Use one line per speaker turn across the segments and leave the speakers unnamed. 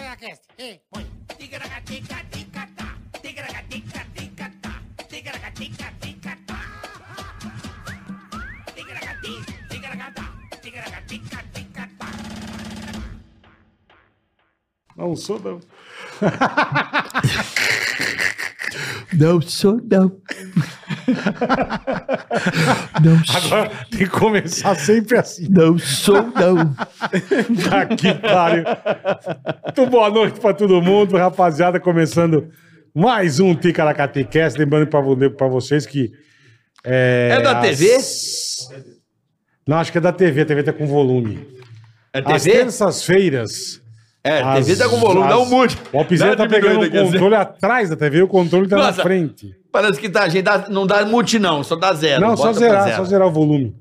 Tigracast. E põe.
Tigragatica-tica-tá. Tigragatica-tica-tá. Tigragatica-tica-tá. Tigragati, tigragatá. Tigragatica-tica-tá.
Não sou, não.
Não sou, não. não, sou,
Agora tem que começar sempre assim.
não sou, não.
Tá que pariu. Muito boa noite pra todo mundo, rapaziada. Começando mais um Ticaracatecast. Lembrando pra, vo- pra vocês que. É,
É da TV?
Não, acho que é da TV. A TV tá com volume.
É
Às
TV?
terças-feiras.
É,
às-
TV tá com volume, dá um
às-
mute.
O
Dá
Alpizeiro
uma
tá pegando o
diminuída, quer dizer.
controle atrás da TV e o controle tá na
Nossa.
frente.
Parece que tá, a gente dá- não dá mute É, não, só dá zero.
Não, só
Bota pra
zerar, só zerar o volume.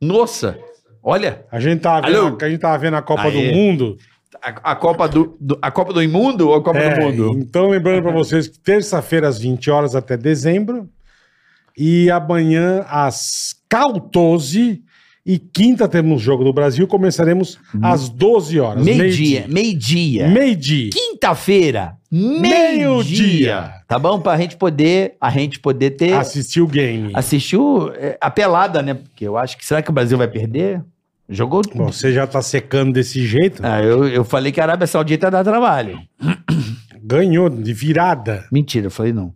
Nossa, olha,
A gente tava
Alô?
vendo, a, gente tava vendo a Copa
Aê.
do Mundo.
a, a Copa do, do- a Copa do Imundo ou a Copa
É,
do Mundo?
Então, lembrando para vocês que terça-feira, às 20 horas até dezembro. E amanhã, às 14 e quinta, temos o Jogo do Brasil. Começaremos às 12 horas.
Meio-dia,
Meio-dia.
meio-dia.
Meio-dia.
Quinta-feira, meio-dia.
Meio-dia. Assim.
tá bom? Pra gente poder, a gente poder ter,
Assistir o game.
assistiu a pelada, né? Porque eu acho que, será que o Brasil vai perder? Jogou...
Bom, Você já tá secando desse jeito.
Ah, eu, eu falei que a Arábia Saudita ia dar trabalho.
Ganhou de virada.
Mentira, eu falei não.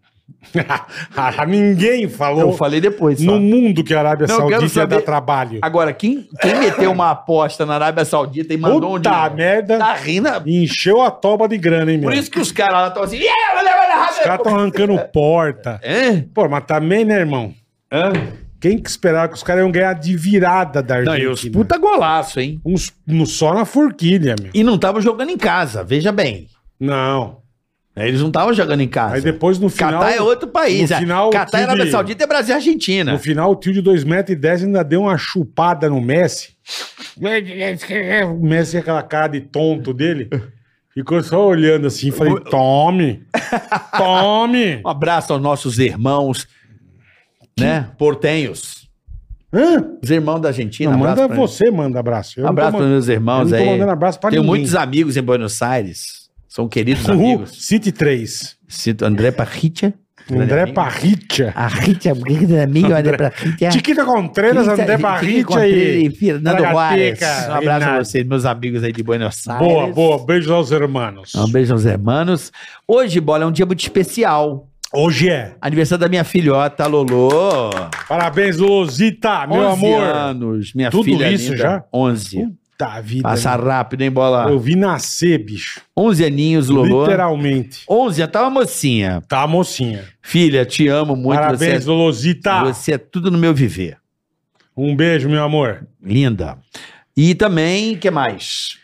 Ninguém
Eu
falou
falei depois só.
no mundo que a Arábia
Não, eu quero
Saudita ia dar
saber-
trabalho.
Agora, quem, quem meteu uma aposta na Arábia Saudita e mandou um
Puta merda.
Tá rindo.
Encheu a toba de grana, hein, meu?
Por
Os
isso que os caras lá estão assim. "Yeah, vai levar na Arábia."
caras estão arrancando porta.
Hã?
Pô, mas também, né, irmão?
Hã?
Quem que esperava que os caras iam ganhar de virada da
Não,
Argentina?
e os puta golaço, hein?
Uns no, só na forquilha, meu.
E não estavam jogando em casa, veja bem. Né,
Não.
Eles não estavam jogando em casa.
Aí depois no final.
Catar é outro país.
no
é.
final,
Catar
o
é
time-
Arábia Saudita é Brasil e Argentina.
No final, o tio de 2,10m ainda deu uma chupada no Messi. O Messi, aquela cara de tonto dele, ficou só olhando assim. Falei: tome! Tome!
Um abraço aos nossos irmãos, né? Portenhos.
Hã?
Os irmãos da Argentina.
Não, manda
pra eles.
você, manda abraço. Eu não tô
abraço para
mandando-
meus irmãos
eu não tô
aí.
mandando abraço pra
Tenho
ninguém.
muitos amigos em Buenos Aires. São queridos
Uhul,
amigos. é
City 3.
Sinto André Parricha.
André Parricha.
Parricha, querido um amigo André Parricha.
Tiquita Contreras, André Parricha e.
Fernando
Tragateca,
Juarez. Um abraço
Renato.
a vocês, meus amigos aí de Buenos Aires.
Boa, boa. Beijo aos hermanos.
Um beijo aos hermanos. Hoje, bola, é um dia muito especial.
Hoje é.
Aniversário da minha filhota, Lolô.
Parabéns, Luzita, meu
11
amor.
anos. Minha
Tudo
filha
isso
linda.
já?
11.
Puta vida.
Passa rápido, hein, bola?
meu. Eu vi nascer, bicho.
11 aninhos, Lolô.
Literalmente.
11, já tava mocinha.
Tá, mocinha.
Filha, te amo muito.
Parabéns,
você,
Luzita.
é, você é tudo no meu viver.
Um beijo, meu amor.
Linda. E também, o que mais?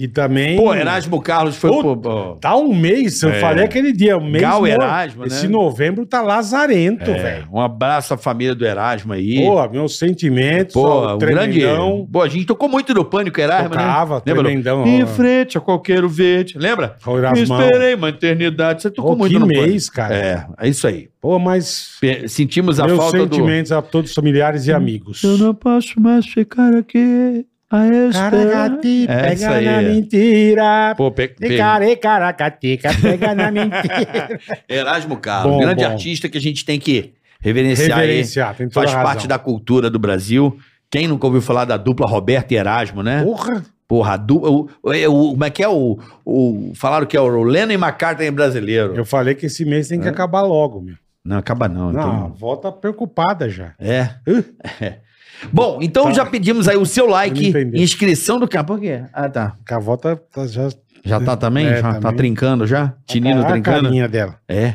E também.
Pô, Erasmo Carlos foi.
Puta,
Pô, pô,
Tá um mês, eu
É.
falei aquele dia. Um mês.
Gal
no-
Erasmo, né?
Esse novembro tá lazarento,
é,
velho.
um abraço à família do Erasmo aí. Pô,
Pô, meus sentimentos. ó,
um grande. Pô, a gente tocou muito no Pânico Erasmo,
Tocava,
né? Lembra?
tremendão.
Em
ó.
frente a qualquer verde. Lembra?
Ó, Erasmão.
Me esperei uma eternidade. Você tocou
Ô,
muito
que
no
mês,
Pânico.
cara.
É, é isso aí.
Pô, mas
Pe- Sentimos a
meus
falta do.
sentimentos a todos os familiares e amigos.
posso mais ficar aqui a
é
Caracati,
É isso
pega
aí.
na mentira.
Pô, pe- pe-
Picare, caracateca, pega na mentira.
Erasmo Carlos,
Bom,
grande
bom.
artista que a gente tem que reverenciar aí.
Reverenciar, tem toda
Faz
razão.
parte da cultura do Brasil. Quem nunca ouviu falar da dupla Roberto e Erasmo, né?
Porra,
Porra, a dupla. O, o- o- como é que é o, o- Falaram que é o Lennon e McCartney brasileiro.
eu falei que esse mês tem que acabar logo, meu.
Não, acaba não.
Não, a
É. então-
vó tá preocupada já.
É. É. Bom, então
Tá.
já pedimos aí o seu
Eu
like,
não entendi.
inscrição do canal. Por quê? Ah, tá.
Que a vó tá, tá já.
Já tá também?
É,
já tá
também.
trincando já? Tinino
Olha a
trincando?
carinha dela.
É.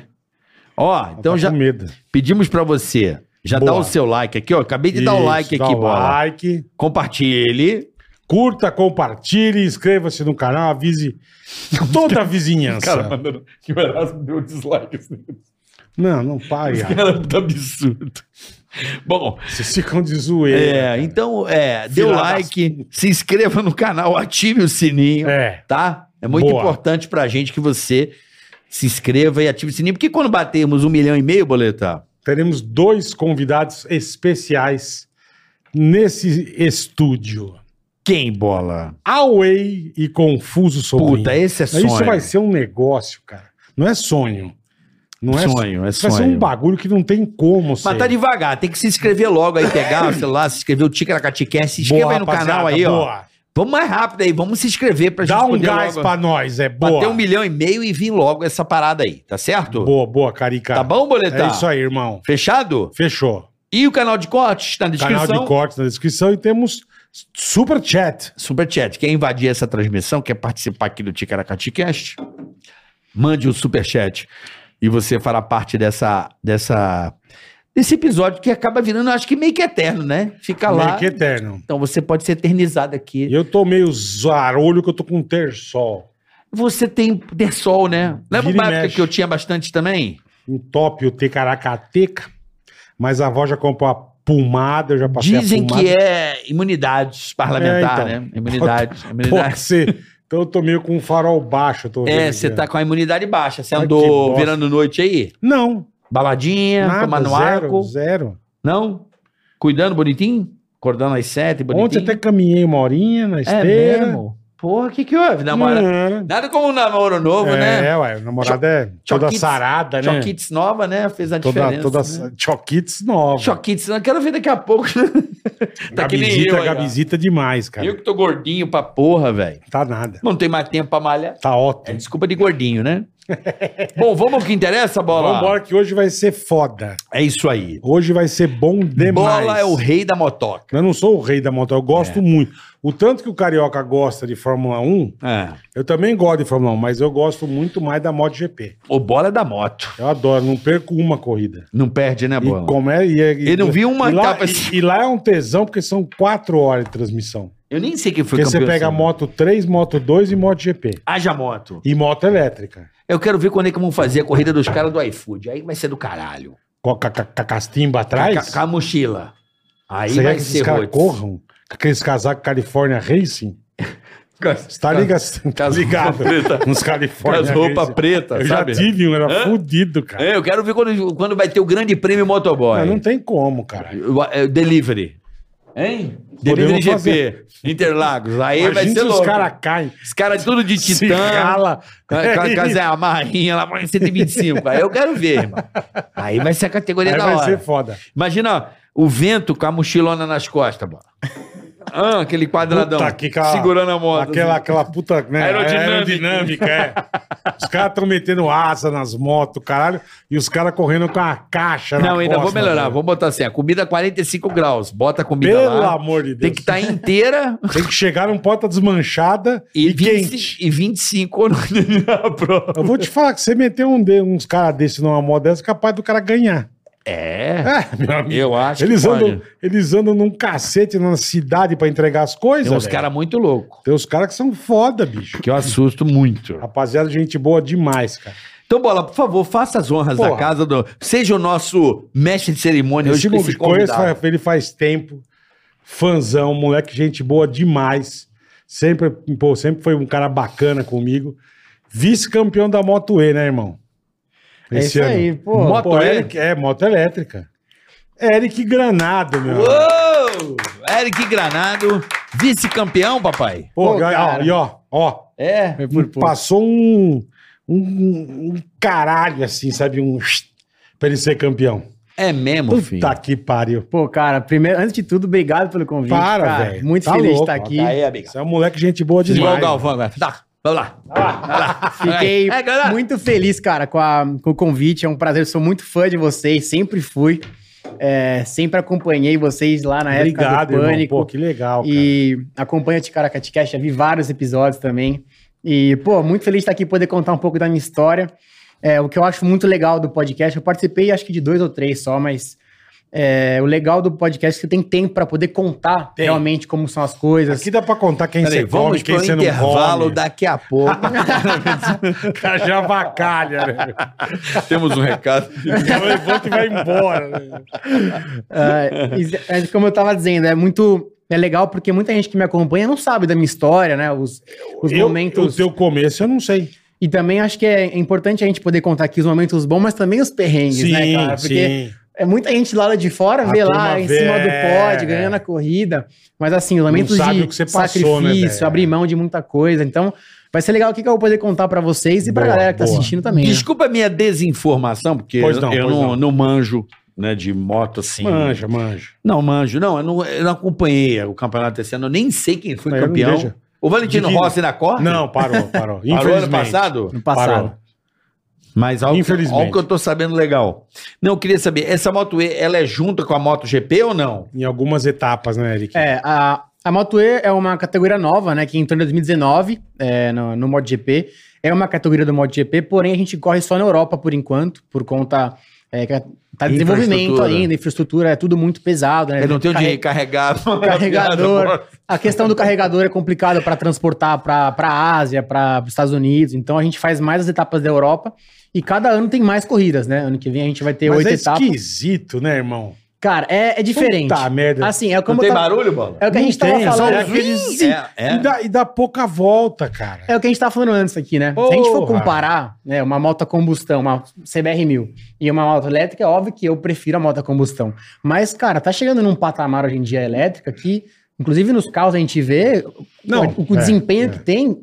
Ó,
Ela
então
tá
já
Com medo.
pedimos pra você. Já dá
Boa.
o seu like aqui, ó. Acabei de dar o
Isso,
like
dá
aqui,
o
bola.
like.
Compartilhe.
Curta, compartilhe, inscreva-se no canal, avise toda a vizinhança.
mandando que o Erasmo deu dislike.
assim.
Isso
Não, não pare. Iago.
era muito absurdo. Bom,
Vocês ficam de zoeira.
é, então, é, dê o
Filha da
like, se inscreva no canal, ative o sininho,
É.
tá? É muito
Boa.
importante pra gente que você se inscreva e ative o sininho, porque quando batermos um milhão e meio, Boleta,
Teremos dois convidados especiais nesse estúdio.
Quem bola?
Away e Confuso Sobrinho.
Puta, esse é sonho.
Isso vai ser um negócio, cara. Não é sonho. Não é sonho.
sonho, é
Vai
sonho.
ser um bagulho que não tem como ser.
Mas tá devagar, tem que se inscrever logo aí, pegar o celular, se inscrever o Ticaracaticast, se inscreva
Boa,
aí no
rapaziada,
canal aí, ó.
boa.
Vamos mais rápido aí, vamos se inscrever pra
Dá
gente
um
poder
gás
logo
pra nós, é boa.
bater um milhão e meio e vir logo essa parada aí, tá certo?
Boa, boa, Carica.
Tá bom, Boletar?
É isso aí, irmão.
Fechado?
Fechou.
E o canal de cortes tá na descrição.
Canal de cortes na descrição e temos super chat.
Superchat. Quer invadir essa transmissão? Quer participar aqui do Ticaracaticast? Mande o superchat. E você fará parte dessa, dessa, desse episódio que acaba virando, acho que meio que eterno, né? Fica lá.
Meio que eterno.
Então você pode ser eternizado aqui.
E eu tô meio zarolho que eu tô com um terçol.
Você tem ter sol, né?
Vira
Lembra
e
uma época
mexe.
que eu tinha bastante também?
Um top o tecaracateca. Mas a avó já comprou a pomada, eu já passei
Dizem
a pomada.
que é imunidade parlamentar,
É, então.
né? Imunidade.
Pode
imunidade.
ser. Então eu tô meio com um farol baixo. eu Tô
É,
vendo
você
aqui,
tá
ó.
com a imunidade baixa. Você
Ai, que
andou
bosta.
virando noite aí?
Não,
Baladinha,
nada,
É, tomando
zero,
álcool.
zero.
Não? Cuidando bonitinho? Acordando às sete,
Ontem
bonitinho?
até né? caminhei uma horinha na
É
esteira.
mesmo? Porra, o que que houve? Namora...
Não.
Nada como um namoro novo, né?
Hum. É, ué, a namorada é toda
Choquites-
sarada, né?
Choquites nova, né? Fez a
Toda,
diferença.
toda
né?
Choquites nova.
Choquites, não quero ver daqui a pouco. tá que nem eu
Gabizita, é
aí, ó.
Gabizita demais, cara.
Eu que tô gordinho pra porra, velho.
Tá nada.
Não tem mais tempo pra malhar.
Tá
É
ótimo.
desculpa de gordinho, né? Bom, vamos ao que interessa, Bola?
Vamos embora que hoje vai ser foda.
É isso aí.
Hoje vai ser bom demais.
Bola é o rei É. da motoca.
Eu não sou o rei da moto, eu gosto muito. O tanto que o carioca gosta de Fórmula 1,
É.
eu também gosto de Fórmula 1, mas eu gosto muito mais da MotoGP.
O Bola é da moto.
Eu adoro, não perco uma corrida.
Não perde, né, Bola?
E como é, e, é- e-
Eu não vi uma
e lá,
etapa assim.
e, e lá é um tesão, porque são quatro horas de transmissão.
Eu nem sei quem foi
Porque você pega
assim.
moto 3, moto 2 e moto GP.
Haja moto.
E moto elétrica.
Eu quero ver quando é que vão fazer a corrida dos caras do iFood. Aí vai ser do caralho.
Com a, ca- ca- ca- castimba
Com,
atrás.
a- com a mochila. Aí
Você quer
vai
que esses
ser
caras
roots.
corram? Com aqueles casacos California Racing? Você tá ligado? Você tá
Cas-
ligado?
preta.
Uns California
Com as roupas
Racing.
pretas,
Eu
sabe?
já tive um, era
Hã?
fudido, cara.
É, eu quero ver quando, quando vai ter o grande prêmio Motoboy.
Não, não tem como, cara.
Eu- é, Delivery. Hein? Delivery
Podemos
GP.
fazer.
Interlagos. Aí vai
Imagina
ser
se os
louco.
caras caem,
Os caras tudo é de
se É
titã.
rala.
Com a- com a- com a amarrinha lá, vai em 125. Aí eu quero ver, irmão. Aí vai ser a categoria
Aí
da
vai
hora.
ser foda.
Imagina ó, o vento com a mochilona nas costas, mano. Ah, aquele quadradão.
Puta, que aquela-
segurando a moto.
Aquela,
assim.
aquela puta né,
Aerodinâmica.
aerodinâmica, é. Os caras estão metendo asa nas motos, caralho, e os caras correndo com a caixa na
Não, ainda vou
costa,
melhorar.
velho.
Vou botar assim: a comida 45 graus. Bota a comida
Pelo
lá.
amor de Deus.
Tem que estar inteira
Tem que chegar num porta desmanchada
e,
e,
20
quente.
e 25 na prova.
Eu vou te falar que você meter um de, uns caras desse numa moda dessa, é capaz do cara ganhar.
É.
É, meu amigo.
Eu acho
Eles
que pode.
andam, eles andam num cacete na cidade pra entregar as coisas.
Tem uns
velho.
caras muito loucos.
Tem uns caras que são foda, bicho.
Que eu assusto muito.
Rapaziada, gente boa demais, cara.
Então, Bola, por favor, faça as honras da
Porra.
casa. Do... Seja o nosso mestre de cerimônia
Esse
hoje com esse
Bitcoin
convidado.
ele faz tempo, fanzão, moleque, gente boa demais. Sempre, pô, sempre foi um cara bacana comigo. Vice-campeão da Moto E, né, irmão?
É isso aí, pô.
Moto
Pô,
E?
Eric, é, moto elétrica. Eric Granado, meu. amigo.
Uou! Eric Granado, vice-campeão, papai.
Pô,
Pô,
ga- ó,
cara.
e ó, ó,
É.
Foi por pouco.
passou um, um, um caralho assim, sabe? Um pra ele ser campeão.
É mesmo, filho.
Puta que pariu.
Pô, cara, primeiro, antes de tudo, obrigado pelo convite.
Para,
cara.
velho.
Muito
Tá
feliz
louco,
de estar
ó,
aqui.
Aí, amiga.
Você é um moleque gente boa demais.
Igual o Galvão agora. Tá, vamos lá. Vai lá.
Fiquei
É, galera.
muito feliz, cara, com, a- com o convite. É um prazer. Eu sou muito fã de vocês, sempre fui. É, sempre acompanhei vocês lá na época
Obrigado,
do
irmão.
Pânico.
Pô, que legal, cara.
e acompanho o Ticaracati Cash, já vi vários episódios também. E, pô, muito feliz de estar aqui poder contar um pouco da minha história. É, o que eu acho muito legal do podcast, eu participei acho que de dois ou três só, mas é, o legal do podcast é que você tem tempo para poder contar
Tem.
realmente como são as coisas.
Aqui dá pra contar quem
Peraí,
você come,
vamos
quem
pro
você não
intervalo
come.
daqui a pouco.
O cara já avacalha, velho.
Temos um recado.
Já levanta e vai embora. né?
Ah, e- mas como eu tava dizendo, é muito é legal porque muita gente que me acompanha não sabe da minha história, né? Os, os
Eu-
momentos.
O teu começo, eu não sei.
E também acho que é importante a gente poder contar aqui os momentos bons, mas também os perrengues, né, cara? Porque É muita gente lá de fora
A
vê
turma
lá em
vê,
cima do
é.
pódio, ganhando a corrida. Mas assim, eu lamento
sabe
de
o que você passou, né,
sacrifício,
velho?
abrir mão de muita coisa. Então, vai ser legal o que que eu vou poder contar pra vocês e pra
Boa,
galera que tá
boa.
assistindo também. né?
Desculpa a minha desinformação, porque
Pois não,
eu
pois
não,
não.
não manjo né, de moto assim.
Manja, manja.
Não, manjo. Não, eu não, eu não acompanhei o campeonato esse ano, eu nem sei quem foi
Não, eu não
campeão.
deixo.
O Valentino
Divino.
Rossi na corda?
Não, parou, parou.
Parou
Infelizmente.
ano passado?
No passado.
Parou.
Mas algo,
Infelizmente.
algo que eu tô sabendo legal. Não, eu queria saber, essa moto E, ela é junta com a moto GP ou não?
Em algumas etapas, né, Eric?
É, a, a Moto E é uma categoria nova, né? Que entrou em 2019 é, no, no MotoGP. É uma categoria do MotoGP, porém a gente corre só na Europa por enquanto, por conta. É, que tá em desenvolvimento
Infraestrutura.
ainda, infraestrutura, é tudo muito pesado, né?
Eu não tenho
Carre-
onde carregar.
Carregador. A questão do carregador é complicada para transportar para a Ásia, para os Estados Unidos. Então a gente faz mais as etapas da Europa e cada ano tem mais corridas, né? Ano que vem a gente vai ter
Mas
oito
é
etapas.
esquisito, né, irmão? Tá
Cara, é, é diferente.
merda.
Assim, é
Não
como
tem
eu tava-
barulho, bola?
é o que a
Não
gente tava
tem,
falando.
só
É,
os- aqueles-
É?
E, dá, e dá pouca volta, cara.
É o que a gente tava falando antes aqui, né? Se a gente for
Porra.
comparar né, uma moto a combustão, uma CBR1000 e uma moto elétrica, é óbvio que eu prefiro a moto a combustão. Mas, cara, tá chegando num patamar hoje em dia elétrica que, inclusive nos carros a gente vê
Não,
o, o
é,
desempenho
é.
que tem,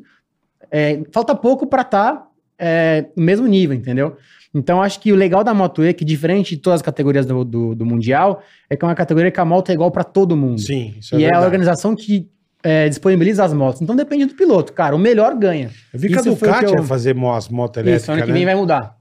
é, falta pouco para estar tá, é, no mesmo nível, entendeu? Então, acho que o legal da Moto E, que é diferente de todas as categorias do, do, do Mundial, é que é uma categoria que a moto é igual para todo mundo.
Sim, isso é
e é, a
verdade.
organização que é, disponibiliza as motos. Então, depende do piloto, cara. O melhor ganha.
Eu vi que a
Isso foi o
Ducati
que eu-
ia fazer mo- as motos elétricas,
Isso, ano que
né?
vem vai mudar.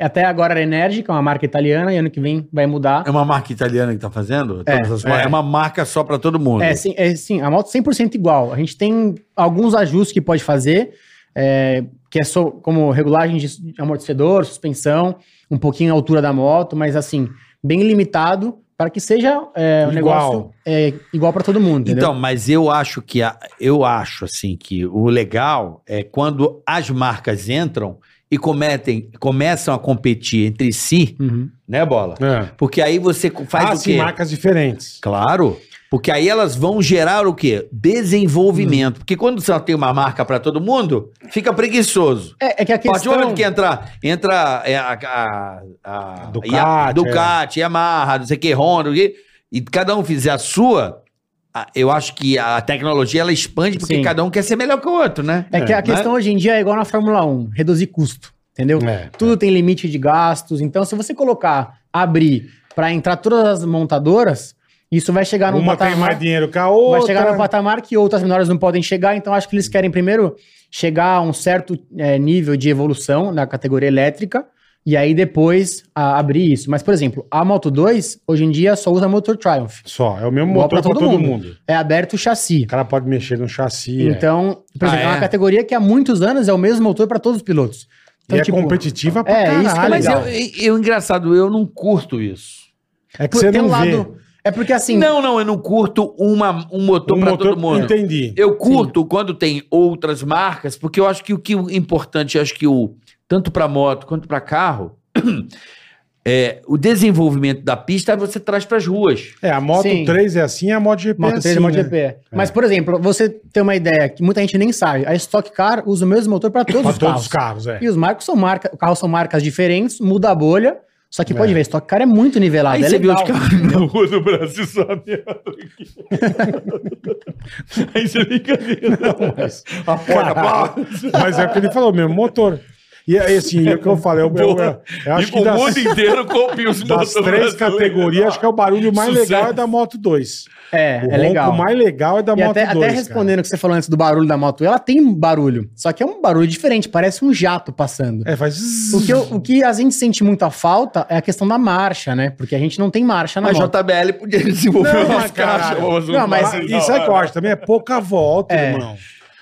É Até agora era Energy, que é uma marca italiana, e ano que vem vai mudar.
É uma marca italiana que tá fazendo?
É,
Todas as mo-
é.
é uma marca só pra todo
um
mundo.
É, sim, é, sim, a moto 100% igual. A gente tem alguns ajustes que pode fazer, é, que é só como regulagem de amortecedor, suspensão, um pouquinho a altura da moto, mas assim, bem limitado para que seja é,
Igual.
um negócio é, igual para todo mundo, entendeu?
Então, mas eu acho que a- eu acho assim que o legal é quando as marcas entram e cometem, começam a competir entre si,
Uhum.
né, bola?
É.
Porque aí você co-
ah,
faz o
sim,
quê?
marcas diferentes.
Claro, porque aí elas vão gerar o quê? Desenvolvimento.
Hum.
Porque quando você tem uma marca para todo mundo, fica preguiçoso.
É, é que a
A partir do
questão...
momento que entrar, entra é, a, a, a-
Ducati,
Ia-
é.
Ducati, Yamaha, não sei o que, Honda, não sei o quê, e cada um fizer a sua, a- eu acho que a tecnologia ela expande porque
Sim.
cada um quer ser melhor que o outro, né?
É que
É,
a questão hoje em dia é igual na Fórmula 1, reduzir custo, entendeu?
É.
Tudo tem limite de gastos, então se você colocar, abrir para entrar todas as montadoras, isso vai chegar tá num
Uma tem
patamar-
mais dinheiro que a outra.
Vai chegar num patamar que outras menores não podem chegar, então acho que eles querem primeiro chegar a um certo eh, nível de evolução na categoria elétrica e aí depois a- abrir isso. Mas, por exemplo, a Moto 2 hoje em dia só usa motor Triumph.
Só, é o mesmo
Igual
motor pra todo, mundo.
É aberto o chassi.
O cara pode mexer no chassi. é.
Então, por
Ah,
exemplo, é
é?
uma categoria que há muitos anos é o mesmo motor para todos os pilotos. Então,
e
tipo,
é competitiva pra
é,
caralho.
isso que é
Mas
legal.
eu, eu, engraçado, eu não curto isso.
É que
por-
você
tem
não
um
vê.
lado. É porque assim.
Não, não, eu não curto uma, um motor
Um
pra
motor-
todo mundo.
Entendi.
Eu curto quando tem outras marcas, porque eu acho que o que é importante, eu acho que o tanto para moto quanto para carro, é o desenvolvimento da pista você traz para as ruas.
É, a Moto
Sim.
3 é assim, a Moto GP é
Moto
assim,
3 e Moto
né?
GP. Mas, por exemplo, você tem uma ideia que muita gente nem sabe. A Stock Car usa o mesmo motor para todos,
Pra
os
todos os
carros.
carros, é.
E os marcos são marcas, carros são marcas diferentes, muda a bolha. Só que pode
É.
ver, Stock Car é muito nivelado.
Aí
é
você vê os
legal.
carros na rua do Brasil saneando aqui. Aí você fica vendo.
Mas,
A porta, pá.
mas é o que ele falou mesmo, motor. E aí, assim, é o que eu falei, eu, eu, eu, eu acho que
o
das,
mundo inteiro copia os
das
motos
três
brasileiros.
categorias, acho que é o barulho mais
Sucesso.
legal é da Moto 2.
É,
O
é legal.
ronco mais legal é da
E
Moto
até,
2,
até
cara.
respondendo o que você falou antes do barulho da moto, ela tem um barulho. Só que é um barulho diferente, parece um jato passando.
É, faz... zzz.
O que, eu- o que a gente sente muito a falta é a questão da marcha, né? Porque a gente não tem marcha na
A
moto.
JBL podia desenvolver
é Não,
umas
mas caralho.
caixas. umas-
Não, mas-
umas-
E sabe o que eu acho também? É pouca volta,
É.
irmão.
né?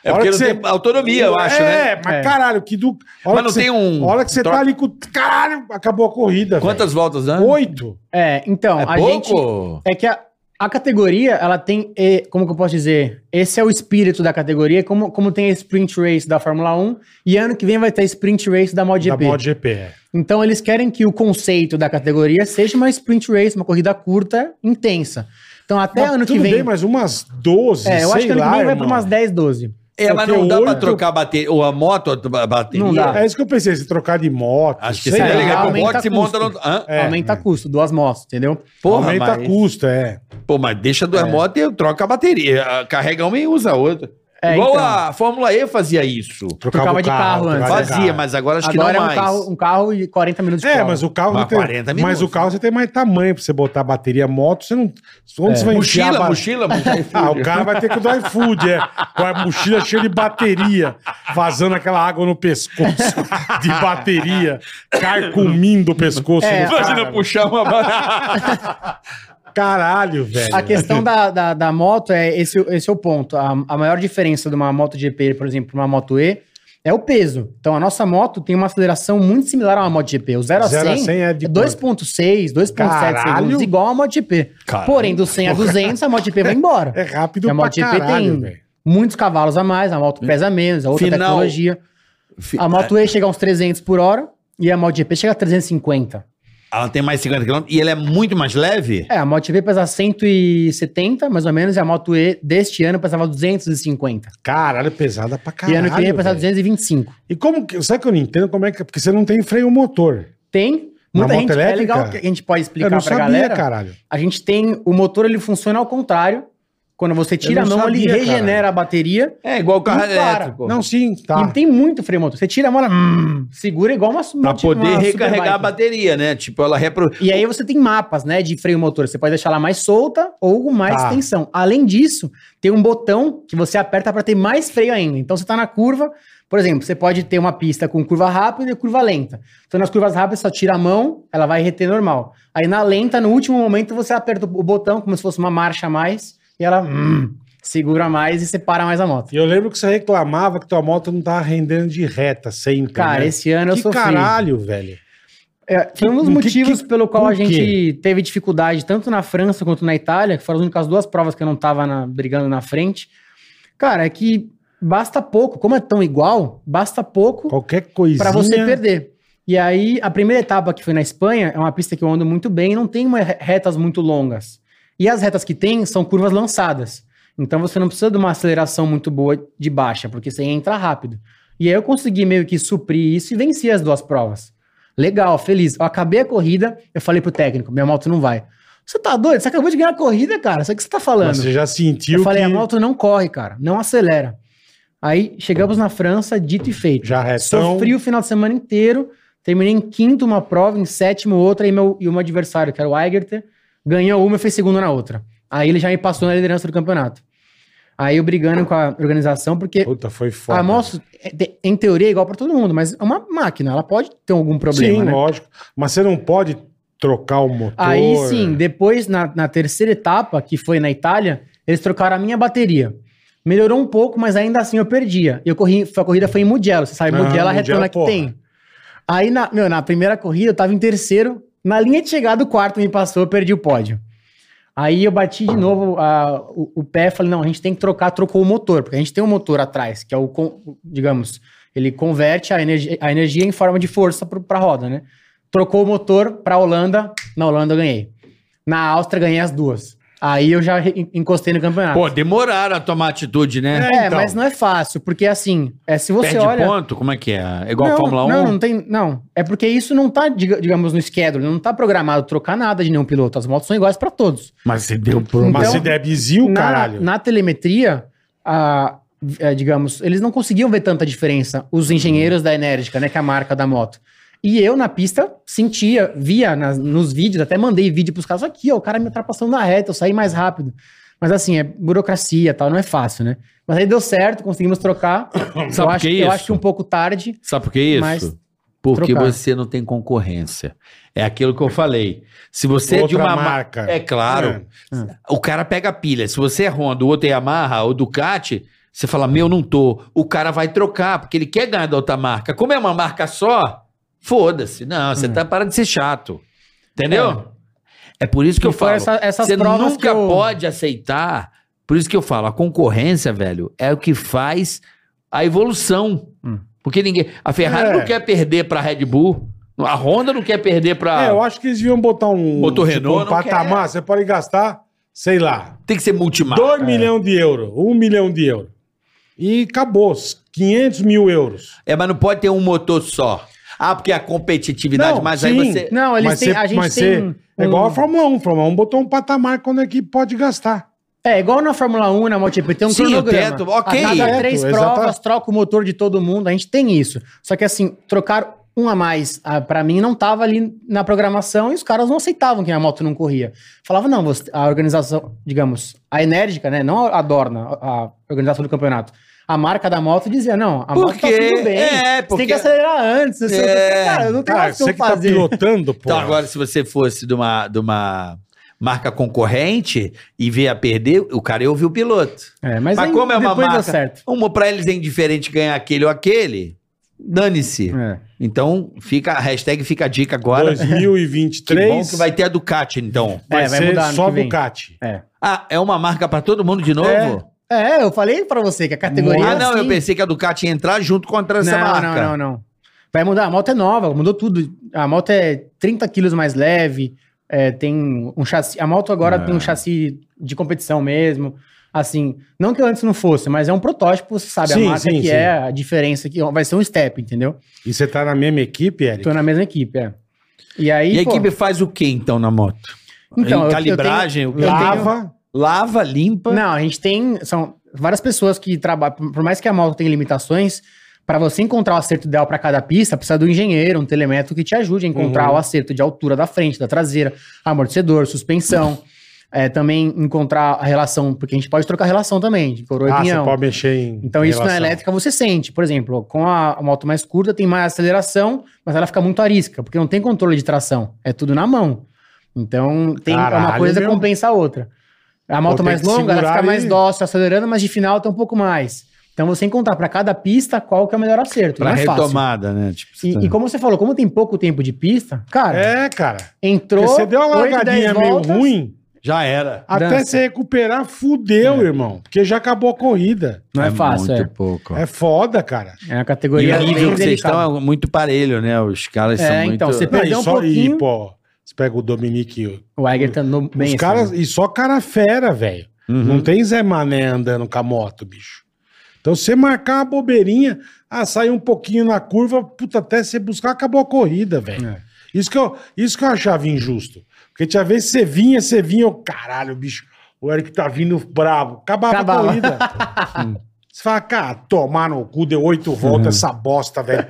É
A hora
porque não
que
tem autonomia, eu acho, né?
É, mas
É.
caralho, que do... a hora
Mas não
que você-
tem um-
a hora que você tá ali com... Caralho, acabou a corrida,
Quantas voltas, né?
É velho. Oito.
É, então,
É
a gente.
pouco?
É que a, a categoria, ela tem. eh, Como que eu posso dizer? Esse é o espírito da categoria, como, como tem a sprint race da Fórmula 1, e ano que vem vai ter a sprint race da
Da
MotoGP.
Moto GP, é.
Então eles querem que o conceito da categoria seja uma sprint race, uma corrida curta, intensa. Então até
Mas
ano que
tudo
vem.
bem, mas umas 12,
é, eu acho
sei
que ano
lá,
que vem vai para
irmão.
umas 10, 12.
É, mas
Porque
não dá pra
oito-
trocar a bateria. Ou a moto, a bateria.
Não dá.
É isso que eu pensei, se trocar de moto.
Acho que
sei
seria
lá.
legal.
legal pro
aumenta
boxe e monta no.
custo.
Hã?
É.
Aumenta custo, duas motos, entendeu?
Porra,
Aumenta
mas...
custo, é.
Pô, mas deixa duas
É.
motos e eu troco a bateria. Ah, Carrega uma e usa a outra.
É,
Igual
então.
a Fórmula E fazia isso.
Trocava
o
de carro
trocava
antes.
de
Fazia,
carro.
mas agora acho que não
Agora é um
mais.
carro, um carro e 40 minutos de
É,
prova.
mas o carro
Mas
você tem-
40 minutos.
mas o carro você tem mais tamanho pra você botar bateria moto, você não onde
É.
você vai enfiar
Mochila,
a ba-
mochila, mochila.
Ah, o cara vai ter que dar iFood, é. Com a mochila cheia de bateria, vazando aquela água no pescoço de bateria, carcomindo o pescoço.
É,
do cara.
Imagina puxar uma barra.
Caralho, velho.
A questão da, da, da moto é esse, esse é o ponto. A, a maior diferença de uma moto GP, por exemplo, para uma moto E é o peso. Então a nossa moto tem uma aceleração muito similar a uma moto GP. O 0 a 100,
Zero a 100 é
é
de
2.6, 2.7
Caralho!
segundos, igual a moto GP.
Caralho,
Porém, do 100 a 200, a moto GP vai embora.
É rápido
a
pra
moto GP
caralho,
tem
velho.
muitos cavalos a mais, a
Hum.
moto pesa menos, a outra
Final.
tecnologia. A
é.
moto E chega a uns 300 por hora e a moto GP chega a 350.
Ela tem mais 50 km e ela é muito mais leve?
É, a Moto GP pesa 170, mais ou menos, e a Moto E deste ano pesava 250.
Caralho, pesada pra
e
caralho.
ano que vem é vai pesar
velho.
225.
E como que. Sabe que eu não entendo como é que. Porque você não tem freio motor.
Tem.
Na
Muita
moto
gente. É
elétrica?
legal que a gente pode explicar
eu não
pra
sabia,
galera.
caralho.
A gente tem. O motor ele funciona ao contrário. Quando você tira
Eu
a
não
mão, ele
sabia,
regenera
caralho.
a bateria.
É igual o carro
Não para.
elétrico.
Não, sim,
E
tá.
tem muito freio motor. Você tira a mão, ela hum, segura igual uma.
Pra
uma-
poder
uma
recarregar a
superbike.
bateria, né? Tipo, ela repro...
E aí você tem mapas, né, de freio motor. Você pode deixar ela mais solta ou com mais
Tá.
tensão. Além disso, tem um botão que você aperta para ter mais freio ainda. Então você tá na curva, por exemplo, você pode ter uma pista com curva rápida e curva lenta. Então nas curvas rápidas você só tira a mão, ela vai reter normal. Aí na lenta, no último momento, você aperta o botão como se fosse uma marcha a mais e ela hum, segura mais e separa mais a moto.
E eu lembro que você reclamava que tua moto não tava rendendo de reta sempre.
Cara,
né?
esse ano eu
que
sofri.
caralho, velho.
É, foi um dos
que-
motivos pelo qual
por
a gente teve dificuldade tanto na França quanto na Itália, que foram as únicas duas provas que eu não tava na- brigando na frente. Cara, é que basta pouco, como é tão igual, basta pouco
Qualquer coisinha.
para você perder. E aí, a primeira etapa que foi na Espanha é uma pista que eu ando muito bem, não tem uma- retas muito longas. E as retas que tem são curvas lançadas. Então você não precisa de uma aceleração muito boa de baixa, porque você entra rápido. E aí eu consegui meio que suprir isso e venci as duas provas. Legal, feliz. Eu acabei a corrida, eu falei pro técnico, minha moto não vai. Você tá doido? Você acabou de ganhar a corrida, cara. Sabe o que você tá falando?
Mas você já sentiu
eu falei,
que
a moto não corre, cara. Não acelera. Aí chegamos na França, dito e feito.
já é retão.
Sofri o final de semana inteiro. Terminei em quinto uma prova, em sétimo outra, e meu, e o meu adversário, que era o Eigerter, ganhou uma e fez segundo na outra. Aí ele já me passou na liderança do campeonato. Aí eu brigando com a organização, porque
Puta, foi foda.
a moto, é, te- em teoria, é igual pra todo mundo, mas é uma máquina, ela pode ter algum problema,
sim,
né?
lógico. Mas você não pode trocar o motor.
Aí sim, depois na, na terceira etapa, que foi na Itália, eles trocaram a minha bateria. Melhorou um pouco, mas ainda assim eu perdia. Eu corri, a corrida foi em Mugello, você sabe,
Ah,
Mugello é a
Mugello,
retona que
porra.
tem. Aí, na, meu, na primeira corrida eu tava em terceiro, na linha de chegada o quarto me passou, eu perdi o pódio. Aí eu bati de novo a- o, o pé, falei, não, a gente tem que trocar, trocou o motor, porque a gente tem um motor atrás, que é o, con- digamos, ele converte a energia, a energia em forma de força pro- pra roda, né? Trocou o motor pra Holanda, na Holanda eu ganhei. Na Áustria ganhei as duas. Aí eu já re- encostei no campeonato.
Pô, demoraram a tomar atitude, né?
Ah. é,
então.
mas não é fácil, porque assim, é, se você
Perde
olha...
ponto? Como é que é? É igual
não,
a Fórmula 1?
Não, não tem. Não. É porque isso não tá, diga- digamos, no schedule, não tá programado trocar nada de nenhum piloto. As motos são iguais pra todos.
Mas você deu
Então,
Mas se der bizil,
na,
caralho.
na telemetria, a- é, digamos, eles não conseguiam ver tanta diferença, os
Uhum.
engenheiros da Enérgica, né, que é a marca da moto. E eu, na pista, sentia, via nas- nos vídeos, até mandei vídeo pros caras, aqui, ó, o cara me ultrapassando na reta, eu saí mais rápido. Mas assim, é burocracia e tal, não é fácil, né? Mas aí deu certo, conseguimos trocar. eu,
Sabe por
acho,
que é
eu
isso?
acho que um pouco tarde.
Sabe por que isso?
Mas
Porque
trocar.
você não tem concorrência. É aquilo que eu falei. Se você é de
Outra
uma marca.
marca.
É claro.
Ah.
O cara pega a pilha. Se você é Honda, o outro é Yamaha, ou Ducati, você fala, meu, não tô. O cara vai trocar, porque ele quer ganhar da outra marca. Como é uma marca só, foda-se. Não,
Hum.
você tá parando de ser chato. Entendeu? É, por isso que
E
eu
foi
falo.
essa- essas
você
provas
nunca
que eu-
pode aceitar. Por isso que eu falo, a concorrência, velho, é o que faz a evolução.
Hum.
Porque ninguém. A Ferrari
É.
não quer perder pra Red Bull. A Honda não quer perder
Ah.
pra.
É, eu acho que eles deviam botar um,
Motor Renault,
um
não quer.
patamar. Você pode gastar, sei lá,
Tem que ser multimarca.
2 milhões de euros, 1 um milhão de euros. E acabou. 500 mil euros.
É, mas não pode ter um motor só. Ah, porque a competitividade,
Não,
mas
sim.
aí você.
Não, eles
mas
têm,
cê-
a gente
mas
tem.
cê-
um-
É igual a Fórmula 1. Fórmula 1 botou um patamar quando a equipe pode gastar.
É, igual na Fórmula 1, na MotoGP, tem um
Sim, o
cronograma.
teto, ok.
A cada
Teto,
três
exata-
provas, troca o motor de todo mundo, a gente tem isso. Só que assim, trocar um a mais, ah, pra mim, não tava ali na programação e os caras não aceitavam que a moto não corria. Falavam, não, você- a organização, digamos, a enérgica, né, não a Dorna, a a organização do campeonato. A marca da moto dizia, não, a moto tá
Porque-
tudo bem,
é,
você tem
porque-
que acelerar antes. Você,
É.
cara, não tem
Cara,
mais o que
você
eu
que tá
fazer.
pilotando, pô.
Então, agora, se você fosse de uma, de uma marca concorrente e vier a perder, o cara ia ouvir o piloto.
É, mas,
Mas
aí,
como é uma
depois deu
marca-
certo.
Uma pra eles é indiferente ganhar aquele ou aquele. Dane-se.
É.
Então, fica, a hashtag fica a dica agora. Que
2023
bom que vai ter a Ducati, então.
vai
É, vai
ser
mudar ano
só
que vem.
Ducati.
Ah, é uma marca pra todo mundo de novo?
É.
É, eu falei pra você que a categoria.
Ah, não, eu
assim,
pensei que a Ducati ia entrar junto contra essa
não,
marca.
Não, não, não. Vai mudar. A moto é nova, mudou tudo. A moto é 30 quilos mais leve. é, tem um chassi. A moto agora
É.
tem um chassi de competição mesmo. Assim, não que antes não fosse, mas é um protótipo, você sabe?
Sim,
a marca
sim,
que
sim.
é a diferença que vai ser um step, entendeu?
E você tá na mesma equipe, Eric?
Tô na mesma equipe, é. E aí.
E a
pô,
equipe faz o que, então, na moto?
Então,
Em
eu- eu
calibragem, o que?
eu
Lava.
Lava, limpa.
Não, a gente tem. São várias pessoas que trabalham. Por mais que a moto tenha limitações, para você encontrar o acerto ideal para cada pista, precisa do engenheiro, um telemétrico que te ajude a encontrar
Uhum.
o acerto de altura da frente, da traseira, amortecedor, suspensão. É, também encontrar a relação, porque a gente pode trocar a relação também, de coroa e
Ah, você
pinhão.
pode mexer em.
Então, isso na
relação.
elétrica você sente. Por exemplo, com a a moto mais curta tem mais aceleração, mas ela fica muito arisca, porque não tem controle de tração. É tudo na mão. Então, tem uma
Caralho,
coisa
meu.
compensa a outra. A moto
ter
mais
que
longa, ela
segurar
fica mais
e-
dócil, acelerando, mas de final tem um pouco mais. Então, você encontrar para cada pista qual que é o melhor acerto.
Pra
não é fácil.
retomada, né? Tipo, você tá-
E, e como você falou, como tem pouco tempo de pista, cara,
É, cara.
entrou.
Porque você deu uma
8, 10
largadinha meio
voltas,
ruim.
Já era.
Até
Dança. É.
você recuperar, fudeu, irmão. Porque já acabou a corrida.
Não é, fácil,
muito
é.
pouco.
É foda, cara.
É uma
E
categoria.
o nível
bem
que vocês
delicada.
estão é muito parelho, né? Os caras
É,
são
então,
muito...
você-
Não, e
Perdeu um
só
pouquinho.
e, pô, você pega o Dominique.
O Egerton no bem assim,
Os né?
esse
caras,
ano.
e só cara fera, velho.
Uhum.
Não tem Zé Mané andando com a moto, bicho. Então, se você marcar a bobeirinha, ah, sair um pouquinho na curva, puta, até você buscar, acabou a corrida, velho.
É.
Isso, que eu- isso que eu achava injusto. Porque tinha vez que você vinha, você vinha, eu, caralho, bicho, o Eric tá vindo bravo. Acabava,
Acabava.
a corrida. Hum. você fala, cara, tomar no cu, deu oito
Uhum.
voltas essa bosta, velho.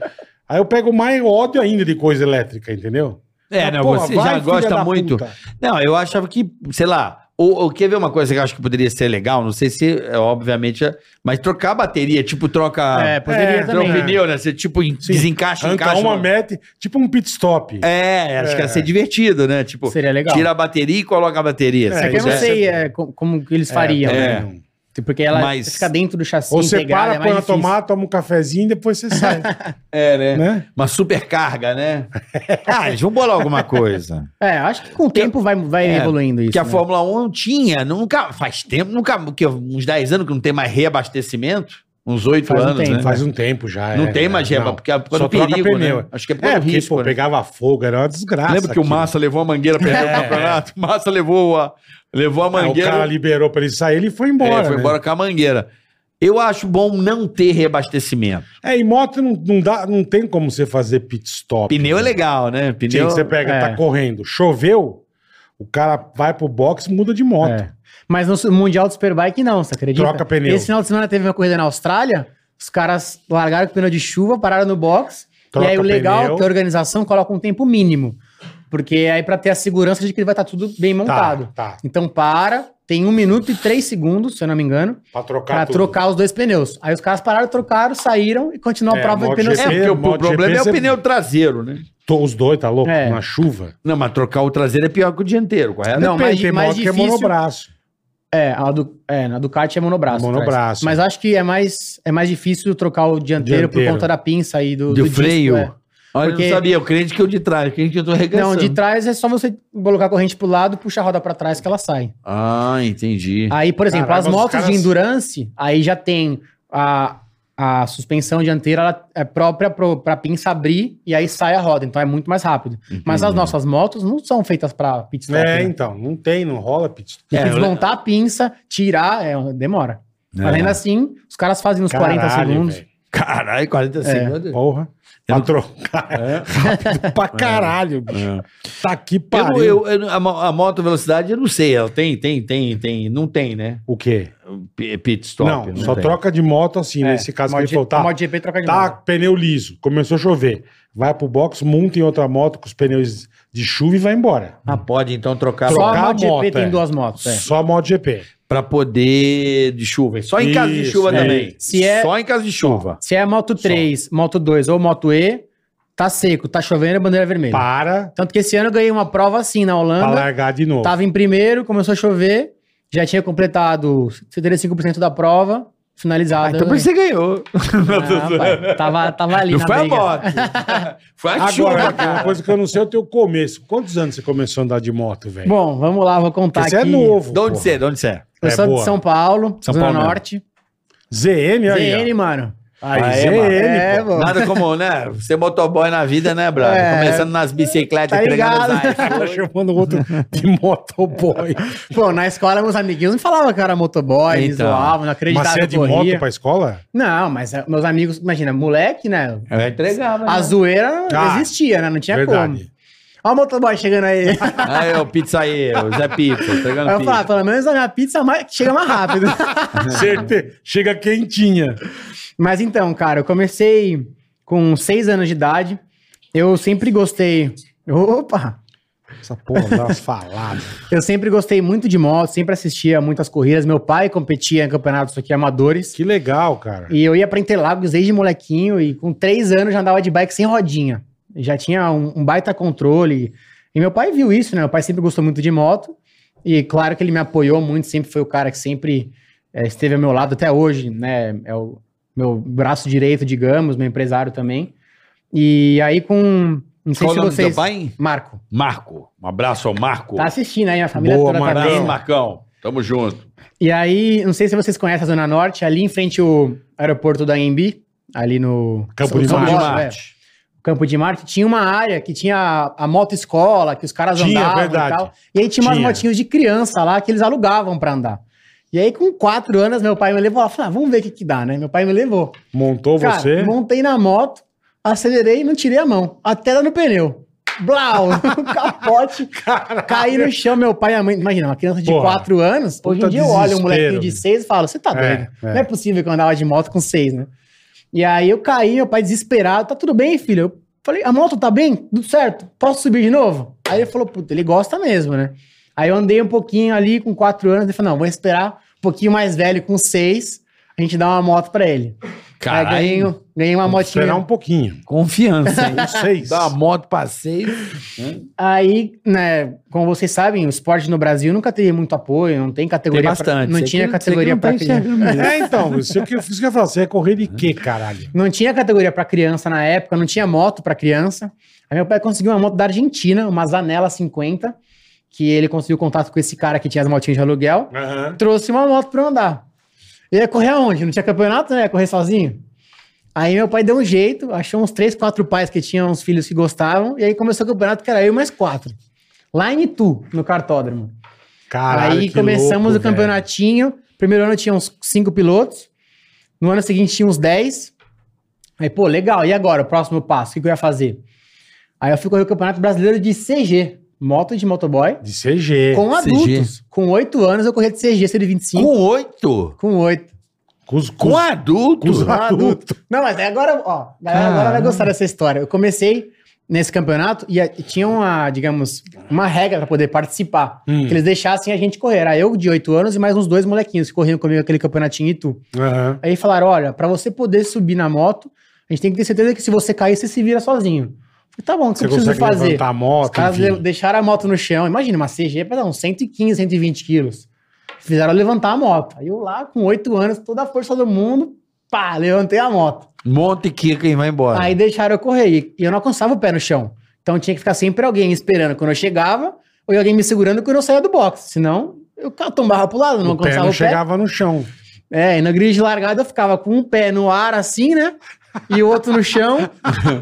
Aí eu pego mais ódio ainda de coisa elétrica, entendeu?
É,
Ah,
não,
porra,
você
vai,
já
filha
gosta
da
muito.
puta.
Não, eu achava que, sei lá, ou, ou quer ver uma coisa que eu acho que poderia ser legal? Não sei se, é, obviamente, é- mas trocar a bateria, tipo, troca.
É, poderia
É,
troca
também.
o pneu, né? Você tipo em- desencaixa,
Arranca
encaixa.
uma mete, tipo um pit stop.
É, acho que ia ser divertido, né? Tipo,
Seria legal.
tira a bateria e coloca a bateria. assim, né? se
É que eu não
quiser.
sei é, co- como que eles fariam,
é.
né? Porque ela
Mas-
fica dentro do chassi
Ou você
integrado,
para,
é
põe
mais
na
difícil.
tomada, toma um cafezinho e depois você sai,
É, né?
né?
Uma supercarga, né? ah, eles vão bolar alguma coisa.
É, acho que com o tempo vai, vai
É,
evoluindo isso.
que a
né?
Fórmula 1 tinha, nunca, faz tempo, nunca, que uns 10 anos que não tem mais reabastecimento, uns 8
Faz um
anos,
tempo,
né?
Faz um tempo já.
Não
é,
tem mais
né?
reba,
Não.
porque é por causa
Só
do
troca
perigo,
pneu.
né? Acho que é por causa
É,
do
porque,
risco,
pô,
né?
pegava fogo, era uma desgraça.
Lembra que o
aquilo.
Massa levou a mangueira pra perder o campeonato? O Massa levou a, levou a
Ah, o cara
mangueira. um
liberou pra ele sair, ele foi embora.
é, foi
né?
embora com a mangueira. Eu acho bom não ter reabastecimento.
É, e moto não, não, dá, não tem como você fazer pit stop.
Pneu é
né?
legal, né?
Tinha
Pneu.
que você pega,
é.
tá correndo, choveu, o cara vai pro box e muda de moto. Tá,
É. Mas no Mundial do Superbike não, você acredita?
Troca pneu.
Esse final de semana teve uma corrida na Austrália, os caras largaram com pneu de chuva, pararam no box,
Troca
e aí o legal é
pneu.
que a organização coloca um tempo mínimo, porque é aí pra ter a segurança de que ele vai estar tudo bem montado.
Tá, tá.
Então para, tem um minuto e três segundos, se eu não me engano,
Pra trocar
pra
tudo.
trocar os dois pneus. Aí os caras pararam, trocaram, saíram e continuou
É,
a prova de
MotoGP
pneu
É,
seco.
porque o, o
MotoGP,
problema é
você-
o pneu traseiro, né?
Tô- Os dois, tá louco?
É.
Na chuva.
Não, mas trocar o traseiro é pior que o dianteiro, correto?
Não, mas-
tem
mas
moto que é
difícil-
monobraço.
É, a do, é, na Ducati é monobraço.
É
atrás.
monobraço.
Mas acho que é mais, é mais difícil trocar o dianteiro,
Dianteiro.
por conta da pinça aí do,
Do
disco,
freio.
é.
Olha, eu
porque-
não sabia, o crente que eu de trás, o crente que eu tô
Não,
arregaçando.
de trás é só você colocar a corrente pro lado, puxar a roda pra trás que ela sai.
Ah, entendi.
Aí, por exemplo,
Caralho,
as
mas os
motos de
caras-
endurance, aí já tem a, a suspensão dianteira, ela é própria pro, pra pinça abrir e aí sai a roda. Então é muito mais rápido. Mas as nossas motos não são feitas pra pit stop.
É,
né?
então, não tem, não rola pit stop.
Tem
É,
que
eu-
desmontar a pinça, tirar, é, demora. Mas ainda assim, os caras fazem uns 40
Caralho,
segundos.
velho.
Caralho, 40 segundos.
Porra.
Eu não-
Patrão.
É.
Rápido pra caralho, bicho. Tá que
Eu não-
pariu.
eu- eu não- a, mo- a moto velocidade, eu não sei. Ela tem, tem, tem, tem. Não tem, né?
O quê?
P- Pit stop.
não, só
tem.
troca de moto assim,
É,
nesse caso que
modo
ele
G-
falou, tá,
modo GP troca de
tá
modo.
pneu liso, começou a chover, vai pro box, monta em outra moto com os pneus de chuva e vai embora.
Ah, pode então trocar
Só
só
a
trocar a
moto GP
moto, é.
tem duas motos. é.
Só moto GP.
pra poder de chuva. Só em caso de
Isso,
chuva
é.
também.
Se é-
Só em caso de chuva.
Se é moto 3, moto 2 ou moto E, tá seco, tá chovendo, é bandeira vermelha.
Para,
Tanto que esse ano eu ganhei uma prova assim na
pra
Holanda.
largar de novo.
Tava em primeiro, começou a chover, já tinha completado 75% da prova, finalizada.
então por isso você ganhou.
Ah, pai, tava, tava ali
Não
na
foi
briga.
a moto. foi a
Agora,
chuva.
tem uma coisa que eu não sei é o teu começo. Quantos anos você começou a andar de moto, velho?
Bom, vamos lá, vou contar
Porque você é
aqui.
novo.
De onde
porra.
você é? De onde você é?
Eu
É,
sou
boa.
de São Paulo,
São
Zona
Paulo mesmo.
Norte.
ZN aí, ó.
ZN, mano.
Aí,
Ah, é,
ZN,
mano.
É,
pô.
mano.
Nada como, né? Ser motoboy na vida, né, brother?
É.
Começando nas bicicletas,
Tá
entregando
ligado?
os
Tá chamando o outro de motoboy.
Pô, na escola, meus amiguinhos me falavam que eu era motoboy, me
Então.
zoavam, não
Mas
acreditava
você é
que
de
eu corria.
moto pra escola?
Não, mas eh, meus amigos, imagina, moleque, né?
Eu entregava.
A zoeira
Ah,
existia, né? Não tinha
Verdade.
como. Ó o motoboy chegando aí.
Aí, Ah, é o pizzaeiro, Zé Pizza, entregando
Aí eu
pizza.
falava, pelo menos a minha pizza mais- chega mais rápido.
Certeza. Chega quentinha.
Mas então, cara, eu comecei com seis anos de idade. Eu sempre gostei. Opa!
Essa porra dá umas faladas.
Eu sempre gostei muito de moto, sempre assistia muitas corridas. Meu pai competia em campeonatos aqui amadores.
Que legal, cara.
E eu ia pra Interlagos desde molequinho e com três anos já andava de bike sem rodinha. Já tinha um, um baita controle. E meu pai viu isso, né? Meu pai sempre gostou muito de moto. E claro que ele me apoiou muito, sempre foi o cara que sempre eh, esteve ao meu lado até hoje, né? É o meu braço direito, digamos, meu empresário também. E aí com... Não sei
Qual o
se
nome do
vocês...
teu pai?
Marco.
Marco. Um abraço ao Marco.
Tá assistindo aí, a família
Boa,
toda tá
Abraço,
vendo.
Marcão. Tamo junto.
E aí, não sei se vocês conhecem a Zona Norte, ali em frente ao aeroporto da Embi, ali no...
Campo de
São
Marte.
Paulo, é. Campo de Marte, tinha uma área que tinha a, a moto escola, que os caras
Tinha,
andavam
verdade.
e tal. E aí tinha umas
Tinha.
motinhos de criança lá que eles alugavam pra andar. E aí, com quatro anos, meu pai me levou lá. Falei, ah, vamos ver o que, que dá, né? Meu pai me levou.
Montou
Cara,
você.
montei na moto, acelerei e não tirei a mão. Até lá no pneu. Blau! no capote. Caí no chão, meu pai e a mãe. Imagina, uma criança de
Porra.
quatro anos. Hoje
Puta
em dia eu olho um
desespero,
molequinho de
bicho.
seis e falo: você tá
É,
doido?
é.
Não é possível que eu andava de moto com seis, né? E aí eu caí, meu pai desesperado, tá tudo bem, filho? Eu falei, a moto tá bem? Tudo certo? Posso subir de novo? Aí ele falou, puta, ele gosta mesmo, né? Aí eu andei um pouquinho ali com quatro anos, ele falou, não, vou esperar um pouquinho mais velho, com seis, a gente dá uma moto pra ele.
Caralho.
Aí ganhei, um- ganhei uma
Vou Esperar
motinha.
um pouquinho.
Confiança, hein?
Não sei.
Dá uma moto, passeio.
Aí, né, como vocês sabem, o esporte no Brasil nunca teve muito apoio, não tem categoria. pra-
bastante.
não
Sei que- sei
tinha
que
categoria
não tá
pra criança.
É, então, isso que eu fiz que eu ia falar. Você ia correr de quê, caralho?
Não tinha categoria pra criança na época, não tinha moto pra criança. Aí meu pai conseguiu uma moto da Argentina, uma Zanella 50, que ele conseguiu contato com esse cara que tinha as motinhas de aluguel. Trouxe uma moto pra eu andar. Eu ia correr aonde? Não tinha campeonato, né? Ia correr sozinho. Aí meu pai deu um jeito, achou uns três, quatro pais que tinham uns filhos que gostavam, e aí começou o campeonato que era eu e mais quatro. Lá em Itu, no cartódromo.
Caralho.
aí
que
começamos
louco,
o campeonatinho. Primeiro ano tinha uns cinco pilotos. No ano seguinte tinha uns 10. Aí, pô, legal. E agora? O próximo passo? O que que eu ia fazer? Aí eu fui correr o Campeonato Brasileiro de CG. Moto de motoboy.
velho. De CG. Com,
Com adultos. Com 8 anos eu corri de CG 125.
Com oito?
Com 8.
os, com,
Com
os-
adulto?
com os adultos.
Não, mas aí agora, ó, a galera agora vai gostar dessa história. Eu comecei nesse campeonato e a- e tinha uma, digamos, uma regra pra poder participar.
Hum.
Que eles deixassem a gente correr. Era eu de 8 anos e mais uns dois molequinhos que corriam comigo aquele campeonatinho e tu.
Aham.
Aí falaram: olha, pra você poder subir na moto, a gente tem que ter certeza que se você cair, você se vira sozinho. Eu Falei, tá bom, o que
Você
eu preciso
consegue
fazer?
levantar a
Os
moto,
caras
enfim.
le- deixaram a moto no chão. Imagina, uma CG pra dar uns 115, 120 quilos. Fizeram eu levantar a moto. Aí eu lá, com 8 anos, toda a força do mundo, pá, levantei a moto.
Monta e quica e vai embora.
Aí deixaram eu correr. E- E eu não alcançava o pé no chão. Então tinha que ficar sempre alguém esperando quando eu chegava, ou alguém me segurando quando eu saía do box. Senão, eu ca- tombava pro lado, não
o pé
alcançava
não
o pé.
chegava no chão.
É, e na grade de largada eu ficava com um pé no ar assim, né? E o outro no chão,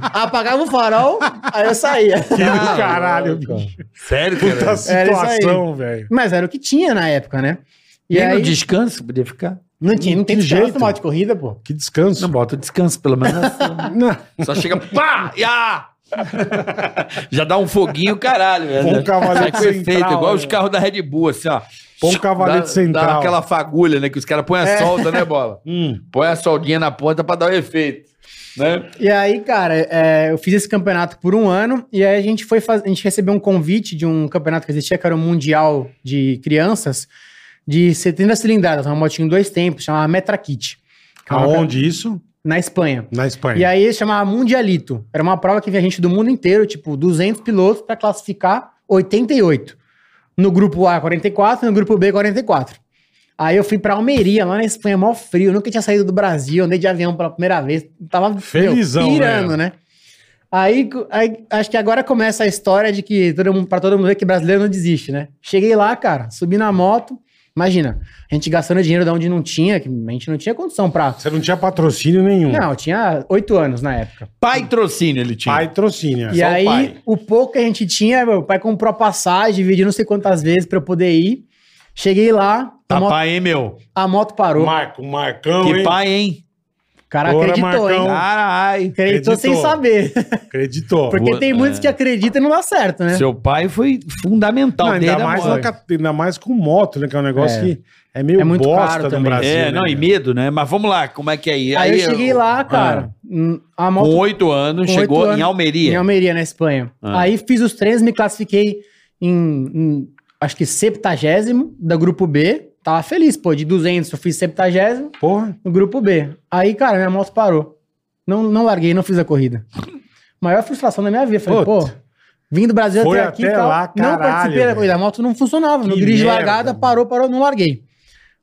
apagava o farol, aí eu saía.
Ah,
caralho,
louco.
bicho.
Sério,
Puta
cara?
isso aí.
situação, velho.
Mas era o que tinha na época, né? E
E
aí,
no descanso podia ficar?
Não tinha, não tem
Que
jeito.
jeito.
final de corrida, pô.
Que descanso.
Não bota descanso, pelo menos.
Não,
Só chega, pá! E ah! Já dá um foguinho, caralho, velho.
Põe um cavalete
Sai com efeito,
central,
é igual
né?
é.
os carros da Red Bull, assim, ó.
Põe um cavalete
Dá-
central. É.
Dá aquela fagulha, né? Que os caras põem a solda, né, bola?
Hum.
Põe a soldinha na ponta pra dar o efeito. Né?
E aí, cara, é, eu fiz esse campeonato por um ano e aí a gente foi faz... a gente recebeu um convite de um campeonato que existia, que era o Mundial de Crianças, de 70 cilindradas, uma motinha em dois tempos, chamava Metra Kit. que é uma-
Aonde isso?
Na Espanha.
Na Espanha.
E aí chamava Mundialito. Era uma prova que vinha gente do mundo inteiro, tipo, 200 pilotos para classificar 88. No grupo A, 44, no grupo B, 44. Aí eu fui pra Almeria, lá na Espanha, mó frio, nunca tinha saído do Brasil, andei de avião pela primeira vez, tava
Felizão,
meu, pirando,
né?
né? Aí, co- aí, acho que agora começa a história de que todo mundo, pra todo mundo ver que brasileiro não desiste, né? Cheguei lá, cara, subi na moto, imagina, a gente gastando dinheiro de onde não tinha, que a gente não tinha condição pra...
Você não tinha patrocínio nenhum.
Não, eu tinha oito anos na época.
Patrocínio ele tinha.
Patrocínio.
E
É Só o
aí,
pai.
o pouco que a gente tinha, meu pai comprou a passagem, dividiu não sei quantas vezes pra eu poder ir. Cheguei lá, a,
Tá
moto,
pai, hein, meu?
a moto parou.
Marco, Marcão,
Que
hein?
pai, hein?
O cara
né,
Ora,
acreditou,
Marcão.
hein?
Caralho.
Acreditou, sem
Acreditou.
saber.
Acreditou.
Porque
Boa, é.
tem muitos que acreditam e não dá certo, né?
Seu pai foi fundamental
Não, ainda,
desde a
mais
morte.
na cap- ainda mais com moto, né? Que é um negócio
É.
que é meio
É muito
bosta
caro
no
também.
Brasil.
É,
né,
não, e
cara?
medo, né? Mas vamos lá, como é que é? E Aí
Aí, Ah,
Ah.
eu cheguei lá, cara. hum, A
Com
moto
oito anos,
com
chegou
oito anos,
em Almeria.
em Almeria, na Espanha.
Ah.
Aí fiz os treinos, me classifiquei em, em, acho que septagésimo da grupo B. Tava feliz, pô, de 200 eu fiz septagésimo.
Porra,
no grupo B. Aí, cara, minha moto parou. Não, não larguei, não fiz a corrida. Maior frustração da minha vida. Falei,
Puta.
pô, vim do Brasil
Foi
até aqui
até
e tal,
lá,
não
caralho,
participei da
velho.
corrida. A moto não funcionava. No
Que
grid de
merda,
largada,
mano.
parou, parou, não larguei.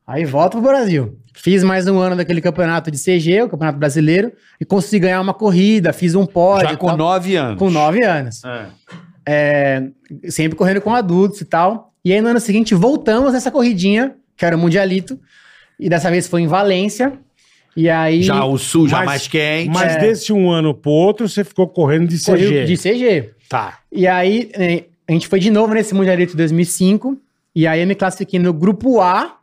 Aí volto pro Brasil. Fiz mais um ano daquele campeonato de CG, o Campeonato Brasileiro, e consegui ganhar uma corrida, fiz um pódio.
já
e
com
tal,
nove anos.
com nove anos
É.
sempre correndo com adultos e tal. E aí no ano seguinte voltamos nessa corridinha, que era o Mundialito, e dessa vez foi em Valência. E aí
Já o sul, já
Mas-
mais quente.
mas desse um ano pro outro, você ficou correndo de
corri
CG.
de CG.
Tá.
E aí eh, a gente foi de novo nesse Mundialito de 2005, e aí eu me classifiquei no grupo A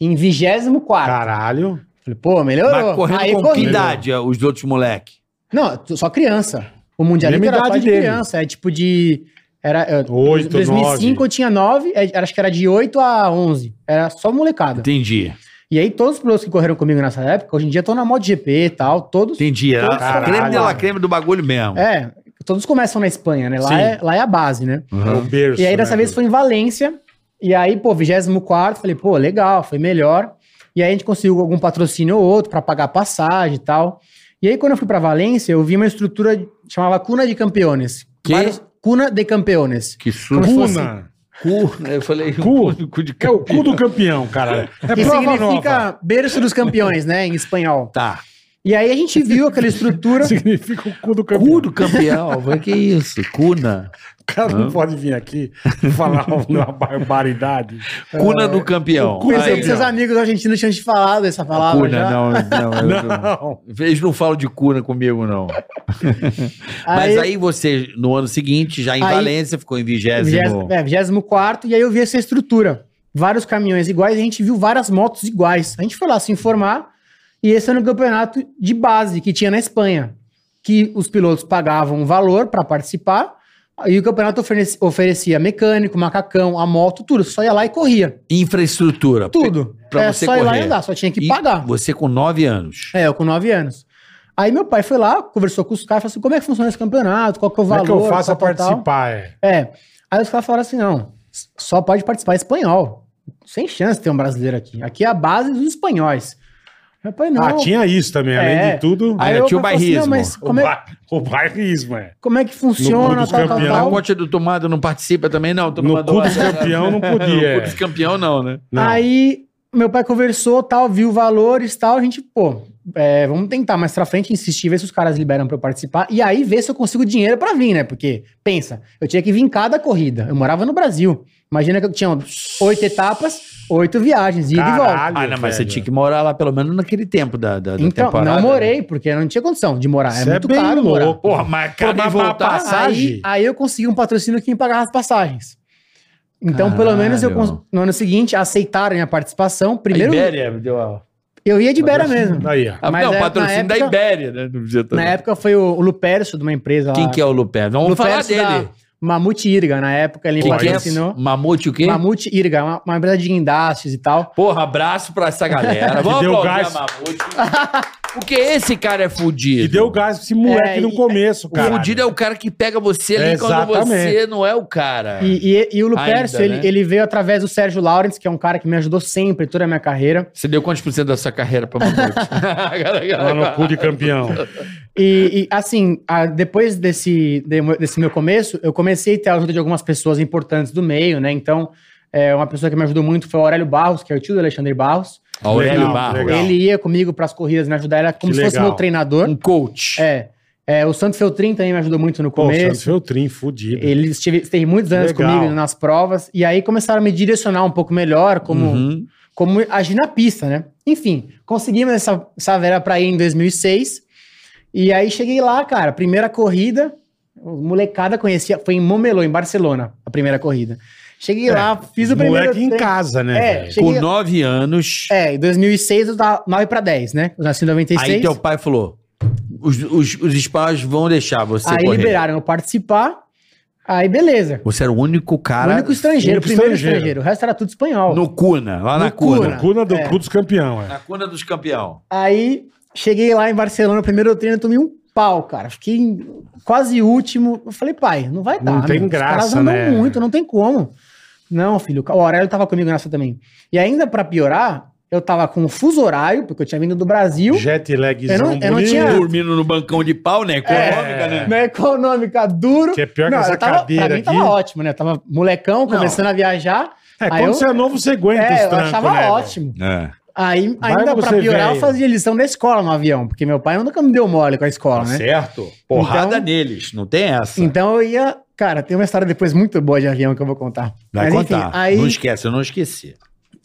em 24.
Caralho.
Falei, pô,
Mas
melhorou.
correndo
aí
com
corri.
que idade ó, os outros moleque?
Não, t- só criança. O Mundialito
Mesma
era só
idade
de
dele.
criança, é tipo de era eh,
Oito,
2005
nove.
eu tinha 9, acho que era de 8 a 11. Era só molecada.
Entendi,
E aí, todos os pilotos que correram comigo nessa época, hoje em dia estão na MotoGP e tal, todos.
entendi. Ah, A- a
Caralho.
Então, creme dela creme do bagulho mesmo.
É, todos começam na Espanha, né?
Sim.
Lá é, lá é a base, né?
É o
Uhum.
berço.
E aí, dessa
né,
vez,
cara?
foi em Valência. E aí, pô, 24, falei, pô, legal, foi melhor. E aí, a gente conseguiu algum patrocínio ou outro pra pagar passagem e tal. E aí, quando eu fui pra Valência, eu vi uma estrutura que chamava Cuna de Campeones.
Que?
Cuna de Campeones.
Que susto.
Como se fosse-
Cuna.
Cu. Eu falei,
Cu.
cu de
É o cu
campeão.
do campeão, cara. É
que
prova
significa
nova.
berço dos campeões, né, em espanhol.
Tá.
E aí, a gente viu aquela estrutura.
Significa o cu do campeão.
Cu do campeão. Vai que é isso? Cuna.
O cara não pode vir aqui e falar uma barbaridade.
Cuna
É.
do campeão.
cu do
Pensei
Aí,
que seus amigos argentinos tinham te falado essa palavra.
Cuna, né?
já.
não, não. eu não.
Não.
Eles não falam de cuna comigo, não. Mas aí você, no ano seguinte, já em
Aí-
Valência, ficou em vigésimo.
vigésimo- é, 24 e aí eu vi essa estrutura. Vários caminhões iguais, a gente viu várias motos iguais. A gente foi lá se informar, e esse era um campeonato de base que tinha na Espanha, que os pilotos pagavam um valor para participar, e o campeonato oferecia, oferecia mecânico, macacão, a moto, tudo. Você Só ia lá e corria.
Infraestrutura.
Tudo.
Pra
é
você
só ir lá e
correr.
andar, só tinha que
E
pagar.
Você com nove anos.
É, eu com 9 anos. Aí meu pai foi lá, conversou com os caras, falou assim, como é que funciona esse campeonato, qual que é o
Como
valor,
é que eu faço
tal,
a
tal, tal.
participar? É.
É. Aí os caras falaram assim: não, só pode participar espanhol. Sem chance de ter um brasileiro aqui. Aqui é a base dos espanhóis. Meu pai, não.
Ah, tinha isso também.
É.
Além de tudo, né?
Ah,
Aí
tinha
eu
o
tinha
bairrismo.
mas
o,
como é,
ba- o bairrismo, é.
como é que
No cu
funciona,
dos
tal, tal,
campeões.
Na
tal?
Conte do Tomado não participa também, não? Tu não
No
mandou
cu do
essa, né?
campeão não
No
podia.
É.
é.
cu dos campeão, não, né?
Não.
Aí meu pai conversou, tal, viu valores, tal. A gente, pô, é, vamos tentar mais pra frente, insistir, ver se os caras liberam pra eu participar. E aí ver se eu consigo dinheiro pra vir, né? Porque, pensa, eu tinha que vir em cada corrida. Eu morava no Brasil. Imagina que eu tinha oito etapas, oito viagens, ida e volta.
Caralho,
Ah, não, mas você
velho.
tinha que morar lá pelo menos naquele tempo da, da, da
Então,
temporada. né?
não morei, porque eu não tinha condição de morar.
Você
é muito caro morar.
Porra, mas
Pô,
cara,
mas
e voltar...
passa-
Aí,
passagem?
aí eu consegui um patrocínio que me pagava as passagens. Então,
Caralho.
pelo menos eu cons- no ano seguinte aceitaram a minha participação.
A
Primeiro,
Ibéria deu a...
Eu ia de Ibera mesmo.
Aí, ó.
Ah,
Mas
não,
é-
patrocínio
na
da
época-
Ibéria, né? Não precisa
Na
também.
época foi o, o Lupercio de uma empresa
Quem
lá.
que é o Lupércio? Vamos
Lupercio
falar
da
dele.
Mamute Irga, na época ele
Quem que é?
patrocinou.
Mamute o quê?
Mamute Irga, uma, uma empresa de guindastes e tal.
Porra, abraço pra essa galera. Vamos
deu
aplaudir
gás.
a Mamute. Porque esse cara é fudido.
Que deu gás pra esse moleque
É,
no
e-
começo,
O
cara.
fudido é o cara que pega você ali
É,
quando você
exatamente.
não é o cara.
E, e- e o Lupercio,
Ainda,
ele,
né?
ele veio através do Sérgio Lawrence, que é um cara que me ajudou sempre, toda a minha carreira.
Você deu quantos por cento da sua carreira pra Mamute?
Lá no cu de campeão.
E, e, assim, a- depois desse, de- desse meu começo, eu comecei a ter a ajuda de algumas pessoas importantes do meio, né? Então, é, uma pessoa que me ajudou muito foi o Aurélio Barros, que é o tio do Alexandre Barros.
Aurélio
Legal,
Barros.
legal.
Ele ia comigo para as corridas me ajudar, ele era como
Que
se fosse
legal.
meu treinador.
Um coach.
É, é, o Santo Feltrin também me ajudou muito no
Pô,
começo.
seu trim, fudido.
Ele esteve, esteve muitos anos
Legal.
comigo nas provas, e aí começaram a me direcionar um pouco melhor, como,
Uhum.
como agir na pista, né? Enfim, conseguimos essa, essa vera pra ir em 2006, e aí cheguei lá, cara, primeira corrida, o molecada conhecia, foi em Momeló, em Barcelona, a primeira corrida. Cheguei lá, fiz o primeiro...
É, Moleque em
tempo.
casa, né?
É,
velho?
cheguei-
Por nove anos.
É, em 2006 eu tava 9 pra 10, né? Eu nasci em 96.
Aí teu pai falou: os, os, os espanhóis vão deixar você
Aí
correr.
liberaram eu participar. Aí beleza.
Você era o único
o
cara
único estrangeiro,
único
primeiro
estrangeiro.
estrangeiro. O resto era tudo espanhol.
no Cuna, lá na
No
Cuna.
Cuna.
Cuna do
É.
cu dos campeão, é.
Na Cuna dos Campeão.
Aí cheguei lá em Barcelona, primeiro treino, eu tomei um pau, cara. Fiquei em- quase último. Eu falei, pai, não vai dar.
Não tem
meu.
graça,
Os caras andam
né?
muito, não tem como. Não, filho, o horário tava comigo nessa também. E ainda pra piorar, eu tava com o fuso horário, porque eu tinha vindo do Brasil.
Jet lagzão
Eu não- eu não
bonito.
tinha-
Dormindo no bancão de pau, né?
É.
Econômica, né?
Na econômica, duro.
Que é pior que
Não,
essa
eu tava,
cadeira
Pra mim
aqui.
tava ótimo, né? Eu tava molecão, começando a viajar.
É,
Aí
quando
eu-
você é novo, você aguenta os
É, eu
trancos,
achava
né, velho?
ótimo.
É.
Aí,
Vai
ainda pra
você,
piorar,
velho.
eu fazia lição da escola no avião, porque meu pai nunca me deu mole com a
Ah,
escola, né?
Certo? Porrada
Então-
neles, não tem essa.
Então eu ia. Cara, tem uma história depois muito boa de avião que eu vou contar.
Vai
Mas,
contar.
Enfim, aí,
Não esquece, eu não esqueci.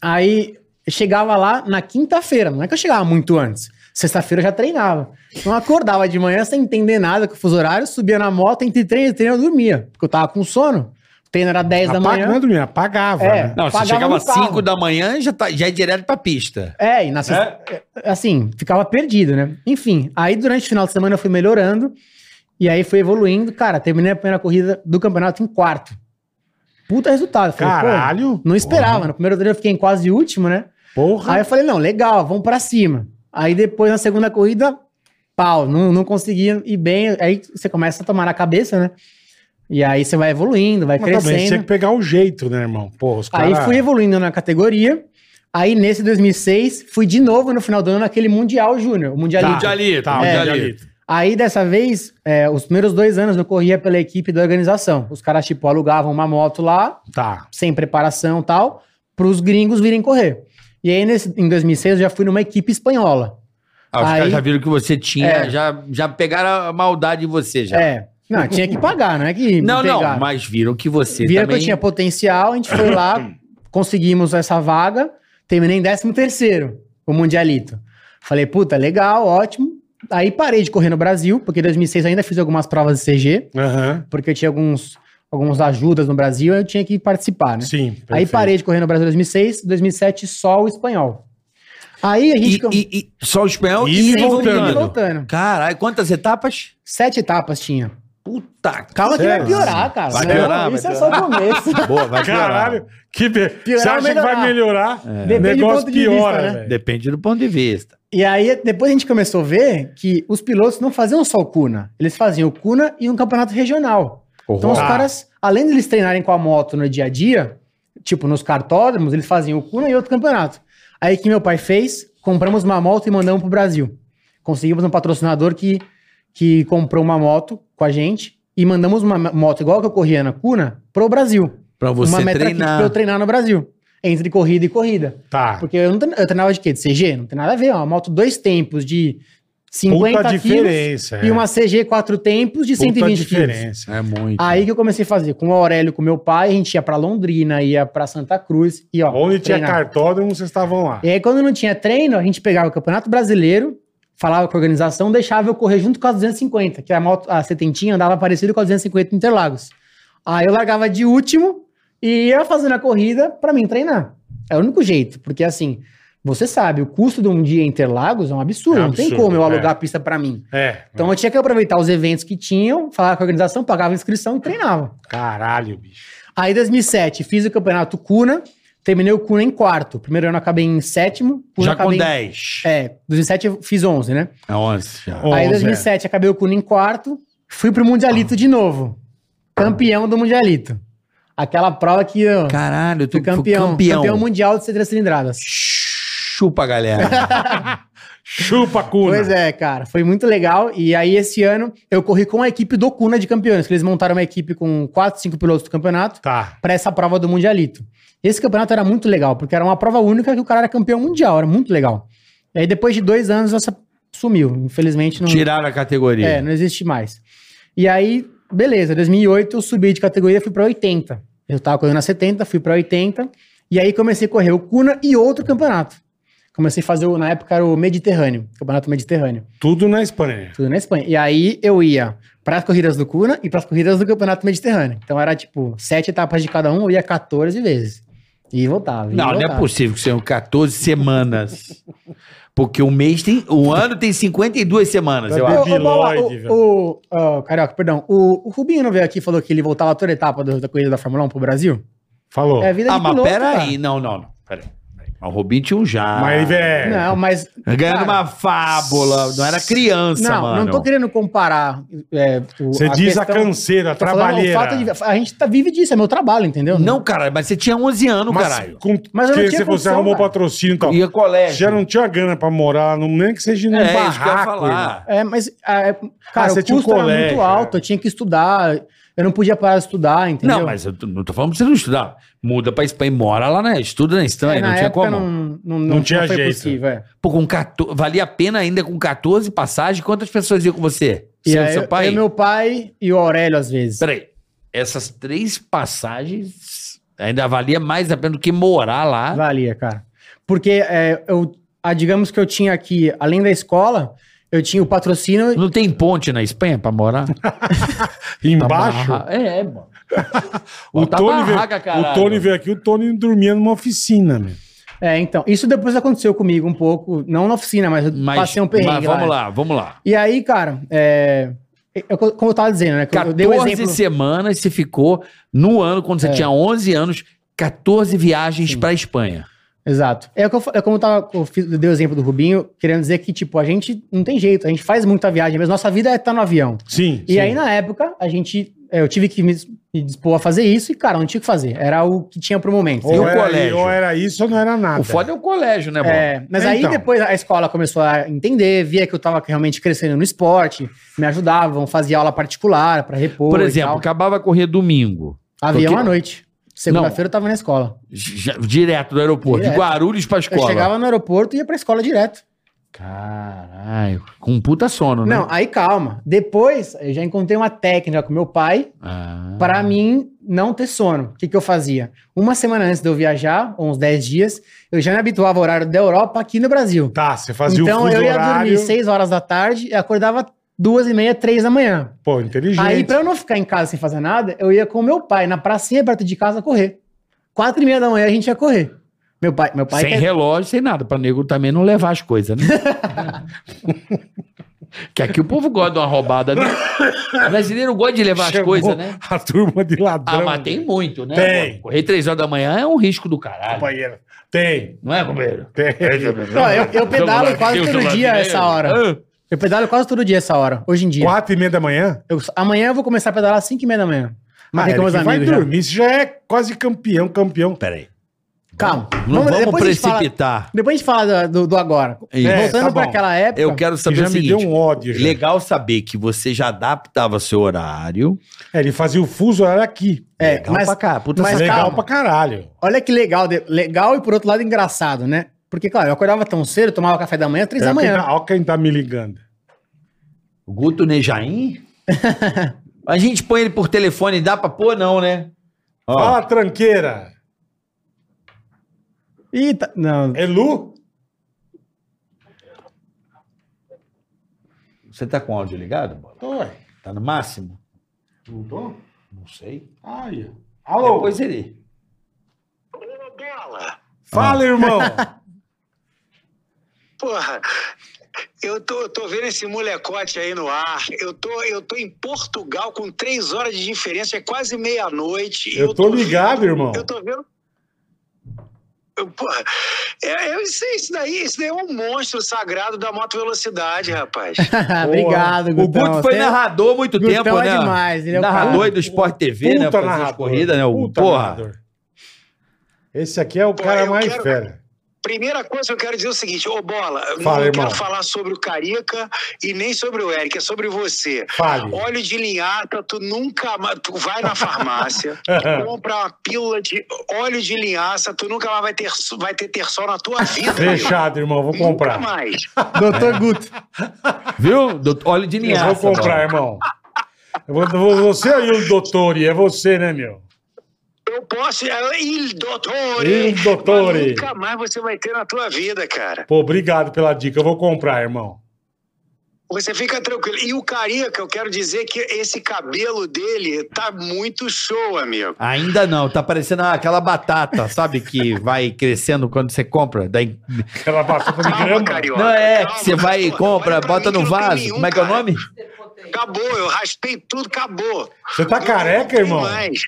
aí eu chegava lá na quinta-feira, não é que eu chegava muito antes. Sexta-feira eu já treinava. Então eu acordava de manhã sem entender nada com o fuso horário, subia na moto, entre treino e treino eu dormia, porque eu tava com sono. O treino era 10 da
Apaga- Não é
manhã.
dormir, apagava.
É.
né?
Não, você
Pagava
chegava
no
às 5
carro.
da manhã e já, tá, já é direto pra pista.
É, e na sexta, assim, ficava perdido, né? Enfim, aí durante o final de semana eu fui melhorando e aí fui evoluindo. Cara, terminei a primeira corrida do campeonato em quarto. Puta resultado. Falei, pô,
Caralho.
Não esperava. No primeiro treino eu fiquei em quase último, né?
Porra.
Aí eu falei, não, legal, vamos pra cima. Aí depois, na segunda corrida, pau, não, não conseguia ir bem. Aí você começa a tomar na cabeça, né? E aí você vai evoluindo, vai
Mas também tinha
crescendo.
que pegar o jeito, né, irmão? Porra, os
Aí
caras.
fui evoluindo na categoria. Aí nesse 2006, fui de novo no final do ano naquele Mundial Júnior, o Mundial
Tá.
Mundialito,
Tá,
É.
mundialito.
Aí dessa vez, é, os primeiros dois anos eu corria pela equipe da organização. Os caras, tipo, alugavam uma moto lá,
Tá.
sem preparação e tal, para os gringos virem correr. E aí, nesse, em 2006, eu já fui numa equipe espanhola.
Ah, os
Aí-
caras já viram que você tinha,
É.
já, já pegaram a maldade em você já.
É. Não, tinha que pagar, não é que.
Não, não,
pegaram.
mas viram que você
Vira
também...
que eu tinha potencial, a gente foi lá, conseguimos essa vaga, terminei em 13º, o Mundialito. Falei, puta, legal, ótimo. Aí parei de correr no Brasil, porque em 2006 ainda fiz algumas provas de CG,
Aham.
porque eu tinha alguns, algumas ajudas no Brasil, eu tinha que participar, né?
Sim.
Aí
perfeito.
parei de correr no Brasil em 2006, 2007 só o espanhol. Aí a gente...
E, e- e só o espanhol
E
e,
voltando.
voltando.
voltando.
Caralho, quantas etapas?
Sete etapas tinha.
Puta,
Calma que vai
Sério?
piorar, cara.
Vai
Não,
piorar,
Isso
vai
é só o começo.
Boa, vai piorar.
Caralho, que be... Você
Piorar é ou
acha que vai melhorar?
Depende
O
do
negócio
ponto de
piora,
vista, né?
velho.
Depende do ponto de vista.
E aí, depois a gente começou a ver que os pilotos não faziam só o Cuna. Eles faziam o Cuna e um campeonato regional. Então, os
Tá.
caras, além de eles treinarem com a moto no dia a dia, tipo nos cartódromos, eles faziam o Cuna e outro campeonato. Aí, o que meu pai fez? Compramos uma moto e mandamos pro Brasil. Conseguimos um patrocinador que, que comprou uma moto com a gente e mandamos uma moto igual que eu corria na Cuna pro Brasil.
Pra você
uma meta aqui
treinar.
pra eu treinar no Brasil. Entre corrida e corrida.
Tá.
Porque eu, não trein- eu treinava de quê? De CG? Não tem nada a ver. ó. Uma moto dois tempos de
Puta
50 quilos
diferença.
e
é.
uma CG quatro tempos de
Puta
120 quilos.
diferença.
É muito.
Aí que eu comecei a fazer com o Aurélio, com meu pai, a gente ia pra Londrina, ia pra Santa Cruz e ó.
Onde tinha
treinar.
cartódromo, vocês estavam lá.
E aí quando não tinha treino, a gente pegava o Campeonato Brasileiro, falava com a organização, deixava eu correr junto com a 250, que é a moto, a setentinha andava parecido com a 250 Interlagos. Aí eu largava de último e ia fazendo a corrida pra mim treinar. É o único jeito, porque assim, Você sabe, o custo de um dia em Interlagos é um absurdo.
É um
não tem
absurdo,
como eu
é.
alugar a pista pra mim.
É.
Então eu tinha que aproveitar os eventos que tinham, falar com a organização, pagava a inscrição e treinava.
Caralho, bicho.
Aí, em 2007, fiz o campeonato Cuna, terminei o Cuna em quarto. Primeiro ano eu acabei em sétimo. Cuna
Já com
acabei em-
10.
É, 2007 eu fiz 11, né?
É 11 já.
Aí,
11,
em 2007, acabei o Cuna em quarto, fui pro Mundialito de novo. Campeão do Mundialito. Aquela prova que eu
Caralho, tu
fui campeão, campeão. mundial de C3 cilindradas.
Chupa, galera.
Chupa, Cuna.
Pois é, cara, foi muito legal. E aí, esse ano, eu corri com a equipe do Cuna de campeões, que eles montaram uma equipe com 4, 5 pilotos do campeonato
Tá.
pra essa prova do Mundialito. Esse campeonato era muito legal, porque era uma prova única que o cara era campeão mundial, era muito legal. E aí, depois de dois anos, essa sumiu. Infelizmente, não,
Tiraram a categoria.
É, não existe mais. E aí, beleza, 2008 eu subi de categoria, fui pra 80. Eu tava correndo na 70, fui pra 80. E aí comecei a correr o Cuna e outro campeonato. Comecei a fazer, o- na época era o Mediterrâneo, Campeonato Mediterrâneo,
Tudo na Espanha.
tudo na Espanha. E aí eu ia pras corridas do Cuna e pras corridas do Campeonato Mediterrâneo. Então era tipo, sete etapas de cada um, eu ia 14 vezes. E voltava. e
Não, não é
voltava.
possível que sejam 14 semanas. Porque o mês tem. O ano tem 52 semanas, eu
Tá
acho.
Ô, ô, Bola,
Debiloide, velho.
o, o, ó, Carioca, perdão. O, o Rubinho não veio aqui e falou que ele voltava toda etapa do- da corrida da Fórmula 1 pro Brasil?
Falou.
É vida
Ah,
de
mas
piloto,
pera
cara.
aí. Não, não, não. Pera aí. pera aí. Mas O Robinho tinha um já.
Mas, velho.
Não, mas.
Ganhando
cara,
uma fábula. Não era criança,
Não,
mano.
não tô querendo comparar. é, o-
Você diz a
questão-
canseira, a
tô falando, o
trabalheira.
fato de- a gente tá, vive disso, é meu trabalho, entendeu?
Não, cara, mas você tinha 11 anos,
Mas
caralho.
com-
Mas eu não
que
tinha
você, você
condição,
arrumou
cara.
patrocínio e tal.
Ia colégio.
Já não tinha grana pra morar, não, nem que seja num
é, isso que eu ia
um barraco. irmão.
falar.
É, mas. é,
Ah,
cara,
você
o
tinha um
custo era
colégio,
é.
muito alto,
né?
eu tinha que estudar, eu não podia parar de estudar, entendeu?
Não, mas eu t- não tô falando pra você não estudar. Muda pra Espanha e mora lá, né? Estuda na
É,
Espanha,
na
não tinha
época
como.
não, não, não,
Não tinha
foi
jeito.
possível, é.
Pô, com 14, valia a pena ainda com 14 passagens? Quantas pessoas iam com você?
E
Você e
aí,
seu pai?
eu, meu pai e o Aurélio, às vezes.
Peraí. Essas três passagens ainda valia mais a pena do que morar lá.
Valia, cara. Porque é, eu, ah, digamos que eu tinha aqui, além da escola, eu tinha o patrocínio
Não tem ponte na Espanha pra morar?
Tá Embaixo,
Tá Barra- É, é, mano.
o,
Botar
Tony
barraca,
veio, o
caralho.
Tony veio aqui, o Tony dormia numa oficina, meu.
É, então, isso depois aconteceu comigo um pouco, não na oficina, mas, eu
Mas,
passei um perrengue
mas vamos lá, vamos lá.
E aí, cara, é, eu- como eu tava dizendo, né, que eu- eu dei um
14
exemplo... É.
semanas você ficou no ano, quando você tinha 11 anos, 14 viagens pra Espanha.
Exato. É, o que eu fa- é como eu, tava, eu, fiz- eu dei o exemplo do Rubinho, querendo dizer que, tipo, a gente não tem jeito, a gente faz muita viagem, mas nossa vida é estar no avião.
Sim.
E aí, na época, a gente... é, eu tive que me, me dispor a fazer isso e, cara, não tinha o que fazer. Era o que tinha pro momento.
ou,
E o
era,
colégio?
ou era isso ou não era nada.
O foda é o colégio, né, mano?
É, mas aí
Então.
depois a escola começou a entender, via que eu tava realmente crescendo no esporte, me ajudavam, fazia aula particular pra repor.
Por
e
exemplo,
tal.
acabava a correr domingo.
Avião
Porque-
à noite. Segunda-feira eu tava na escola.
Já- direto do aeroporto, de
Direto.
Guarulhos pra
Eu
escola.
chegava no aeroporto e ia pra escola direto.
Caralho, com um puta sono, né?
Não, aí calma. Depois eu já encontrei uma técnica com meu pai
Ah.
pra mim não ter sono. O que, que eu fazia? Uma semana antes de eu viajar, ou uns 10 dias, eu já me habituava ao horário da Europa aqui no Brasil.
Tá, você fazia o
então
fuso
eu ia
horário.
dormir 6 horas da tarde e acordava duas e meia, três da manhã.
Pô, inteligente.
Aí, pra eu não ficar em casa sem fazer nada, eu ia com meu pai na pracinha perto de casa correr. Quatro e meia da manhã a gente ia correr. Meu pai, meu pai.
sem
quer-
relógio, sem nada, pra nego também não levar as coisas, né? que aqui o povo gosta de uma roubada, né? O brasileiro gosta de levar as
Chamou
coisas, né?
A turma de ladrão.
Ah, mas tem muito, né?
Tem.
pô? Correr três horas da manhã é um risco do caralho.
companheiro. Tem,
Não é, companheiro?
tem.
Não, eu, eu pedalo quase todo dia essa hora.
Ah,
Eu pedalo quase todo dia essa hora, hoje em dia.
Quatro e meia da manhã?
Eu- amanhã eu vou começar a pedalar às cinco e meia da manhã.
Ah,
Marquei com meus
Eric, vai
amigos já.
dormir, você já é quase campeão, campeão.
Peraí.
Calma.
Não vamos,
depois a gente fala-
precipitar.
depois a gente fala do, do agora.
Isso.
É,
Voltando
tá
pra
bom.
aquela época.
Eu quero saber
já
o
me
seguinte.
deu um ódio. já.
Legal saber que você já adaptava seu horário.
É, ele fazia o fuso horário aqui.
É,
Legal
mas-
pra cá. Puta
mas
sacada.
Legal pra
calma.
caralho.
Olha que legal. de- Legal e por outro lado engraçado, né? Porque, claro, eu acordava tão cedo, tomava café da manhã, três
É,
da manhã.
quem tá- Olha quem tá me ligando.
Guto Nejaim? A gente põe ele por telefone e dá pra pôr, não, né? Ó,
Fala, tranqueira.
Ih, tá- não.
É Lu?
Você tá com o áudio ligado? Bola?
Tô, ué.
Tá no máximo?
Não tô?
Não sei.
Ai. Alô?
Depois ele.
Fala, irmão.
Porra, eu tô, eu tô vendo esse molecote aí no ar. Eu tô, eu tô em Portugal com três horas de diferença, é quase meia-noite. e
Eu tô ligado, irmão.
Eu tô vendo. Eu, porra, é, eu sei, isso daí, isso daí é um monstro sagrado da moto velocidade, rapaz.
Obrigado,
O
Gutão.
Guto foi
Você- é
narrador muito
Gutão
tempo,
é
né?
demais, ele é o
narrador
cara.
aí do Sport TV, né? Fazer as corridas, né? O,
Puta
porra.
narrador. Esse aqui é o
Pô,
cara
eu
mais
quero-
fera.
Primeira coisa que eu quero dizer é o seguinte, ô Bola, eu
Fala,
não
irmão.
quero falar sobre o Carica e nem sobre o Eric, é sobre você.
Fale.
Óleo de linhata, tu nunca mais. Tu vai na farmácia, compra uma pílula de óleo de linhaça, tu nunca mais vai ter, su- vai ter terçol na tua vida.
Fechado, irmão. Vou
meu. Nunca
comprar.
mais.
Doutor Guto.
Viu? Doutor- Olha de
Eu
linhaça.
vou comprar,
mano.
irmão. Eu vou- vou- você aí, o doutor, e é você, né, meu?
Eu posso. é, Il dottore!
Il dottore.
mas Nunca mais você vai ter na tua vida, cara.
Pô, obrigado pela dica. Eu vou comprar, irmão.
Você fica tranquilo. E o Carica, eu quero dizer que esse cabelo dele tá muito show, amigo.
Ainda não, tá parecendo aquela batata, sabe? Que vai crescendo quando você compra. Daí...
Aquela batata de
Calma,
grama.
carioca.
Não, é,
calma.
que você vai e
Pô,
compra,
olha pra
bota
mim
no
que não tem
vaso.
nenhum,
Como é que é o
cara.
nome?
Acabou, eu raspei tudo, acabou.
Você tá
Não
careca,
tem
irmão?
Mais.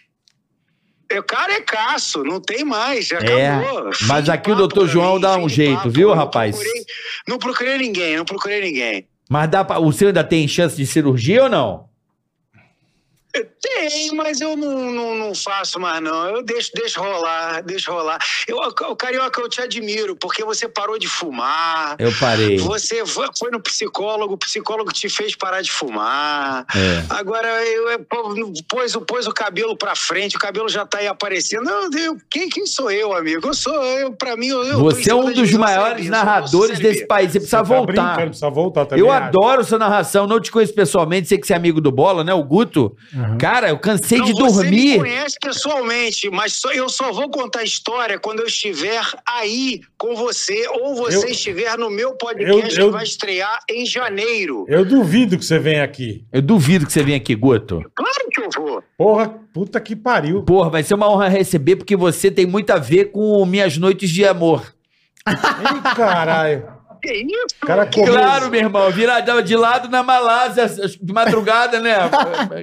Eu carecaço, não tem mais, já
É,
acabou.
mas
de
aqui o
papo
Dr.
pra
João dá
fim
um
de
jeito, viu,
Eu não
rapaz?
procurei- Não procurei, ninguém, não procurei ninguém.
Mas dá pra... o seu ainda tem chance de cirurgia ou não?
Eu tenho, mas eu não, não, não faço mais, não. Eu deixo, deixo rolar, deixo rolar. Eu, o Carioca, eu te admiro, porque você parou de fumar.
Eu parei.
Você foi foi no psicólogo, o psicólogo te fez parar de fumar.
É.
Agora, eu, eu, pô, pôs, o- pôs o cabelo pra frente, o cabelo já tá aí aparecendo. Não, eu, quem, quem sou eu, amigo? Eu sou, eu, pra mim, eu. eu tô em
Você é
cima
um
das
dos
minhas
maiores
serviços,
narradores
eu sou
desse país. Você
Você tá
precisa
brincando,
voltar.
Precisa voltar também.
Eu
acho.
adoro sua narração, não te conheço pessoalmente, sei que você é amigo do Bola, né? O Guto.
Uhum.
Cara, eu cansei
Não,
de
Você me
dormir.
conhece pessoalmente, mas só- eu só vou contar história quando eu estiver aí com você ou você
Eu-
estiver no meu podcast
eu-
que vai estrear em janeiro.
Eu duvido que você venha aqui.
Eu duvido que você venha aqui, Guto.
Claro que eu vou.
Porra, puta que pariu.
Porra, vai ser uma honra receber, porque você tem muito a ver com minhas noites de amor.
Ih, caralho.
Que isso?
Cara,
Que
correu.
Claro, meu irmão. Virava de lado na Malásia, de madrugada, né?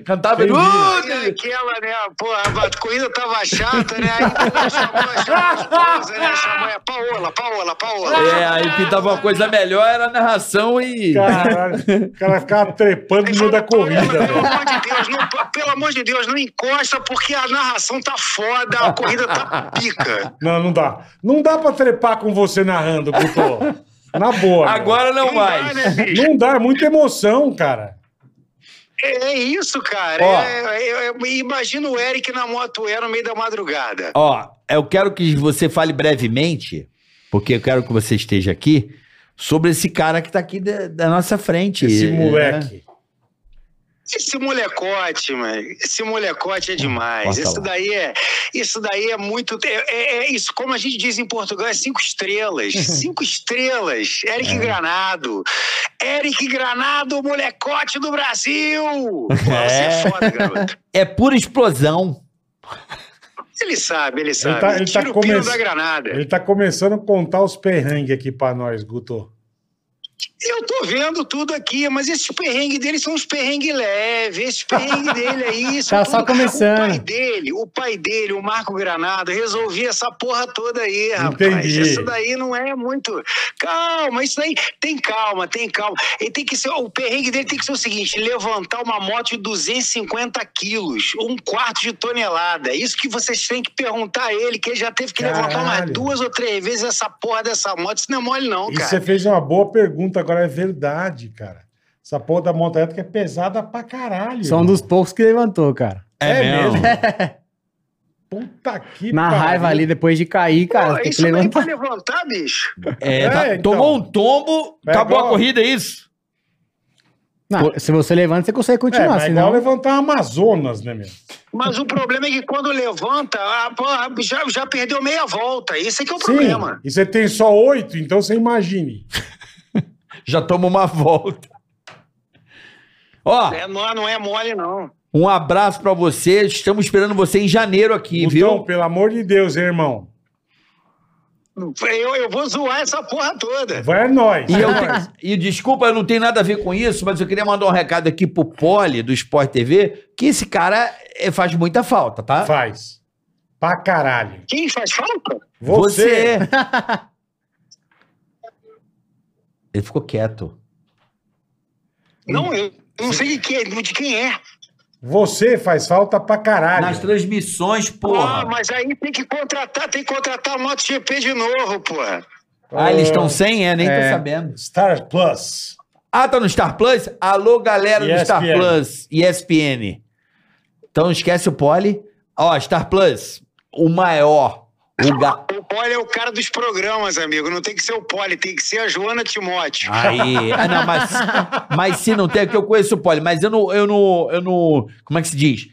Cantava.
Entendi.
Uh,
Corrida aquela, né? Pô, a corrida tava chata, né? Aí então, chamou, chamou a esposa, né? Chamou a Paola, Paola, Paola.
é, aí pintava uma coisa melhor, era a narração e.
Caralho. O cara ficava trepando no meio da corrida,
Paola, pelo,
velho.
amor de Deus, não, pelo amor de Deus, não encosta porque a narração tá foda, a corrida tá pica.
Não, não dá. Não dá pra trepar com você narrando, Guto. Na boa. meu.
Agora não
dá,
mais.
né, bicho?
Não dá, é muita emoção, cara.
É, é isso, cara.
Ó.
É- é- é- imagina o Eric na moto era no meio da madrugada.
Ó, eu quero que você fale brevemente, porque eu quero que você esteja aqui, sobre esse cara que tá aqui da, da nossa frente.
Esse
né?
moleque.
Esse molecote, mano, esse molecote é demais.
Corta
Isso
lá.
daí é, isso daí é muito, é, é- é isso. Como a gente diz em Portugal, é cinco estrelas, cinco estrelas. Eric Granado, Eric Granado, molecote do Brasil. Você
É.
é foda, garoto.
É pura explosão.
Ele sabe, ele sabe.
tá- ele tá
Tira o pino
começ-
da granada.
Ele tá começando a contar os perrengues aqui pra nós, Guto.
Eu tô vendo tudo aqui, mas esses perrengues dele são uns perrengues leves. Esses perrengues dele aí. são
Tá só
tudo-
começando.
O pai dele, o pai dele, o Marco Granado, resolvi essa porra toda aí, rapaz.
Entendi.
Isso daí não é muito. Calma, isso daí tem calma, tem calma. Ele tem que ser. O perrengue dele tem que ser o seguinte: levantar uma moto de 250 quilos, um quarto de tonelada. Isso que vocês têm que perguntar a ele, que ele já teve que levantar umas
Caralho.
duas ou três vezes essa porra dessa moto. Isso não é mole, não,
E
cara.
você fez uma boa pergunta, agora é verdade, cara. Essa porra da moto elétrica é pesada pra caralho.
Só um
irmão.
dos poucos que levantou, cara.
É,
mesmo.
mesmo. Puta que
Na
pariu.
raiva ali, depois de cair, cara,
Pô,
tem que
isso é daí pra
tá-
levantar.
levantar, bicho.
É,
É,
tá-
então.
Tomou um tombo,
É
acabou a
igual-
corrida, é isso?
Não, se você levanta, você consegue
É,
continuar,
mas
assim,
é igual
senão...
levantar Amazonas, né, meu?
Mas o problema é que quando levanta, a- porra, já, já perdeu meia volta. Isso é que é o
Sim.
problema.
E você tem só oito, então você imagine.
Já toma uma volta. Ó,
É, não, não é mole, não.
um abraço pra você. Estamos esperando você em janeiro aqui,
Então,
viu?
pelo amor de Deus, hein, irmão.
Eu, eu vou zoar essa porra toda.
Vai é nós.
E, eu te- e desculpa, eu não tenho nada a ver com isso, mas eu queria mandar um recado aqui pro Poli do Sport TV, que esse cara eh, faz muita falta, tá?
Faz. Pra caralho.
Quem faz falta?
Você.
Ele ficou quieto.
Não, eu não sei de quem, é- de quem é.
Você faz falta pra caralho.
Nas transmissões,
Ah,
porra.
mas aí tem que contratar, tem que contratar a MotoGP de novo, porra.
Ah, eles estão sem, é, nem
É.
tô sabendo.
Star Plus.
Ah, tá no Star Plus? Alô, galera do Star
ESPN.
Plus, ESPN. Então esquece o Poli. Ó, Star Plus, o maior. O ga...
O Poli é o cara dos programas, amigo. Não tem que ser o Poli, tem que ser a Joana Timóteo.
Aí, ah, não, mas, mas se não tem, é porque eu conheço o Poli, mas eu não, eu não, eu não, como é que se diz?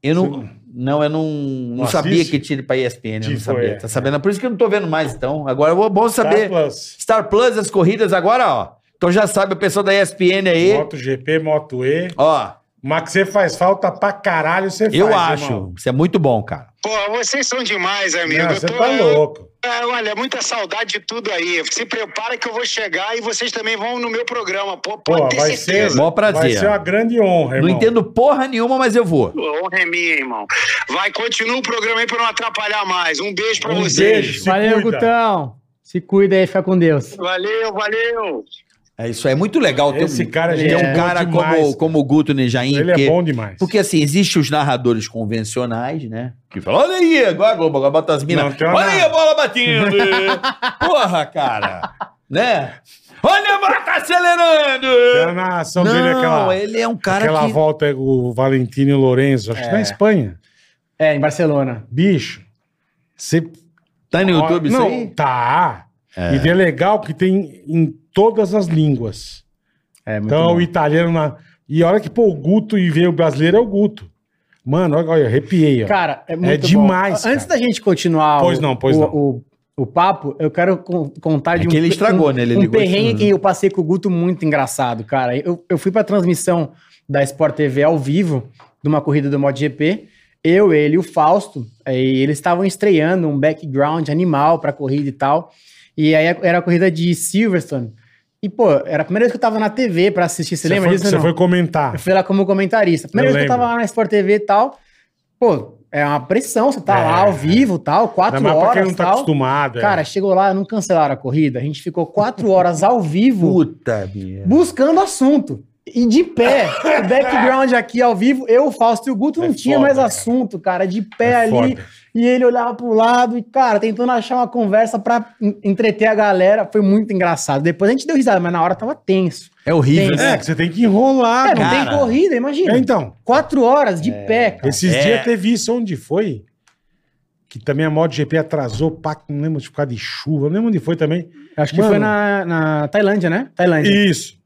Eu não, não, eu não, não
Não
sabia
assiste?
que tinha ele pra ESPN, eu
Tipo,
não sabia,
é. Tá.
tá sabendo? Por isso que eu não tô vendo mais, então, agora é bom saber.
Star Plus.
Star Plus, as corridas agora, ó, então já sabe, o pessoal da ESPN aí,
Moto GP, Moto E.
ó,
Mas que você faz falta pra caralho, você
eu
faz.
acho,
irmão.
isso é muito bom, cara.
Porra, vocês são demais, amigo.
Não,
eu
você
tô,
tá louco.
Ah, Olha, muita saudade de tudo aí. Se prepara que eu vou chegar e vocês também vão no meu programa. Pô, pode
Pô,
ter
vai ser, né?
certeza.
Mó prazer.
vai ser uma grande honra, irmão.
Não entendo porra nenhuma, mas eu vou.
Honra é minha, irmão. Vai, continua o programa aí pra não atrapalhar mais. Um beijo pra
Um
vocês.
beijo. Se
Valeu,
cuida.
Gutão. Se cuida aí, fica com Deus.
Valeu, valeu.
É isso aí, é muito legal ter
Esse
um,
cara
ter
é
um
bom
cara
demais,
como, como o Guto Nejaim,
Ele
que-
é bom demais.
Porque assim, existem os narradores convencionais, né? Que falam, olha aí, agora Globo, agora bota as
Não,
minas.
tem uma
Olha aí
nada."
a bola batendo! Porra, cara! né? Olha a bola tá
a Então,
acelerando!
narração
Não,
dele é aquela,
ele é um cara
aquela
que...
volta é o Valentino e o Lourenço, acho que na Espanha.
É, em Barcelona.
Bicho, você...
Tá no YouTube isso
Não,
aí?
Tá. E é legal que tem em todas as línguas.
É, muito
Então,
bom.
o italiano na... E a hora que pô, o Guto e veio o brasileiro é o Guto. Mano, olha, olha arrepiei. Ó.
Cara, é muito bom.
demais,
Antes
cara.
da gente continuar
Pois
o,
não, pois
o,
não.
O, o papo, eu quero con- contar
É
de
que ele estragou, né? Ele
um
ligou
perrengue
isso, né?
que eu passei com o Guto muito engraçado, cara. Eu, eu fui pra transmissão da Sport TV ao vivo de uma corrida do MotoGP. Eu, ele e o Fausto, aí eles estavam estreando um background animal pra corrida e tal. E aí era a corrida de Silverstone. E, pô, era a primeira vez que eu tava na TV pra assistir. Você,
Você
lembra
foi,
disso?
Você
não? É
foi comentar.
Eu fui lá como comentarista. Primeira
Eu
vez que eu
lembro.
tava lá na Sport TV e tal, pô, é uma pressão, você tá
É.
lá ao vivo e tal,
Ainda
quatro
mais pra quem
horas
não
e
tá
tal.
acostumado. é.
Cara, chegou lá, não cancelaram a corrida, a gente ficou quatro horas ao vivo
Puta, merda.
buscando assunto. E de pé, o background aqui ao vivo, eu, o Fausto e o Guto não
É
tinha
foda,
mais
cara.
assunto, cara, de pé
É
ali.
foda.
E ele olhava pro lado e, cara, tentando achar uma conversa pra en- entreter a galera. Foi muito engraçado. Depois a gente deu risada, mas na hora tava tenso.
É horrível,
Tem-
né?
É, que você tem que enrolar.
É,
mano.
não tem
Cara.
corrida, imagina.
É, então,
Quatro horas de pé, cara.
esses
É.
dias teve isso onde foi. Que também a MotoGP atrasou, pá, não lembro de ficar de chuva, não lembro onde foi também.
Acho que
Mano.
foi na, na Tailândia, né? Tailândia.
Isso.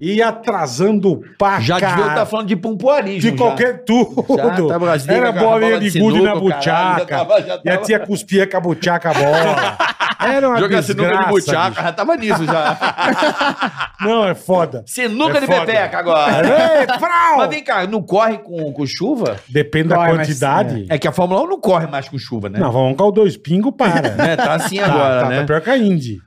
E atrasando pá,
Já devia estar
cara,
tá falando de pompoarismo.
Ah, de qualquer tudo.
Já tava as ligas
Era
com a bola
bolinha
de
de gude na
sinuca, o caralho, já
buchaca.
tava-
E
já
a
tava-
tia cuspia com a buchaca a bola. Era uma
Jogar
Jogar
sinuca
desgraça.
de buchaca,
bicho.
já tava nisso já.
Não, é foda.
sinuca
É
de
foda. É,
pepeca agora.
Ei, frau!
Mas vem cá, não corre com, com chuva?
Depende
Corre,
da
mas-
quantidade.
É que a Fórmula 1 não corre mais com chuva, né?
Não, vamos com o dois pingo, para.
Né? Tá assim
Tá,
agora,
tá,
né?
tá pior que a Indy.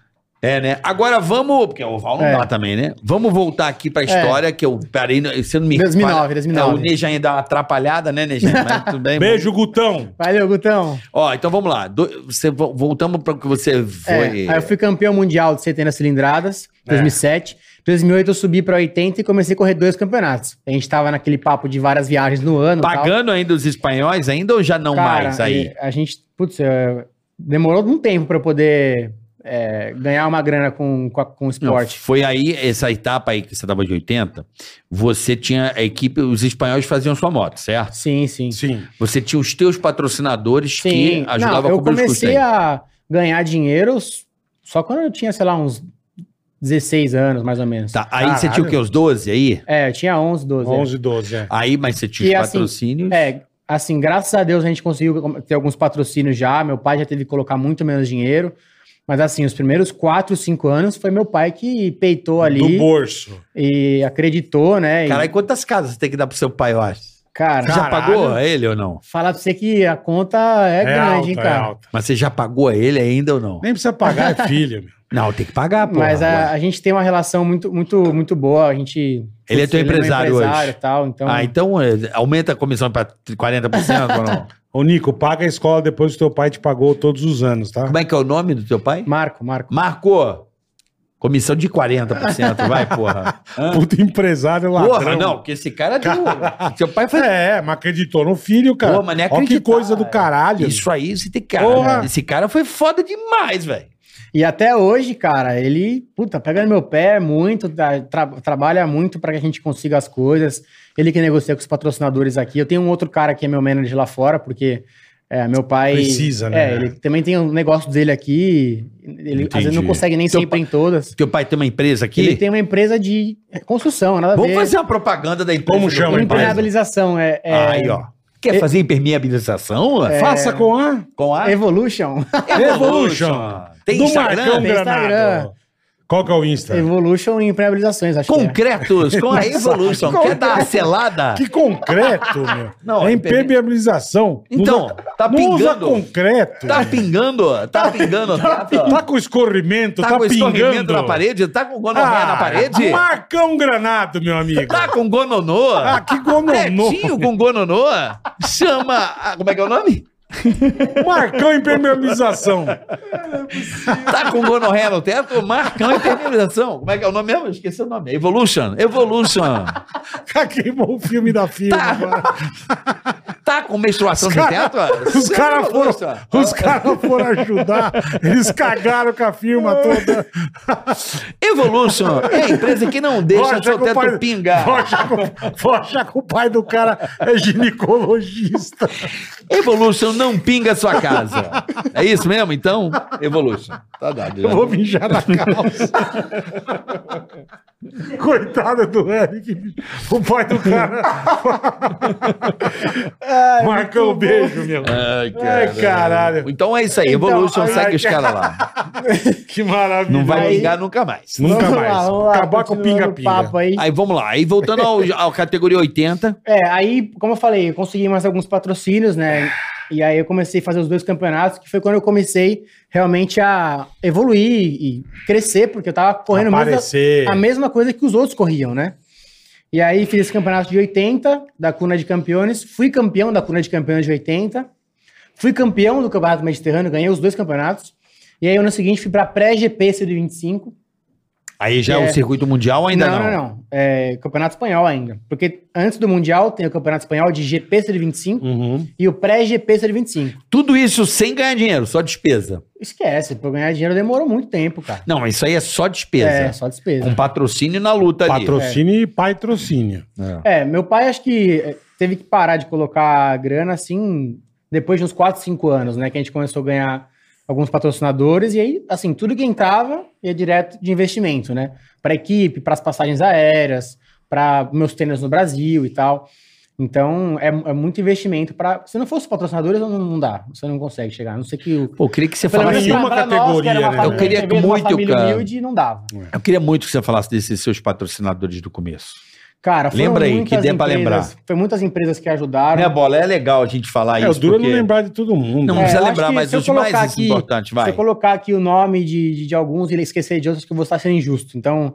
É, né? Agora vamos. Porque o Val não
É.
dá também, né? Vamos voltar aqui
É.
pra história que eu parei. no- Você não me
2009, 2009.
É, o Neja ainda dá uma atrapalhada, né, Neja? Mas tudo bem.
Beijo, Gutão.
Valeu, Gutão.
Ó, então vamos lá. Do- você, vo- voltamos pra que você
É,
foi.
aí eu fui campeão mundial de 70 cilindradas, 2007. Em 2008 eu subi pra 80 e comecei a correr dois campeonatos. A gente tava naquele papo de várias viagens no ano. e tal.
Pagando ainda os espanhóis, ainda ou já não
Cara,
mais aí?
e A gente, putz, é, demorou um tempo pra eu poder é, ganhar uma grana com, com, a- com o
Não,
esporte.
foi aí, essa etapa aí que você tava de 80, você tinha a equipe, os espanhóis faziam sua moto, certo?
Sim, sim.
Sim.
Você tinha os teus patrocinadores
Sim,
que ajudavam
não,
a
eu
cobrir os custos. aí.
comecei a ganhar dinheiro s- só quando eu tinha, sei lá, uns 16 anos, mais ou menos.
Tá, aí você
Caralho.
tinha o quê? Os 12 aí?
É, eu tinha 11, 12. é.
11, 12, é.
Aí, mas você tinha
E
os
assim,
patrocínios.
É, assim, graças a Deus a gente conseguiu ter alguns patrocínios já. Meu pai já teve que colocar muito menos dinheiro. Mas assim, os primeiros 4, 5 anos foi meu pai que peitou
Do
ali
bolso.
e acreditou, né? E-
Caralho, quantas casas você tem que dar pro seu pai, eu acho?
Cara,
Você já
Caralho.
pagou a ele ou não?
falar pra você que a conta é, grande, hein,
alta, é
cara.
alta.
Mas você já pagou a ele ainda ou não?
Nem precisa pagar, é filho. meu.
Não, tem que pagar, pô.
Mas a, a gente tem uma relação muito, muito, muito boa. A gente.
Ele é teu
meu
empresário hoje.
e tal, então.
Ah, então é, aumenta a comissão pra 40% ou não?
Ô, Nico, paga a escola depois que teu pai te pagou todos os anos, tá?
Como é que é o nome do teu pai?
Marco, Marco.
Marco! Comissão de 40%, vai, porra. Hã?
Puta empresário ladrão.
Porra, não, porque esse cara deu. Seu pai faz.
É, mas acreditou no filho, cara.
Pô, mas nem
Olha que
acreditar,
coisa do
é.
caralho.
Isso aí, você tem cara.
Porra.
Esse cara foi foda demais, velho.
E até hoje, cara, ele, puta, pega no meu pé muito, tá, tra- trabalha muito pra que a gente consiga as coisas. Ele que negocia com os patrocinadores aqui. Eu tenho um outro cara que é meu manager lá fora, porque é, meu pai.
Precisa, né?
É, ele também tem um negócio dele aqui. Ele às vezes
Entendi.
não consegue nem
Teu
sempre em todas.
Teu pai tem uma empresa aqui?
Ele tem uma empresa de construção, nada a
Vamos
ver.
fazer uma propaganda da empresa.
Como
do
chama
teu
a empresa?
pai?
Impermeabilização, é, é É.
Aí, ó. Quer fazer impermeabilização?
Faça com a
Com a
Evolution.
Evolution.
Tem
do Marcão
Instagram?
Tem
Granado.
Instagram.
Qual que é o Insta?
Evolution e impermeabilizações, acho que é.
Concretos com a Evolution. Quer dar uma selada?
Que concreto, meu.
Não,
é
é
impermeabilização.
Então,
Não usa-
tá
não usa
pingando.
concreto.
Tá
meu.
pingando? Tá pingando? Tá,
Tá com escorrimento, tá,
com
pingando. Ah,
escorrimento na parede? Tá com gonorreia na parede?
Marcão Granado, meu amigo.
Tá com gononô?
Ah, que gononô.
Pretinho com gononô? Chama... ah, como é que é o nome?
Marcão impermeabilização.
Tá com gonorreia no teto? Marcão impermeabilização. Como é que é o nome mesmo? Esqueci o nome. Evolution. Evolution.
Queimou o Ah, filme da firma. agora.
Tá com menstruação no teto?
Os
Chama
caras foram,
Evolution.
os cara foram ajudar, eles cagaram com a firma toda.
Evolution é a empresa que não deixa o
Vou achar
seu
que o
teto
pai-
pingar.
Vou achar, que, o- vou achar que o pai do cara é ginecologista.
Evolution não pinga a sua casa. É isso mesmo? Então, Evolution. Tá dado. já.
Eu vou mijar na calça. Coitado do Eric. bicho. O pai do cara. Marcão, um beijo, meu.
Ai,
Ai, caralho.
Então é isso aí. Evolution
ai,
segue os
cara.
caras lá.
Que maravilha.
Não vai
Aí-
pingar nunca mais.
Nunca
Vamos
mais.
lá, vamos lá,
Acabar com o
continuando o
pinga-pinga.
papo aí.
Aí vamos lá. Aí voltando ao, ao categoria 80.
É, aí, como eu falei, eu consegui mais alguns patrocínios, né? E aí eu comecei a fazer os dois campeonatos, que foi quando eu comecei realmente a evoluir e crescer, porque eu tava correndo mais a-
Aparecer.
a mesma coisa que os outros corriam, né? E aí fiz esse campeonato de 80 da Cuna de Campeões, fui campeão da Cuna de Campeões de 80, fui campeão do Campeonato Mediterrâneo, ganhei os dois campeonatos. E aí, ano seguinte, fui pra pré-GP 125.
Aí já é,
É.
o circuito mundial ainda não.
não, não. não. É, campeonato Espanhol ainda. Porque antes do Mundial tem o Campeonato Espanhol de GP 125
Uhum.
e o pré-GP 125.
Tudo isso sem ganhar dinheiro, só despesa.
Esquece, pra eu ganhar dinheiro demorou muito tempo, cara.
Não, isso aí é só despesa.
É, só despesa.
Com patrocínio na luta tá ali.
Patrocínio e patrocínio.
É, meu pai acho que eh, teve que parar de colocar grana assim depois de uns 4, 5 anos, né? Que a gente começou a ganhar alguns patrocinadores e aí, assim, tudo que entrava ia direto de investimento, né? Pra equipe, pras passagens aéreas, pra meus tênis no Brasil e tal. Então, é, é muito investimento para. Se não fosse patrocinadores, não, não dá. Você não consegue chegar. A não sei que o.
Pô, eu queria que você
Pelo menos
falasse.
Nenhuma
pra- pra nós, que
categoria,
era uma
né?
família
Eu queria
que veio de uma
muito,
família
cara.
humilde, não dava.
Eu queria muito que você falasse desses seus patrocinadores do começo.
Cara, foram
Lembra aí,
muitas
que dê pra
empresas- Foi muitas empresas que ajudaram.
Minha bola é legal a gente falar
É, o
isso.
duro é não
porque-
lembrar de todo mundo.
Não
É,
precisa
eu acho
lembrar,
que
mas
se eu
os mais
colocar aqui-
importantes,
Se
vai.
eu colocar aqui o nome de, de, de alguns e ele esquecer de outros, que eu vou estar sendo injusto. Então,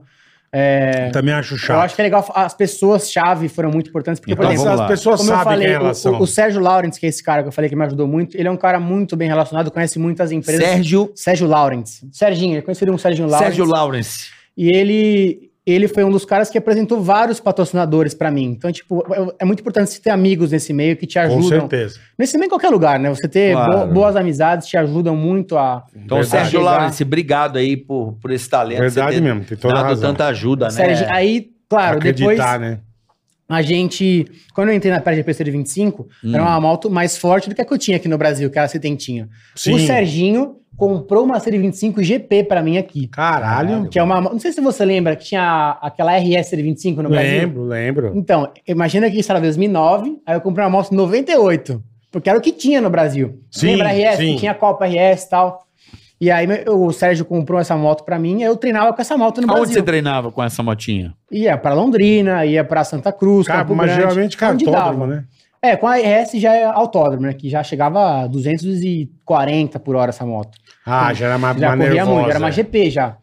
é,
Também acho
eu
chato.
acho que é legal. As pessoas-chave foram muito importantes, porque,
Então,
por
Mas
exemplo,
vamos
as
lá.
pessoas
como eu
sabem
falei,
quem é elas
o,
são.
o- o Sérgio Lawrence, que é esse cara que eu falei que me ajudou muito, ele é um cara muito bem relacionado, conhece muitas empresas.
Sérgio,
Sérgio Lawrence. Serginho, eu conheci um Sérgio Lawrence.
Sérgio Lawrence.
E ele, ele foi um dos caras que apresentou vários patrocinadores pra mim. Então, tipo, eu- é muito importante você ter amigos nesse meio que te
Com
ajudam.
certeza.
Nesse meio em qualquer lugar, né? Você ter
Claro.
bo- boas amizades te ajudam muito a.
Então,
Verdade.
Sérgio
Chegar.
Lawrence, obrigado aí por, por esse
é
talento.
Verdade
você ter
mesmo, tem toda a
dado
razão.
tanta ajuda, né?
Sérgio, aí, claro, depois
Acreditar, né?
a gente. Quando eu entrei na pré-GPC de 25, era uma moto mais forte do que a que eu tinha aqui no Brasil, que era a Setentinha. O Serginho comprou uma série 25 GP pra mim aqui.
Caralho.
Que é uma. mo- Não sei se você lembra que tinha aquela RS 25 no Brasil.
Lembro, lembro.
Então, imagina que isso era 2009, aí eu comprei uma moto em 98, porque era o que tinha no Brasil.
Sim,
Lembra a RS?
sim.
Que tinha a Copa RS e tal. E aí meu- o Sérgio comprou essa moto pra mim, eu treinava com essa moto no
Aonde você
Brasil.
treinava com essa motinha?
Ia pra Londrina, ia pra Santa Cruz,
Cara,
Campo
mas
Grande,
geralmente
onde
cartódromo,
dava.
né?
É, com a RS já é autódromo, né? Que já chegava a 240 por hora essa moto.
Ah, já era mais,
Já
mais
corria muito,
nervosa.
era
é.
uma GP já.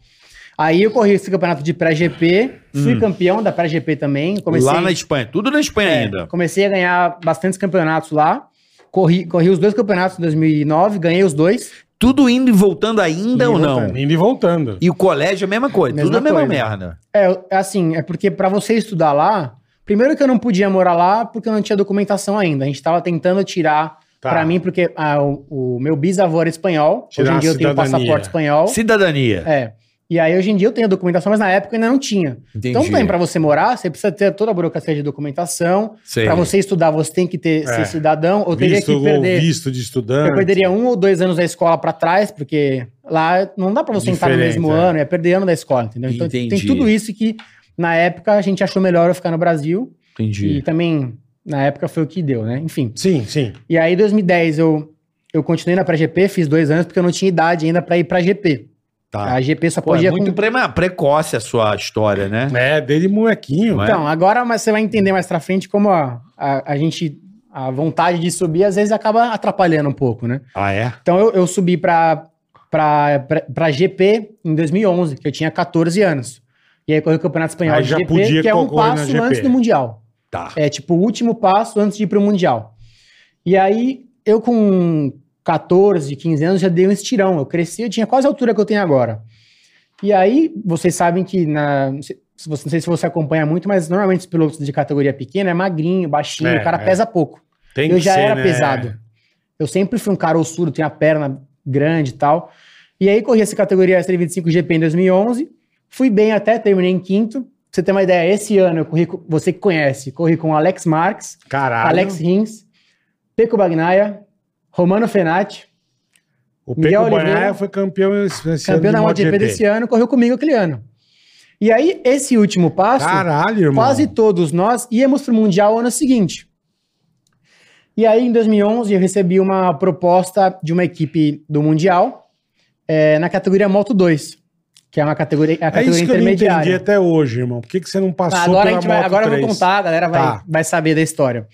Aí eu corri esse campeonato de pré-GP, fui campeão da pré-GP também. Comecei,
Hum. Lá na Espanha. Tudo na Espanha
é,
ainda.
comecei a ganhar bastantes campeonatos lá. Corri, corri os dois campeonatos em 2009, ganhei os dois.
Tudo indo e voltando ainda ou não?
Indo e voltando.
E o colégio é a mesma coisa.
Mesma
tudo a mesma
coisa.
merda.
É, eu- é assim, é porque pra você estudar lá, primeiro que eu não podia morar lá porque eu não tinha documentação ainda. A gente tava tentando tirar
Tá.
pra mim, porque ah, o, o meu bisavô era espanhol.
Tirar
Hoje em dia
a
eu tenho
cidadania.
passaporte espanhol.
Cidadania.
É. E aí, hoje em dia, eu tenho a documentação, mas na época eu ainda não tinha.
Entendi.
Então, também, para você morar, você precisa ter toda a burocracia de documentação.
Sei.
Para você estudar, você tem que ter,
É.
ser cidadão, ou teria
Visto,
que
ou
perder.
visto de estudante.
Eu perderia um ou dois anos da escola para trás, porque lá não dá para você entrar no
Diferente,
mesmo
é.
ano, é perder ano da escola, entendeu? Então,
Entendi.
tem tudo isso que, na época, a gente achou melhor eu ficar no Brasil. E
Entendi.
também, na época, foi o que deu, né? Enfim.
Sim, sim.
E aí, em 2010, eu, eu continuei na pré-GP, fiz dois anos, porque eu não tinha idade ainda para ir para GP.
Tá.
A GP só
Pô, é
podia com
muito prema- precoce a sua história, né?
É, desde molequinho.
Não é?
Então, agora mas você vai entender mais pra frente como a, a, a gente. A vontade de subir às vezes acaba atrapalhando um pouco, né?
Ah, é?
Então eu, eu subi pra, pra, pra, pra GP em 2011, que eu tinha 14 anos. E aí corri o Campeonato Espanhol
Aí
de
já
GP,
podia
que é um
concorrer na
passo
GP.
antes do Mundial.
Tá.
É tipo o último passo antes de ir pro Mundial. E aí, eu com 14, 15 anos já dei um estirão. Eu cresci, eu tinha quase a altura que eu tenho agora. E aí, vocês sabem que na. Não sei se você- não sei se você acompanha muito, mas normalmente os pilotos de categoria pequena é magrinho, baixinho,
É,
o cara
é.
pesa pouco.
Tem
eu
que
já
ser,
era
né?
pesado. Eu sempre fui um cara ossudo, tenho a perna grande e tal. E aí corri essa categoria S325 GP em 2011. Fui bem até, terminei em quinto. Pra você ter uma ideia, esse ano eu corri, com- você que conhece, corri com Alex Marques,
Caralho.
Alex Rins, Peco Bagnaia, Romano Fenati,
o
Miguel
Pedro
Oliveira,
Banhaia foi campeão esse esse ano
campeão
de
da MotoGP desse ano, correu comigo aquele ano. E aí, esse último passo,
Caralho, irmão.
quase todos nós íamos pro Mundial ano seguinte. E aí, em 2011, eu recebi uma proposta de uma equipe do Mundial eh, na categoria Moto 2, que é uma categoria, a
É
categoria
isso que eu não
intermediária.
entendi até hoje, irmão. Por que, que você não passou
Ah, agora a
pela
gente vai,
Moto
agora eu vou
3?
contar, a galera vai,
Tá.
vai saber da história.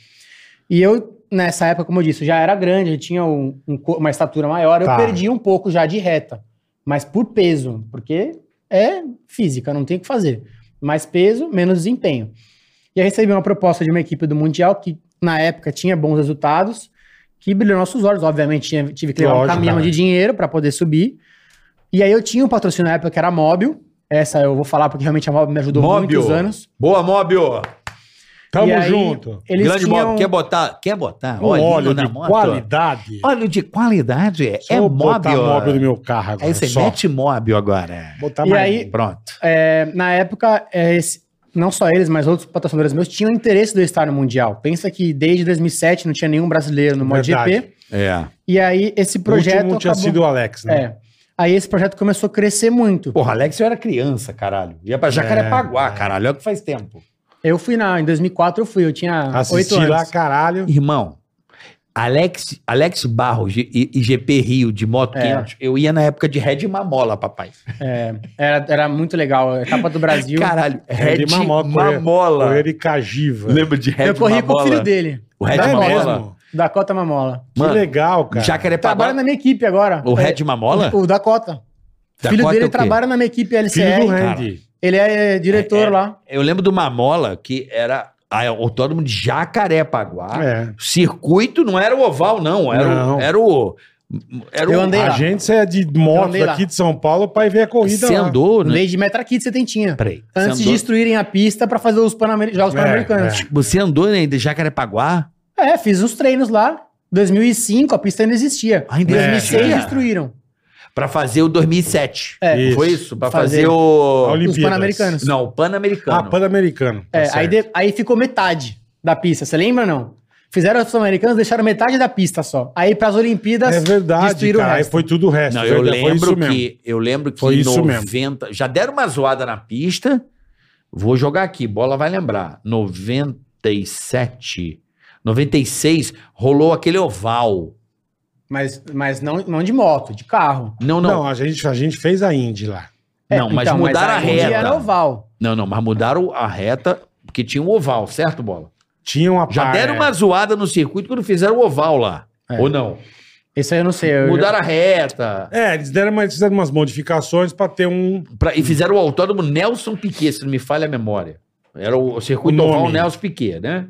E eu, nessa época, como eu disse, eu já era grande, eu tinha um- um co- uma estatura maior,
Tá.
eu perdi um pouco já de reta, mas por peso, porque é física, não tem o que fazer. Mais peso, menos desempenho. E aí recebi uma proposta de uma equipe do Mundial que, na época, tinha bons resultados, que brilhou nossos olhos. Obviamente, tinha- tive que levar
Lógico, né?
um caminhão
cara.
de dinheiro para poder subir. E aí eu tinha um patrocínio na época que era a Móbil. Essa eu vou falar porque realmente a Móbil me ajudou
Móbil.
muitos anos.
Boa, Móbio!
Tamo
E aí,
junto.
Eles
Grande
tinham...
Móbio. Quer botar? Quer botar?
Um óleo
na
de
moto.
qualidade.
Óleo de qualidade.
Só
é
vou botar
Móbio.
móvel no meu carro agora.
Aí você
só.
mete Móbio agora.
Botar
E
mais-
aí-
Pronto.
É, na época, é, esse- não só eles, mas outros patrocinadores meus tinham interesse de eu estar no Mundial. Pensa que desde 2007 não tinha nenhum brasileiro no
Verdade.
MotoGP.
É.
E aí esse
o
projeto
último tinha
acabou-
sido o Alex, né?
É. Aí esse projeto começou a crescer muito.
Porra, Alex, eu era criança, caralho. Ia pra Jacarepaguá, caralho. Olha que faz tempo.
Eu fui na... Em 2004 eu fui, eu tinha oito
Assisti
anos.
lá, caralho.
Uhum. Irmão, Alex, Alex Barros e, e GP Rio de Moto
É.
500, eu ia na época de Red Mamola, papai.
É, era, era muito legal, a Copa do Brasil.
Caralho,
Red
Red
Mamola, correr-
Mamola.
Correr de cagiva.
Lembra de Red
eu corri com
Mamola?
o filho dele,
O Red
Não é
Mamola.
mesmo?
Dakota Mamola.
Que
Mano,
legal, cara.
Trabalha
Jacarepaguá.
na minha equipe agora.
Tá, O Red
É,
Mamola?
O Dakota. O filho
Dakota é o
dele
quê?
trabalha na minha equipe
Filho do
LCR.
Randy.
Ele é diretor
É, é.
lá.
Eu lembro do Mamola, que era ah, é o autódromo de Jacarepaguá.
É.
O Circuito não era o oval, não. Era,
Não.
O, era o. Era um-
Eu
o.
andei
A
lá.
gente saia de moto
andei lá.
daqui de São Paulo pra ir ver a corrida
Você
lá.
andou, né?
Desde de Metra Kid você tem tinha.
Peraí. você
Antes de
andou-
destruírem a pista pra fazer os Panamer- Jogos
É,
Pan-Americanos.
Você andou né, de Jacarepaguá?
É. fiz uns treinos lá. 2005 a pista ainda existia.
Ah, ainda
É,
em 2006
existia?
destruíram
Pra fazer o 2007.
É.
Foi isso? Pra fazer,
Fazer.
o.
A Olimpíadas.
os Pan-Americanos.
Não, o Pan-Americano.
Ah, Pan-Americano. tá
É,
certo.
aí, de- aí ficou metade da pista, você lembra ou não? Fizeram os Pan-Americanos, deixaram metade da pista só. Aí pras Olimpíadas
É verdade,
destruíram
cara.
o
Aí
resto.
foi tudo o resto.
Não, eu
verdade, foi isso
lembro
mesmo.
que eu lembro que
Foi
em
isso
90, já deram uma zoada na pista. Vou jogar aqui, bola vai lembrar. 97, 96 rolou aquele oval
Mas, mas não, não de moto, de carro. É,
Não,
Não,
não.
a, gente, a gente fez a Indy lá.
Não, mas mudaram a
aí um dia
reta.
Era oval.
Não, não, mas mudaram a reta, porque tinha um oval, certo, Bola?
Tinha uma é.
Já
par-
deram uma zoada no circuito quando fizeram o oval lá.
É.
Ou não?
Isso aí eu não sei. eu-
Mudaram a reta.
É, eles deram, uma- eles fizeram umas modificações pra ter um.
pra- e fizeram o autódromo Nelson Piquet, se não me falha a memória. Era o circuito
O nome.
oval Nelson Piquet, né?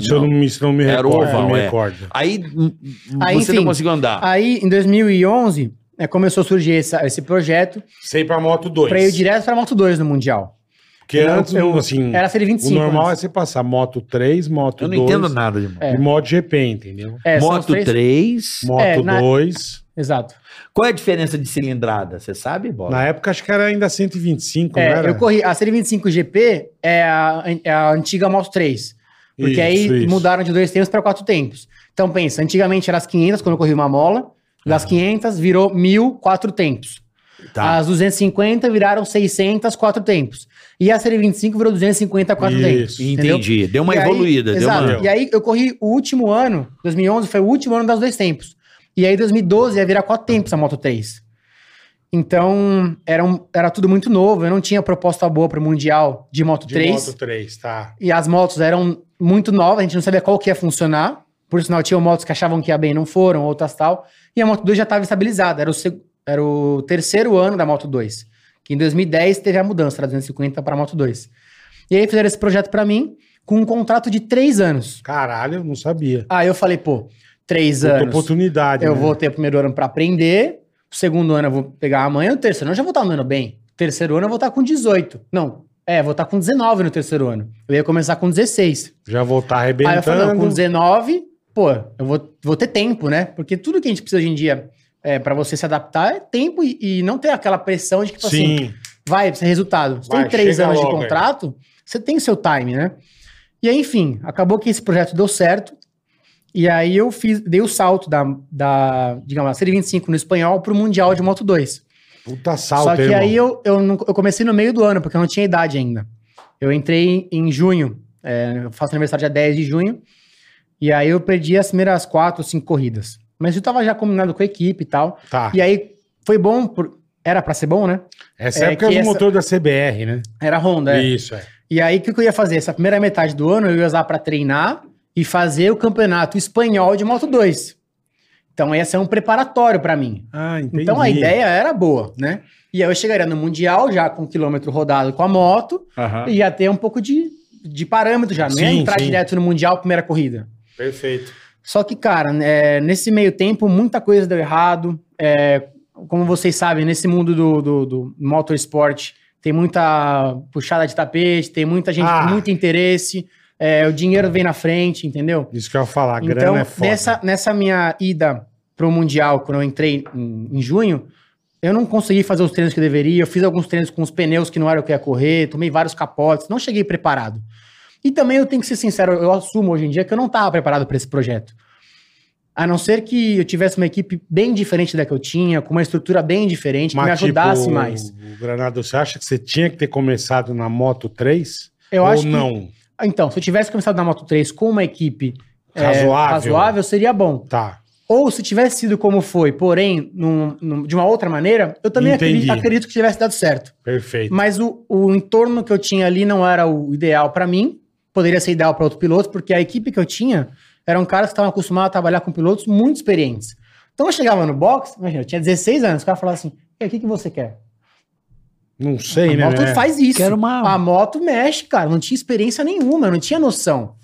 Se eu não, me- se eu não me
Era o
recordo.
oval,
não me
é.
recordo.
Aí, m- m-
Aí,
você não
enfim, Ah,
conseguiu andar.
Aí, em 2011, é, começou a surgir essa- esse projeto
Sei pra moto 2.
para ir direto para Moto 2 no Mundial.
Porque
Eu-
antes,
eu-
assim,
Era ser
o
25.
normal é
antes.
você passar moto 3, moto 2.
Eu não entendo nada de moto.
E moto GP, entendeu?
É, são os
moto
três-
3.
É,
Moto
na-
2.
Exato.
Qual é a diferença de cilindrada? Você sabe, Bola?
Na época, acho que era ainda 125,
É,
não era?
eu corri. A Série 25 GP é a, é a antiga Moto 3. Porque
Isso,
aí
isso.
mudaram de dois tempos para quatro tempos. Então pensa, antigamente era as 500 quando eu corri uma mola. Das 500 virou 1000, quatro tempos.
Tá.
As 250 viraram 600, quatro tempos. E a Série 25 virou 250, quatro
Isso.
tempos. entendeu?
Entendi. Deu uma
E aí-
evoluída. deu
exato.
uma...
E aí eu corri o último ano, 2011 foi o último ano das dois tempos. E aí 2012 ia virar quatro tempos a Moto 3. Então, era, um- era tudo muito novo, eu não tinha proposta boa para o Mundial de Moto
De
3.
moto 3, tá.
E as motos eram muito novas, a gente não sabia qual que ia funcionar. Por sinal, tinham motos que achavam que ia bem e não foram, outras tal. E a Moto 2 já estava estabilizada, era o, seg- era o terceiro ano da Moto 2. Que em 2010 teve a mudança da 250 para a Moto 2. E aí fizeram esse projeto para mim com um contrato de três anos.
Caralho, eu não sabia.
Aí eu falei, pô, três
Outra
anos.
oportunidade.
Eu
né?
vou ter o primeiro ano pra aprender, o segundo ano eu vou pegar amanhã, o terceiro ano eu já vou estar andando bem. O terceiro ano eu vou estar com 18. Não, é, vou estar com 19 no terceiro ano. Eu ia começar com 16.
Já vou estar
Aí eu falei, não, com
arrebentando.
19, pô, eu vou, vou ter tempo, né? Porque tudo que a gente precisa hoje em dia é, para você se adaptar é tempo e, e não ter aquela pressão de que, tipo assim,
Sim.
vai, precisa resultado. Você
Vai,
tem três
chega
anos de
logo,
contrato, você tem o seu time, né? E aí, enfim, acabou que esse projeto deu certo. E aí eu fiz, dei o salto da, da digamos, a Série 25 no espanhol pro Mundial de Moto 2.
Puta salto,
Só que
irmão.
aí eu, eu, não- eu comecei no meio do ano, porque eu não tinha idade ainda. Eu entrei em, em junho, é, eu faço aniversário dia 10 de junho, e aí eu perdi as primeiras quatro, cinco corridas. Mas eu tava já combinado com a equipe e tal.
Tá.
E aí foi bom, por- era pra ser bom, né?
Essa
é
época era
que
o
essa-
motor da CBR, né?
Era Honda. é.
Isso, é.
E aí, o que, que eu ia fazer? Essa primeira metade do ano eu ia usar para treinar e fazer o campeonato espanhol de Moto 2. Então, ia ser um preparatório para mim.
Ah, entendi.
Então, a ideia era boa, né? E aí, eu chegaria no Mundial já com um quilômetro rodado com a moto e ia ter um pouco de, de parâmetro já. Não ia
Sim,
entrar
sim.
direto no Mundial, primeira corrida.
Perfeito.
Só que, cara, é, nesse meio tempo, muita coisa deu errado. É, como vocês sabem, nesse mundo do, do, do motorsport, tem muita puxada de tapete, tem muita gente
Ah.
com muito interesse. é, o dinheiro vem na frente, entendeu?
Isso que eu ia falar, a
então,
grana é foda.
nessa, nessa minha ida pro Mundial, quando eu entrei em, em junho, eu não consegui fazer os treinos que eu deveria. Eu fiz alguns treinos com os pneus que não era o que eu ia correr, tomei vários capotes, não cheguei preparado. E também eu tenho que ser sincero, eu assumo hoje em dia que eu não estava preparado para esse projeto. A não ser que eu tivesse uma equipe bem diferente da que eu tinha, com uma estrutura bem diferente, que me
Mas, tipo,
ajudasse mais.
O Granado, você acha que você tinha que ter começado na moto 3?
Eu
ou
acho que-
não?
Então, se eu tivesse começado na Moto 3 com uma equipe é,
Razoável.
razoável, seria bom.
Tá.
Ou se tivesse sido como foi, porém, num- num- de uma outra maneira, eu também acredi-
Entendi.
acredito, que tivesse dado certo.
Perfeito.
Mas o, o entorno que eu tinha ali não era o ideal pra mim. Poderia ser ideal pra outro piloto, porque a equipe que eu tinha eram caras que estavam acostumados a trabalhar com pilotos muito experientes. Então eu chegava no box, imagina, eu tinha 16 anos, o cara falava assim: "E aí, o que, que você quer?
Não sei,
a
né?
moto
né?
faz isso.
Quero uma-
A
Ah,
moto mexe, cara. Não tinha experiência nenhuma, eu não tinha noção.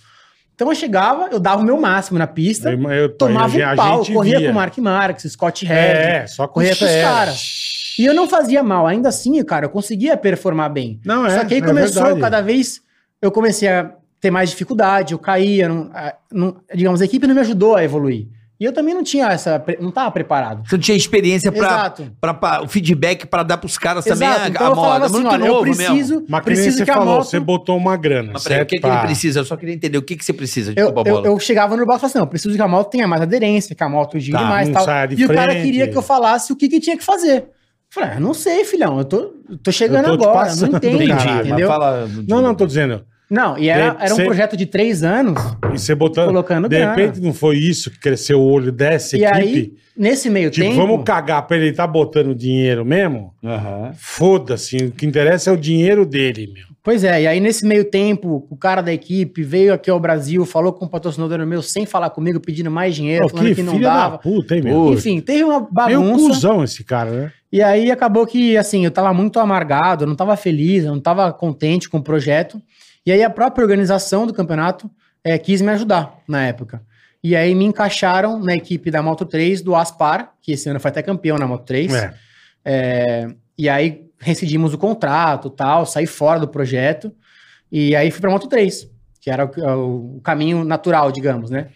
Então eu chegava, eu dava o meu máximo na pista,
Eu- eu-
tomava
a
um pau,
gente
corria
via.
com o Mark Marx, Scott Head,
É, só com
corria com os
fera.
caras. E eu não fazia mal, ainda assim, cara, eu conseguia performar bem.
Não, é.
Só que aí
é
começou,
verdade.
cada vez eu comecei a ter mais dificuldade, eu caía, não, a- não- digamos, a equipe não me ajudou a evoluir. E eu também não tinha essa, pre- não estava preparado.
Você não tinha experiência pra,
Exato.
pra, pra- o feedback pra dar pros caras também.
Exato.
A,
Então
a
eu falava
moda.
assim,
Muito
olha, eu
novo mesmo.
preciso,
Mas que nem
preciso
você
que a
falou,
moto...
você botou uma grana.
Mas peraí, o que, que
certo?
ele precisa? Eu só queria entender o que, que você precisa.
Eu,
Desculpa,
eu,
bola.
eu chegava no box e falava assim, não, eu preciso que a moto tenha mais aderência, que a moto gire
Tá,
mais
não
tal.
saia de
E o cara
frente.
queria que eu falasse o que, que tinha que fazer. Eu falei, ah, não sei, filhão, eu tô, eu tô chegando
Eu tô te
agora,
passando,
não entendo,
cara, mas
entendeu?
fala.
Não, não, tô dizendo.
Não, e era, era um
Cê-
projeto de três anos.
E você botando.
Colocando
Tá, de
grana.
repente não foi isso que cresceu o olho dessa
E aí,
equipe.
nesse meio
Tipo,
tempo.
vamos cagar pra ele tá botando dinheiro mesmo?
Aham.
Foda-se, o que interessa é o dinheiro dele, meu.
Pois é, e aí nesse meio tempo, o cara da equipe veio aqui ao Brasil, falou com o patrocinador meu sem falar comigo, pedindo mais dinheiro,
Pô,
falando que, não
filha da
dava.
puta, hein, meu?
Pô,
Enfim, teve uma
Meio
bagunça.
cuzão esse cara, né?
E aí acabou que, assim, eu tava muito amargado, eu não tava feliz, eu não tava contente com o projeto. E aí a própria organização do campeonato eh, quis me ajudar na época. E aí me encaixaram na equipe da Moto 3 do Aspar, que esse ano foi até campeão na Moto 3.
É.
É, e aí rescindimos o contrato tal, saí fora do projeto. E aí fui pra Moto 3, que era o, o caminho natural, digamos, né?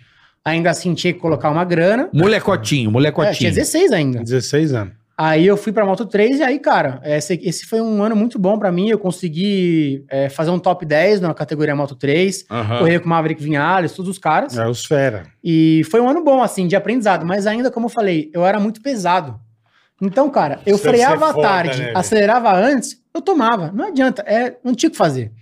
Ainda assim tinha que colocar uma grana.
Molecotinho,
É, tinha
molecotinho.
16 ainda.
16 anos.
Aí eu fui pra Moto 3 e aí, cara, esse, esse foi um ano muito bom pra mim. Eu consegui é, fazer um top 10 na categoria Moto 3,
Aham.
correr com o Maverick Vinhales, todos os caras.
Ah. É os fera.
E foi um ano bom, assim, de aprendizado. Mas ainda, como eu falei, eu era muito pesado. Então, cara, eu
Isso deve
freava
ser
à
foda,
tarde,
né, velho?
acelerava antes, eu tomava. Não adianta, é, não tinha o que fazer.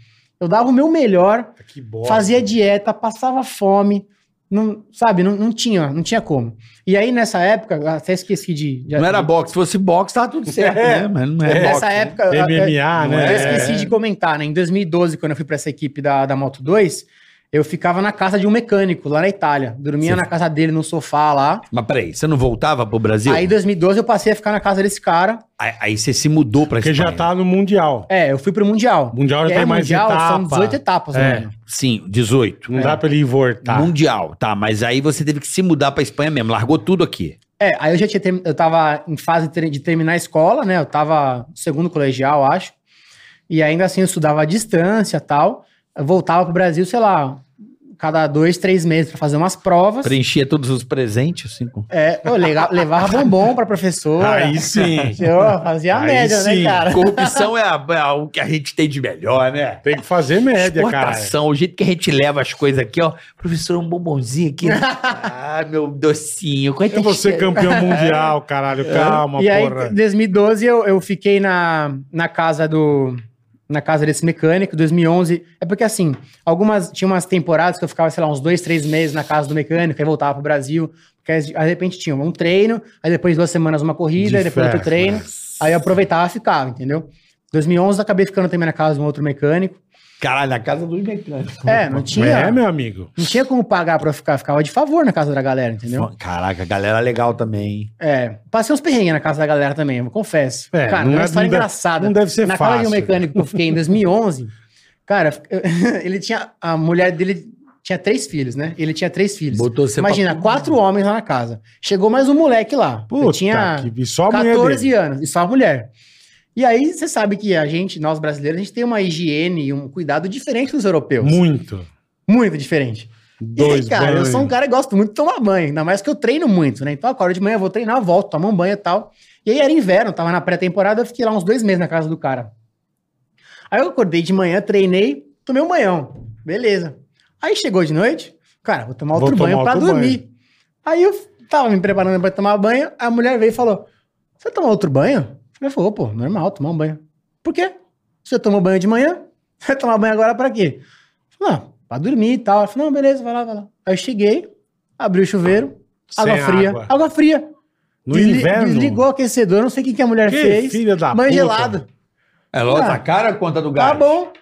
Eu dava o meu melhor,
Tá, Que bosta.
fazia dieta, passava fome. Não, sabe, não, não tinha, não tinha como. E aí, nessa época, eu até esqueci de. de-
Não era
de-
boxe. Se fosse boxe, tava tudo certo,
É.
né? Mas não
É,
é, boxe.
nessa época. eu-
MMA,
não
É, Eu
né?
esqueci de comentar, né? Em 2012, quando eu fui pra essa equipe da, da Moto 2, eu ficava na casa de um mecânico lá na Itália. Dormia
Sim.
na casa dele, no sofá lá.
Mas peraí, você não voltava pro Brasil?
Aí em
Aí,
2012 eu passei a ficar na casa desse cara.
aí você se mudou pra
Porque já
Espanha.
tá no Mundial.
É, eu fui pro Mundial.
Mundial
E
já
aí,
tem tá mais
mundial
etapa.
são 18 etapas,
É.
né?
Sim, 18.
Não dá pra ele voltar.
Mundial, tá. Mas aí você teve que se mudar pra Espanha mesmo. Largou tudo aqui.
É, aí eu já tinha termi- eu tava em fase de ter- de terminar a escola, né? Eu tava no segundo colegial, acho. E ainda assim eu estudava à distância tal. Eu voltava pro Brasil, sei lá, cada dois, três meses pra fazer umas provas.
Preenchia todos os presentes, assim. com-
É, pô, lega- levava bombom pra professora.
Aí sim.
é. Eu fazia a
Aí
média,
sim.
né, cara?
Corrupção é, a- é o que a gente tem de melhor, né?
Tem que fazer
É,
média, cara.
Exportação, o jeito que a gente leva as coisas aqui, ó. Professor, um bombonzinho aqui. ah, meu docinho. Quanto
É você campeão mundial, caralho. Calma,
É. e aí,
porra.
em 2012, eu, eu fiquei na, na casa do. Na casa desse mecânico, 2011. É porque assim, algumas. Tinha umas temporadas que eu ficava, sei lá, uns dois, três meses na casa do mecânico, aí voltava pro Brasil. Porque aí, de repente tinha um treino, aí depois duas semanas uma corrida,
De
aí depois outro
ferro,
treino. Aí eu aproveitava e ficava, entendeu? 2011 eu acabei ficando também na casa de um outro mecânico.
Caralho, na casa dos mecânicos.
É, não tinha.
É, meu amigo.
Não tinha como pagar pra eu ficar, ficava de favor na casa da galera, entendeu?
Caraca, galera legal também. hein?
É, passei uns perrengues na casa da galera também, eu confesso.
É,
cara,
não
uma
é- não
história
deve-
engraçada.
não deve ser
na casa de um
fácil.
mecânico que eu fiquei em 2011, cara, eu- ele tinha. A mulher dele tinha três filhos, né? Ele tinha três filhos.
Botou você
Imagina,
pra-
quatro homens lá na casa. Chegou mais um moleque lá. Eu
Puta,
tinha
que... e só a mulher
14
dele.
anos, e só a mulher. E aí, você sabe que a gente, nós brasileiros, a gente tem uma higiene e um cuidado diferente dos europeus.
Muito.
Muito diferente. E aí,
Dois
cara, eu
banhos.
sou um cara que gosto muito de tomar banho, ainda mais que eu treino muito, né? Então, eu acordo de manhã, eu vou treinar, eu volto, tomo um banho e tal. E aí era inverno, tava na pré-temporada, eu fiquei lá uns dois meses na casa do cara. Aí eu acordei de manhã, treinei, tomei um banhão. Beleza. Aí chegou de noite, cara, vou tomar
Vou
outro
tomar
banho pra
outro
dormir. Aí eu tava me preparando pra tomar banho, a mulher veio e falou: Você tomou outro banho? Eu falei, "Ô, pô, normal, tomar um banho. Por quê? Você tomou banho de manhã? Você vai tomar banho agora pra quê? Eu Falei, não, pra dormir e tal. Ela falou, não, beleza, vai lá, vai lá. Aí eu cheguei, abri o chuveiro,
Sem
água fria.
água.
Água, fria.
No
Desli-
inverno.
Desligou o aquecedor, não sei o que, que a mulher
Que
fez.
filha da
banho
puta.
gelado.
É lógico,
Ah.
a cara conta do
Tá
gás.
bom.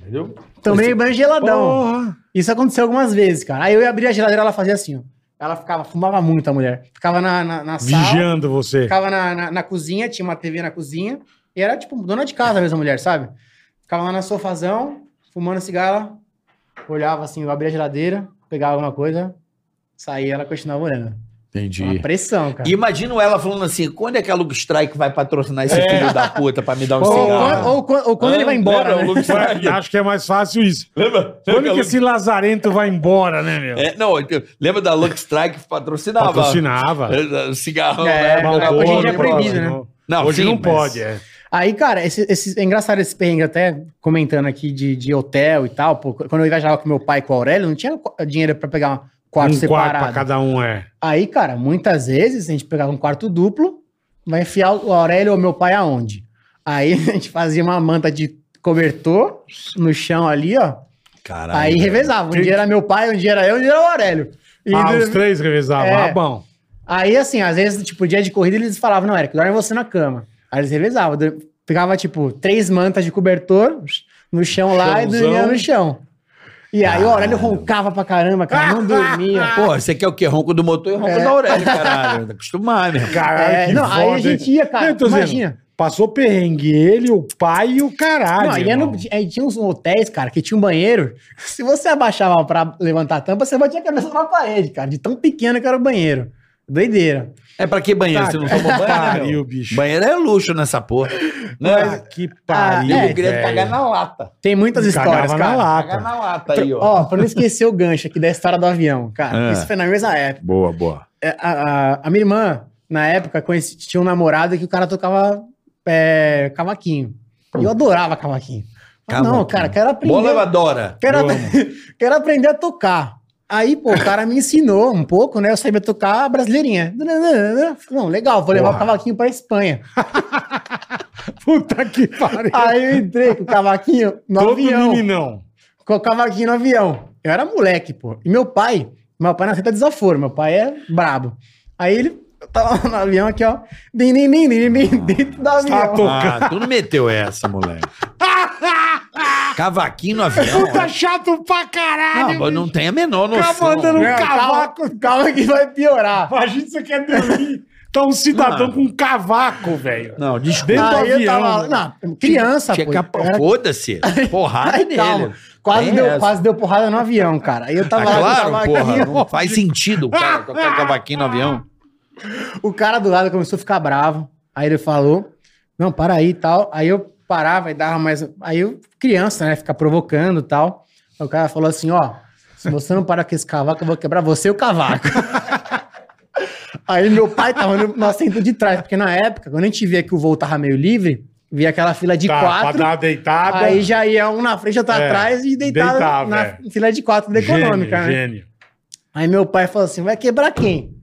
Entendeu?
Tomei banho geladão.
Porra.
Isso aconteceu algumas vezes, cara. Aí eu ia abrir a geladeira, ela fazia assim, ó. Ela ficava, fumava muito a mulher. Ficava na, na, na sala,
Vigiando você.
ficava na, na, na cozinha, tinha uma TV na cozinha. E era tipo dona de casa mesmo, a mulher, sabe? Ficava lá na sofazão, fumando cigarro. ela Olhava assim, eu abria a geladeira, pegava alguma coisa, saía ela continuava olhando. Uma
Entendi.
pressão, cara.
E Imagino ela falando assim: quando é que a Lug Strike vai patrocinar esse filho da puta pra me dar um
Ou,
cigarro?
ou- ou quando- ou quando ele vai embora,
Ah, Lembra,
né?
o Lug
Vai,
Strike?
Acho que é mais fácil isso.
Lembra?
Quando
Lembra
que
que
esse lazarento vai embora, né, meu?
É, não, eu- lembra da Lux Strike que patrocinava?
Patrocinava.
É, é, Cigarrão,
É,
né?
Malboro,
Hoje em dia é
proibido,
patrocinou.
Não,
Hoje
sim,
não
mas-
pode, é.
Aí, cara, esse, esse- é engraçado esse perrengue, até comentando aqui de, de hotel e tal. pô, quando eu viajava com meu pai e com o Aurélio, não tinha co- dinheiro pra pegar um quarto
um quarto
separado.
pra cada um, é.
Aí, cara, muitas vezes a gente pegava um quarto duplo, vai enfiar o Aurélio ou meu pai aonde? Aí a gente fazia uma manta de cobertor no chão ali, ó.
Caralho.
Ah,
né?
Aí
velho.
revezava. Um dia era meu pai, um dia era eu, um dia era o Aurélio. E
Ah,
de-
os três revezavam.
É.
Ah, bom.
Aí, assim, às vezes, tipo, dia de corrida, eles falavam, não, Eric, dorme você na cama. Aí eles revezavam. dur- Pegava, tipo, três mantas de cobertor no chão lá e
Chãozão. Ah.
dormia no chão. E aí o Aurélio roncava pra caramba, cara, não dormia.
Pô, você quer o quê? Ronco do motor e ronco da orelha, caralho. Tem que acostumar, meu.
Caralho,
É,
que
não, aí
foda,
a gente
hein?
ia, cara,
Eu tô dizendo,
imagina.
passou perrengue ele, o pai e o caralho.
Não, e era no-
irmão.
aí tinha uns hotéis, cara, que tinha um banheiro. Se você abaixava pra levantar a tampa, você batia a cabeça na parede, cara, de tão pequeno que era o banheiro. Doideira.
É pra que banheiro? você não
Tá,
tomou banho, né,
pariu,
meu?
bicho.
Banheiro é luxo nessa porra. Né?
Mas que pariu,
Ah, é,
eu queria
velho.
cagar tá na lata.
Tem muitas histórias,
Cagava na
cara.
Cagar
lata.
na lata aí, ó.
Ó, pra não esquecer o gancho aqui da história do avião, cara.
Ah.
É.
Isso foi na mesma época.
Boa, boa.
É, a, a- a minha irmã, na época, conheci- tinha um namorado que o cara tocava é, cavaquinho. E eu adorava cavaquinho. Falei, Não,
Hum. Cavaquinho.
cara, quero aprender.
Bola levadora.
quero,
eu
quero aprender a tocar. Aí, pô, o cara me ensinou um pouco, né? Eu sabia tocar a brasileirinha. Falei, Não, legal, vou levar o cavaquinho pra Espanha.
Puta que pariu.
Aí eu entrei com o cavaquinho no
Todo
avião.
meninão.
Colocava aqui no avião. Eu era moleque, pô. E meu pai, meu pai não aceita desaforo, meu pai é brabo. Aí ele eu tava no avião aqui, ó. din, din, din, din,
Ah.
din, Dentro
Tá
do avião.
Estatua.
Ah, tu não meteu essa, moleque. Cavaquinho no avião.
Puta chato pra caralho.
Não, mas não tem a menor noção.
Ficava andando um
Não, calma,
cavaco.
calma que vai piorar.
Imagina se você quer dormir. Tá um cidadão
Não.
com um cavaco, velho.
Não, desculpa.
Dentro do
Aí eu
avião,
tava
né?
não, criança,
Tinha
pô.
capa-
Era-
Foda-se. Porrada
Ai,
nele. É
calma. Quase
Tem
deu,
essa.
quase deu porrada no avião, cara. Aí eu
Ah,
tava lá com o
claro, porra.
cavaquinho,
Não faz sentido, cara,
Ah,
tocar cavaquinho no avião.
O cara do lado começou a ficar bravo. Aí ele falou: Não, para aí e tal. Aí eu parava e dava mais. Aí eu, criança, né? Ficar provocando e tal. Aí o cara falou assim: Ó, se você não parar com esse cavaco, eu vou quebrar você e o cavaco. aí meu pai tava no, no assento de trás, porque na época, quando a gente via que o voo tava meio livre, via aquela fila de
tá, Pra
quatro.
dar uma deitada.
Aí já ia um na frente, outro
É,
atrás e deitava,
deitava,
na
é.
fila de quatro da
Gênio,
econômica, né?
Gênio.
Aí meu pai falou assim: vai quebrar quem?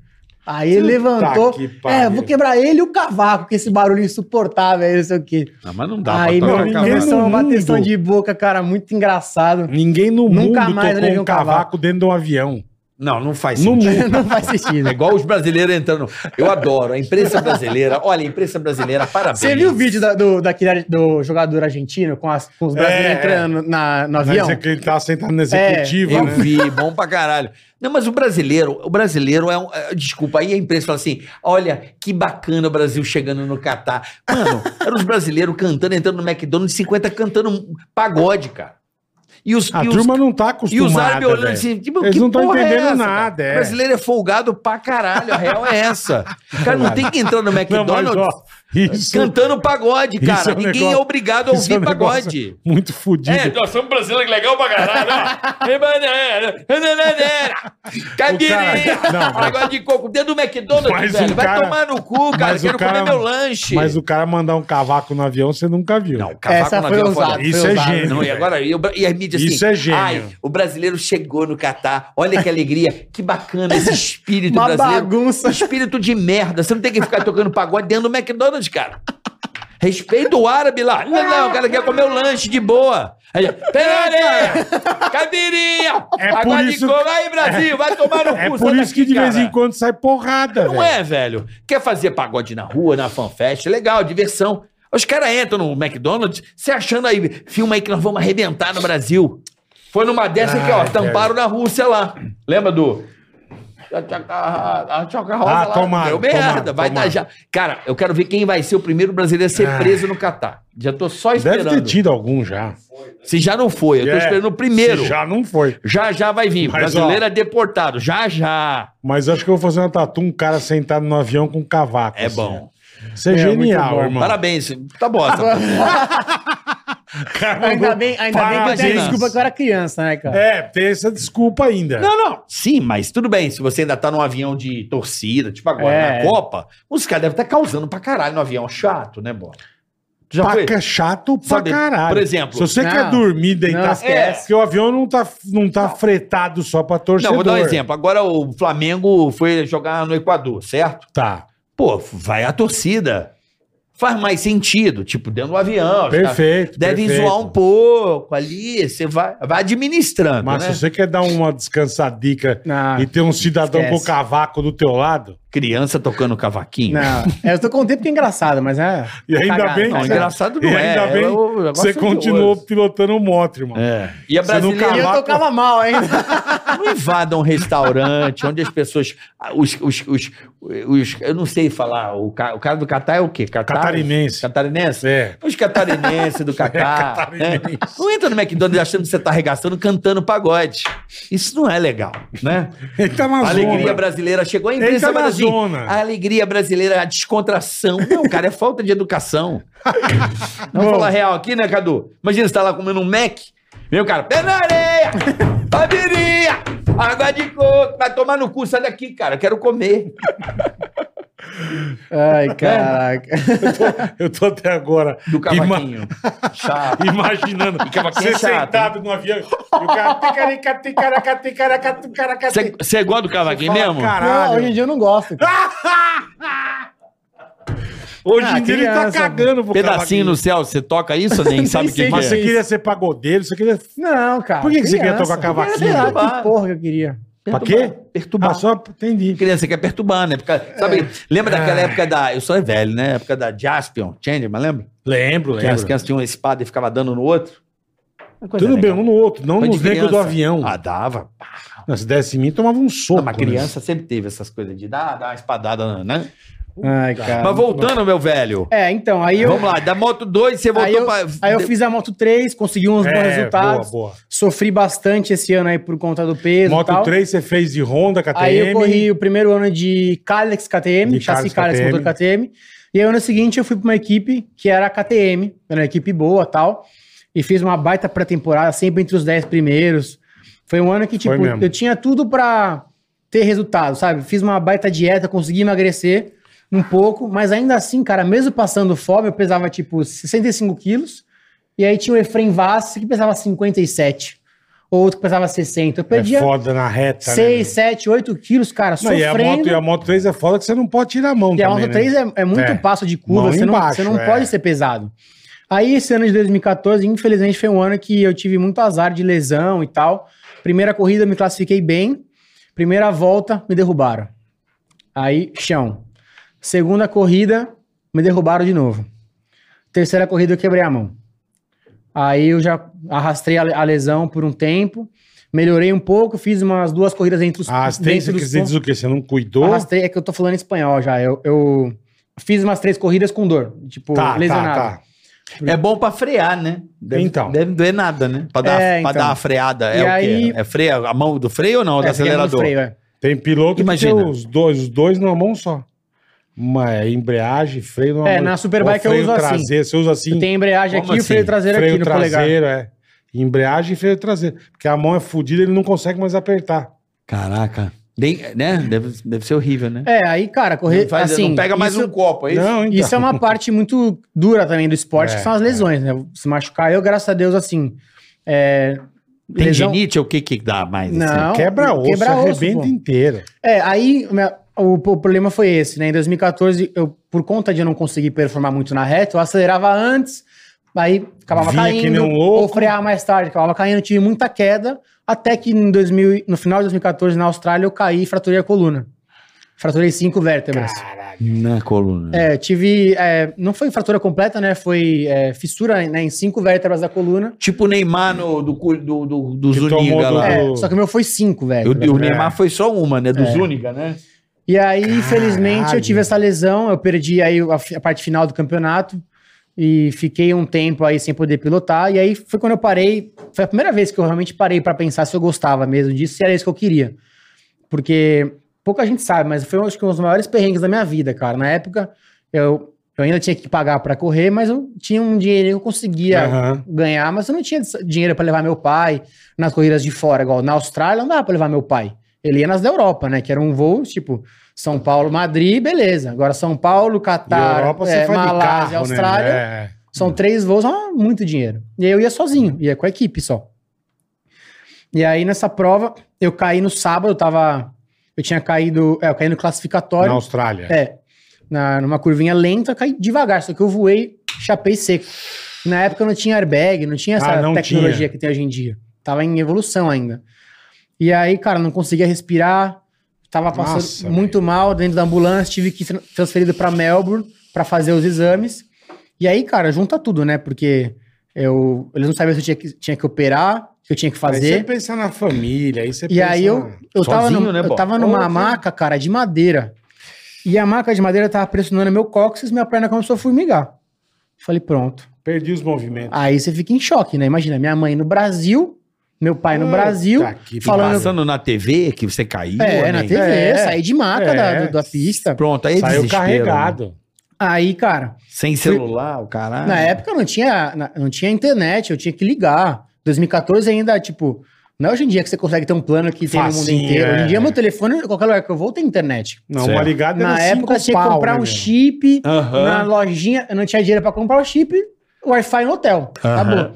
Aí ele
Puta
levantou.
Tá que pariu.
é, vou quebrar ele e o cavaco, que esse barulho insuportável aí, não sei o quê.
Não, mas não
aí
pra
meu,
tocar
ninguém
cavaquinho.
começou uma
mundo.
bateção de boca, cara, muito engraçado.
Ninguém no
Nunca
mundo
mais
tocou
levei
um
um
cavaco,
cavaco.
dentro de um avião.
Não, não faz
No
sentido.
mundo.
Não faz sentido.
É igual os brasileiros entrando. Eu adoro. A imprensa brasileira. Olha, a imprensa brasileira, parabéns.
Você viu o vídeo da- do, daquele ar- do jogador argentino com, as- com os brasileiros
É,
entrando na, no avião?
Mas é que ele tava sentado na
É,
executiva,
Eu
né?
vi, bom pra caralho. Não, mas o brasileiro, o brasileiro é um. é, Desculpa, aí a imprensa fala assim: olha, que bacana o Brasil chegando no Catar. Mano, eram os brasileiros cantando, entrando no McDonald's, 50 cantando um pagode, cara. E os,
A
e os-
turma não tá
e
acostumada.
os árabes olhando
velho.
assim, tipo,
Eles
que
não estão
porra é
entendendo
essa, cara?
nada.
O
É.
brasileiro é folgado pra caralho, a real é essa. O cara não tem que entrar no
Não, mas,
McDonald's
ó, isso,
cantando pagode,
Isso
cara.
é um
Ninguém
negócio-
é obrigado a
isso é
ouvir
um
pagode.
Muito fodido.
É, nós somos brasileiros legal pra caralho, né? ó. Caipirinha,
O cara- não, mas-
pagode de coco, dentro do
Mas
McDonald's, velho.
o
Vai
cara-
tomar no cu, cara.
mas o
Quero
cara-
comer meu lanche.
Mas o cara mandar um cavaco no avião, você nunca viu.
Não, o cavaco
Essa
na
foi
vila
ousada.
fora.
Isso
foi
é
ousado.
gênio.
Não, e agora, e, o Bra- e as mídias assim.
Isso é gênio.
Ai, o brasileiro chegou no Catar. Olha que alegria. Que bacana esse espírito
Uma
brasileiro.
bagunça.
Espírito de merda. Você não tem que ficar tocando pagode dentro do McDonald's, cara. Respeita o árabe lá. Não, não, o cara quer comer o lanche de boa. Aí, Pereira! Cadeirinha!
É por
Agora de
isso-
cola aí, Brasil! Vai tomar no cu,
É por
senta
isso que
aqui,
de vez
cara.
em quando sai porrada,
Não
velho.
é, velho. Quer fazer pagode na rua, na fanfest, legal, diversão. Os caras entram no McDonald's se achando aí, filma aí que nós vamos arrebentar no Brasil. Foi numa dessa aqui, ó,
Ai,
tamparam na Rússia lá. Lembra do... A tchaca- a tchaca rosa
Ah,
lá.
tomaram,
Deu merda,
tomaram,
vai
tomaram.
dar já. Cara, eu quero ver quem vai ser o primeiro brasileiro a ser
Ah.
preso no Catar. Já tô só
Deve ter
tá esperando.
tido algum já.
Se já não foi, eu tô
É,
esperando o primeiro.
se
Já...
Já não foi.
já vai vir.
Mas,
brasileiro
ó-
é deportado. Já já.
Mas acho que eu vou fazer uma tatu, um cara sentado no avião com um cavaco.
É
assim,
bom.
ó. Isso é,
É, muito
genial,
bom.
irmão.
Parabéns. Tá bosta.
Ainda bem, ainda bem que eu tenho
Parabéns.
desculpa que eu era criança, né, cara?
É, tem essa desculpa ainda.
Não, não. Sim, mas tudo bem. Se você ainda tá num avião de torcida, tipo agora
É.
na Copa, os caras devem estar causando pra caralho no avião. Chato, né, Bola? Tu Já foi?
Paca é chato pra
Sabe,
caralho.
por exemplo-
Se você
Não.
quer dormir, deitar...
Não,
esquece.
Porque o avião não tá, não tá fretado só pra torcedor.
Não, vou dar um exemplo. Agora o Flamengo foi jogar no Equador, certo?
Tá.
Pô, vai a torcida. faz mais sentido, tipo, dentro do avião. os caras
Perfeito.
Devem
perfeito.
zoar um pouco ali, você vai, vai administrando,
Mas
né? Ah,
se você quer dar uma descansadica
Não,
e ter um cidadão com
esquece.
cavaco do teu lado,
Criança tocando cavaquinho.
não. É, eu tô contando porque é engraçado, mas é.
E ainda
cagada,
bem
né?
Não,
que-
engraçado não
E
é.
ainda bem
é o negócio
você
de
continuou
ouro.
pilotando o moto, irmão.
É. E a
Você não
E
brasileira
eu
cavaco.
tocava mal ainda.
não invada um restaurante onde as pessoas. ah, Os, os, os, os- eu não sei falar. O, ca- o cara do Catar é o quê? Catar?
Catarinense.
Catarinense?
É.
Os catarinenses do Catar. né?
catarinense.
Não entra no McDonald's achando que você tá arregaçando cantando pagode. Isso não é legal, né?
Ele tá na
A alegria
zona.
brasileira chegou à
Ele
imprensa
tá na
Brasil.
zona.
A alegria brasileira, é a descontração. Não, cara, é falta de educação. Vamos falar real aqui, né, Cadu? Imagina você tá lá comendo um Mac, vem o cara, pé na areia, babiria, água de coco, vai tomar no cu, sai daqui, cara, eu quero comer.
É.
Ai, caraca.
Ah.
Eu tô até agora
Do
ima-
cavaquinho. Chato.
imaginando
cavaquinho
você
é chato,
sentado no avião e o cara... ticarica, ticaraca, ticaraca, ticaraca,
Você- Você gosta do cavaquinho
fala,
é mesmo?
Não, hoje em
Caralho.
dia eu não gosto. cara.
Hoje
Ah,
em dia ele tá
criança,
cagando pro
Pedacinho no céu, você toca isso? Nem sabe o que,
sei
que
Mas
é.
você queria ser pagodeiro, você queria...
Não, cara.
Por que que você queria
Ah,
criança.
tocar cavaquinho?
Sei lá,
Perturbar.
que porra que eu queria.
Pra quê?
Perturbar.
Ah, só... Entendi.
Criança quer perturbar, né? Porque, sabe, lembra daquela época da. Eu sou velho, né? Época da Jaspion, Changeman, lembra?
Lembro,
Que as
lembro.
crianças tinham uma espada e ficava dando no outro. Uma coisa
Tudo bem,
legal.
um no outro, não
Foi de
nos negros do
criança.
avião.
Ah, dava. Pá,
Não, se desse em mim, tomava um soco.
Não, mas criança sempre teve essas coisas de dar, dar uma espadada, né?
Ai, cara.
mas voltando, meu velho.
É, então, aí eu.
Vamos lá, da moto 2, você voltou
Aí eu,
pra.
aí eu fiz a moto 3, consegui uns
né?
bons
É,
resultados.
Boa, boa.
Sofri bastante esse ano aí por conta do peso e
Moto
tal.
3 você fez de Honda, KTM.
Aí eu corri o primeiro ano de Kalex KTM,
De
chassi
Kalex
Kalex,
KTM.
motor KTM. E aí, ano seguinte, eu fui pra uma equipe que era a KTM, era uma equipe boa tal. E fiz uma baita pré-temporada, sempre entre os 10 primeiros. Foi um ano que, tipo,
mesmo.
eu tinha tudo pra ter resultado, sabe? Fiz uma baita dieta, consegui emagrecer um pouco, mas ainda assim, cara, mesmo passando fome, eu pesava, tipo, 65 quilos. E aí tinha o Efraim Vaz, que pesava 57. Outro que pesava 60. Eu perdia
É foda na reta, né,
6, 7, 8 quilos, cara,
Não, e, é a moto,
sofrendo.
e a moto 3 é foda que você não pode tirar a mão
E a
também,
Moto
né?
3 é, é muito
É.
passo de curva,
Mão
você,
embaixo,
não, você não
é.
pode ser pesado. Aí, esse ano de 2014, infelizmente, foi um ano que eu tive muito azar de lesão e tal. Primeira corrida, eu me classifiquei bem. Primeira volta, me derrubaram. Aí, chão. Segunda corrida, me derrubaram de novo. Terceira corrida, eu quebrei a mão. Aí eu já arrastei a a lesão por um tempo, melhorei um pouco, fiz umas duas corridas entre os
Ah, as três,
é dentro
você
dos
diz
pontos.
o quê? Você não cuidou?
Arrastei, é que eu tô falando em espanhol já. Eu, eu fiz umas três corridas com dor, tipo,
tá,
lesionado.
tá, tá.
É bom pra frear, né? Deve,
Então.
Deve doer nada, né? Pra dar,
É,
pra
então.
dar uma freada.
E
É o
aí-
quê? É freio? A mão do freio ou não? do
É, você quebra no
acelerador?
freio, é.
Tem piloto
Imagina.
que tem os dois, os dois numa mão só. Uma é embreagem, freio numa
É,
mão.
na Superbike
Ou freio
eu uso assim.
traseiro, Você usa assim,
Eu tenho embreagem
Como
aqui e o
assim?
freio traseiro
freio
aqui no polegar.
traseiro, é. Embreagem e freio traseiro. Porque a mão é fodida, ele não consegue mais apertar.
Caraca. Bem, né? deve, deve ser horrível, né?
É, aí, cara, correr
Não faz-
assim...
não pega mais
isso,
um copo, é isso?
Não, então.
Isso é uma parte muito dura também do esporte,
É,
que são as lesões, né? Se machucar, eu, graças a Deus, assim... É,
Tem
lesão-
genite ou o que que dá mais? assim?
Não.
Quebra osso,
Quebra osso,
arrebenta
pô.
inteiro.
É, aí minha- o, o problema foi esse, né? Em 2014, eu, por conta de eu não conseguir performar muito na reta, eu acelerava antes, aí acabava
Vinha que nem
caindo,
um louco.
ou frear mais tarde, acabava caindo, tive muita queda, até que em 2000 e- no final de 2014, na Austrália, eu caí e fraturei a coluna. Fraturei cinco vértebras.
Na Né, coluna.
É, tive. é, não foi fratura completa, né? Foi é, fissura né, em cinco vértebras da coluna.
Tipo o Neymar no, do, cu- do, do, do É.
Que tomou
Zuniga
do-
lá.
É,
Oh.
só que o meu foi cinco,
E
velho.
O, e o Neymar foi só uma, né? Do
É.
Zuniga, né?
E aí, infelizmente, eu tive
Caralho.
essa lesão, eu perdi aí a, fi- a parte final do campeonato e fiquei um tempo aí sem poder pilotar. E aí foi quando eu parei, foi a primeira vez que eu realmente parei pra pensar se eu gostava mesmo disso, se era isso que eu queria. Porque pouca gente sabe, mas foi acho que um dos maiores perrengues da minha vida, cara. Na época, eu, eu ainda tinha que pagar pra correr, mas eu tinha um dinheiro que eu conseguia
Aham.
ganhar, mas eu não tinha dinheiro pra levar meu pai nas corridas de fora, igual na Austrália, não dava pra levar meu pai. Ele ia nas da Europa, né? Que era um voo, tipo, São Paulo, Madrid, beleza. Agora São Paulo,
E a
Catar,
Europa você
é,
faz de
Malásia,
carro,
Austrália.
né? É.
São três voos, ah, muito dinheiro. E aí eu ia sozinho, ia com a equipe só. E aí nessa prova, eu caí no sábado, eu tava. Eu tinha caído. É, eu caí no classificatório.
Na Austrália.
É. na, numa curvinha lenta, caí devagar. Só que eu voei, chapei seco. Na época eu não tinha airbag, não tinha essa
Ah, não
tecnologia
tinha.
que tem hoje em dia. Tava em evolução ainda. E aí, cara, não conseguia respirar, tava passando
Nossa,
muito mal dentro da ambulância, tive que ser transferido pra Melbourne pra fazer os exames. E aí, cara, junta tudo, né? Porque eu, eles não sabiam se eu tinha que, tinha que operar, se eu tinha que
Aí você
fazer.
pensa na família, aí você
E
pensa
aí eu,
na-
eu tava,
Sozinho,
num-
né,
eu
Bob?
tava numa
Ô,
maca, cara, de madeira. E a maca de madeira tava pressionando meu cóccix, minha perna começou a formigar. Falei, pronto.
Perdi os movimentos.
Aí você fica em choque, né? Imagina, minha mãe no Brasil, meu pai no
Puta
Brasil,
que
falando-
Passando na TV que você caiu.
é, na
né?
TV,
É,
saí de maca
é.
da, do- da pista.
Pronto, aí é
Saiu
desespero, né?
carregado.
Aí, cara,
Sem celular, o caralho.
Ah.
na época eu não tinha, na- não tinha internet, eu tinha que ligar. 2014 ainda, tipo, não é hoje em dia que você consegue ter um plano que tem no mundo
Facinho,
inteiro. Hoje
é.
em dia, meu telefone, qualquer lugar que eu vou, tem internet.
Não,
Certo.
uma ligada
Na
era
época,
cinco
tinha que
pau,
comprar
né,
um
meu?
chip
Aham.
na lojinha. Eu não tinha dinheiro pra comprar o chip, o Wi-Fi no hotel. Acabou.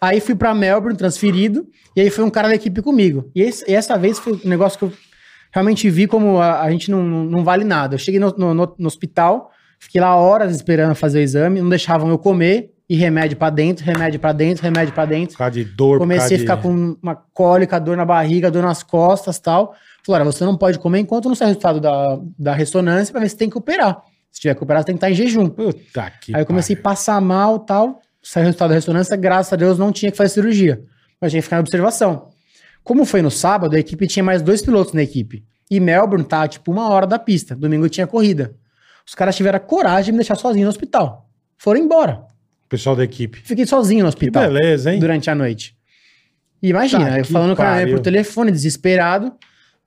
Aí fui pra Melbourne, transferido, e aí foi um cara da equipe comigo. E, esse- e essa vez foi um negócio que eu realmente vi como a, a gente não, não não vale nada. Eu cheguei no, no- no- no hospital, fiquei lá horas esperando fazer o exame, não deixavam eu comer, e remédio pra dentro, remédio pra dentro, remédio pra dentro.
Por causa de dor, por
Comecei a
causa
ficar
de-
com uma cólica, dor na barriga, dor nas costas tal. Falei, olha, você não pode comer enquanto não sai o resultado da, da ressonância pra ver se tem que operar. Se tiver que operar, você tem que estar em jejum.
Puta que
Aí eu comecei a
pariu.
passar mal tal. Saiu o resultado da ressonância, graças a Deus não tinha que fazer cirurgia. Mas tinha que ficar em observação. Como foi no sábado, a equipe tinha mais dois pilotos na equipe. E Melbourne tá tipo uma hora da pista. Domingo tinha corrida. Os caras tiveram a coragem de me deixar sozinho no hospital. Foram embora.
Pessoal da equipe.
Fiquei sozinho no
Que
hospital
beleza, hein?
durante a noite. E Imagina,
Tá
eu
que
falando com a minha mãe
pariu.
por telefone, desesperado.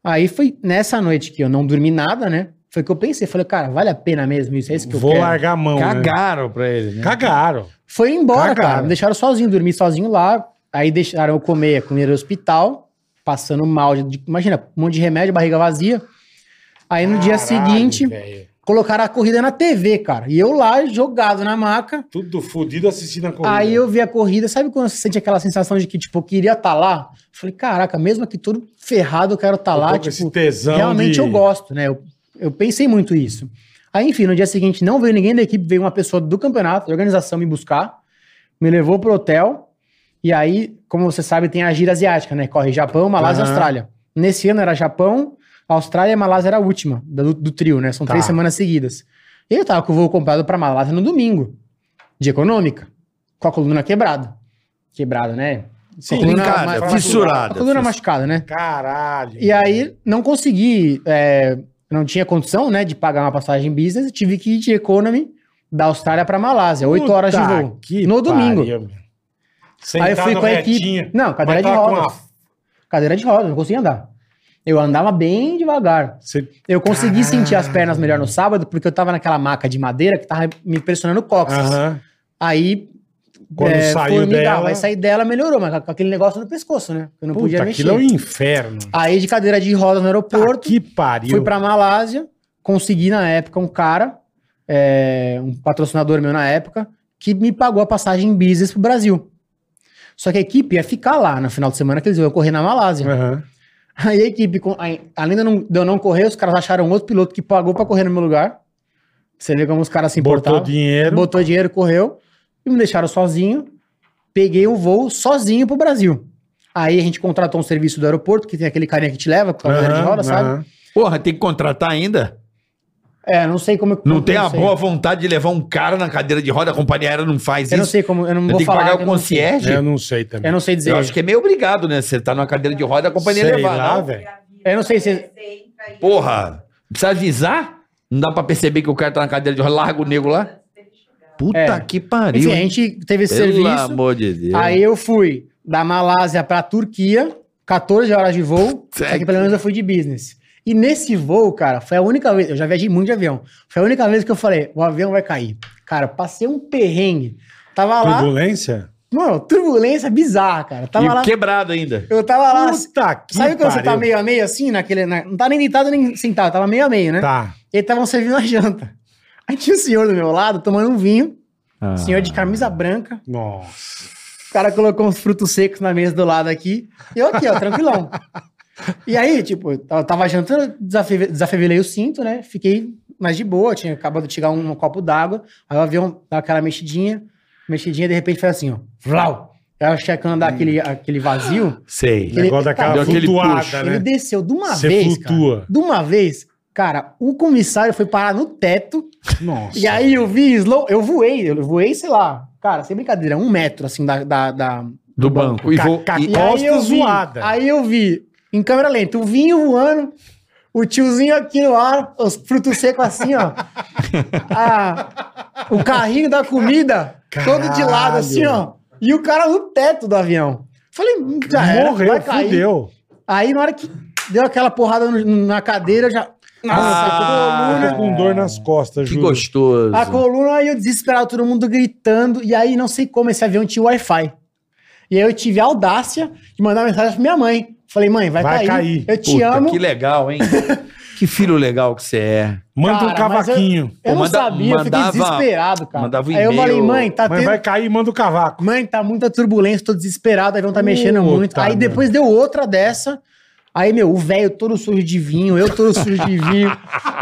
Aí foi nessa noite que eu não dormi nada, né? Foi que eu pensei, falei, cara, vale a pena mesmo isso? É isso que eu
Vou
quero.
largar a mão. né?
Cagaram pra ele, né?
Cagaram.
Foi embora,
Cagaram.
cara. Me deixaram sozinho, dormi sozinho lá. Aí deixaram eu comer a comida do hospital, passando mal. de- imagina, um monte de remédio, barriga vazia. Aí no dia
Caralho,
seguinte,
velho.
colocaram a corrida na TV, cara. E eu lá, jogado na maca.
Tudo fodido assistindo a corrida.
Aí eu vi a corrida, sabe quando você sente aquela sensação de que, tipo, eu queria estar lá? Falei, caraca, mesmo aqui todo ferrado, eu quero estar
Eu tô
lá.
com
Tipo,
esse tesão
realmente
de-
eu gosto, né? Eu, eu pensei muito isso. Aí, enfim, no dia seguinte não veio ninguém da equipe, veio uma pessoa do campeonato, da organização, me buscar, me levou pro hotel. E aí, como você sabe, tem a gira asiática, né? Corre Japão, Malásia e
Aham.
Austrália. Nesse ano era Japão, Austrália e Malásia era a última do, do trio, né? São
Tá.
três semanas seguidas. E eu tava com o voo comprado pra Malásia no domingo, de econômica, com a coluna quebrada. Quebrada, né?
Sim,
Com a coluna
trincada,
ma-
Ah,
fissurada.
A coluna machucada, né?
Caralho.
assim, E aí não consegui, é, não tinha condição, né, de pagar uma passagem business, tive que ir de economy da Austrália pra Malásia, oito
Puta
horas de voo,
que
no domingo.
pariu, meu.
Aí eu fui
Sentado
com a
retinho.
equipe. Não, cadeira
Mas
de
tava com
rodas. Cadeira de rodas, não conseguia andar. Eu andava bem devagar.
Você-
Eu consegui
Caralho.
sentir as pernas melhor no sábado, porque eu tava naquela maca de madeira que tava me pressionando o cóccix.
Aham.
Aí, é,
Quando saiu dela...
Aí saí dela, melhorou, mas com aquele negócio no pescoço, né? Eu não
Puta,
podia mexer.
aquilo é um inferno.
Aí, de cadeira de rodas no
Puta
aeroporto,
que pariu.
Fui pra Malásia, consegui na época um cara, é, um patrocinador meu na época, que me pagou a passagem business pro Brasil. Só que a equipe ia ficar lá no final de semana que eles iam correr na Malásia.
Aham.
Aí a equipe, com- aí, além de eu não, de eu não correr, os caras acharam outro piloto que pagou pra correr no meu lugar. Você vê como os caras se importavam.
Botou dinheiro.
Botou dinheiro, correu. E me deixaram sozinho. Peguei o voo sozinho pro Brasil. Aí a gente contratou um serviço do aeroporto, que tem aquele carinha que te leva com a cadeira de
Aham,
roda, sabe?
aham.
Porra, tem que contratar ainda?
É, não sei como...
Não tem a
sei.
boa vontade de levar um cara na cadeira de roda, a companhia aérea não faz
Eu não
isso.
sei como, eu não
Você tem
vou
que
falar.
pagar
eu
o
não- É,
concierge.
Eu
Eu,
não sei
Eu,
também.
não sei dizer.
acho que é meio obrigado, né? Você tá numa cadeira de roda, a companhia
Sei
levar.
lá,
não?
velho.
Eu não sei se-
Porra, precisa avisar? Não dá pra perceber que o cara tá na cadeira de roda, larga o nego lá? Puta
É.
que pariu.
Enfim, a
hein?
gente teve esse
Pelo
serviço.
amor de Deus.
Aí eu fui da Malásia pra Turquia, 14 horas de voo. só que
Sério?
pelo menos eu fui de business. E nesse voo, cara, foi a única vez. Eu já viajei muito de avião. Foi a única vez que eu falei: o avião vai cair. Cara, passei um perrengue. Tava lá.
Turbulência?
Mano, turbulência bizarra, cara. Tava
e
lá.
quebrado ainda.
Eu tava lá.
Puta que
sabe quando você tá
pariu.
meio a meio assim, naquele. na- não tá nem deitado nem sentado, tava meio a meio, né?
Tá.
E aí estavam servindo a janta. Aí tinha o senhor do meu lado tomando um vinho.
Ah.
Senhor
Ah.
de camisa branca.
Nossa.
O cara colocou uns frutos secos na mesa do lado aqui. E eu aqui, ó, tranquilão. E aí, tipo, eu tava jantando, desafe- desafevelei o cinto, né? Fiquei mas de boa, tinha acabado de chegar um, copo d'água, aí o avião dava aquela mexidinha, mexidinha, de repente fez assim, ó, vlau! Aí eu checando
Hum.
aquele, aquele vazio,
Sei.
O negócio
Ele-
daquela
Deu aquele
flutuada,
puxo.
ele
né?
desceu de uma
Você
vez,
flutua.
cara, de uma vez, cara, o comissário foi parar no teto,
Nossa.
E aí eu vi slow, eu voei, eu voei, sei lá, cara, sem brincadeira, um metro assim da. da, da-
Do banco. E vou-
Ca-
e-
E aí eu vi,
zoada.
Aí eu vi, em câmera lenta, o vinho voando, o tiozinho aqui no ar, os frutos secos assim, ó. A- o carrinho da comida, todo de lado assim, ó. E o cara no teto do avião. Falei, "Hum, já era,
Morreu,
vai cair.
fudeu.
Aí na hora que deu aquela porrada no- na cadeira, eu já.
Ah, fica com dor nas costas,
que
juro.
gostoso.
A coluna, aí eu desesperado, todo mundo gritando. E aí, não sei como, esse avião tinha Wi-Fi. E aí eu tive a audácia de mandar uma mensagem pra minha mãe. Falei, mãe, vai,
Vai
cair.
cair.
Eu te
Puta,
amo.
Que legal, hein? que filho legal que você é.
Manda um
Cara, mas eu-
cavaquinho.
Eu não
Manda-
sabia, eu fiquei
mandava-
desesperado, cara.
mandava um
aí eu
e-mail.
falei, mãe, tá
Mas
tendo...
vai cair, manda o cavaco.
Mãe, tá muita turbulência, tô desesperado, o avião tá mexendo
Puta
muito. Aí
merda.
depois deu outra dessa. Aí, meu, o velho todo sujo de vinho, eu todo sujo de vinho.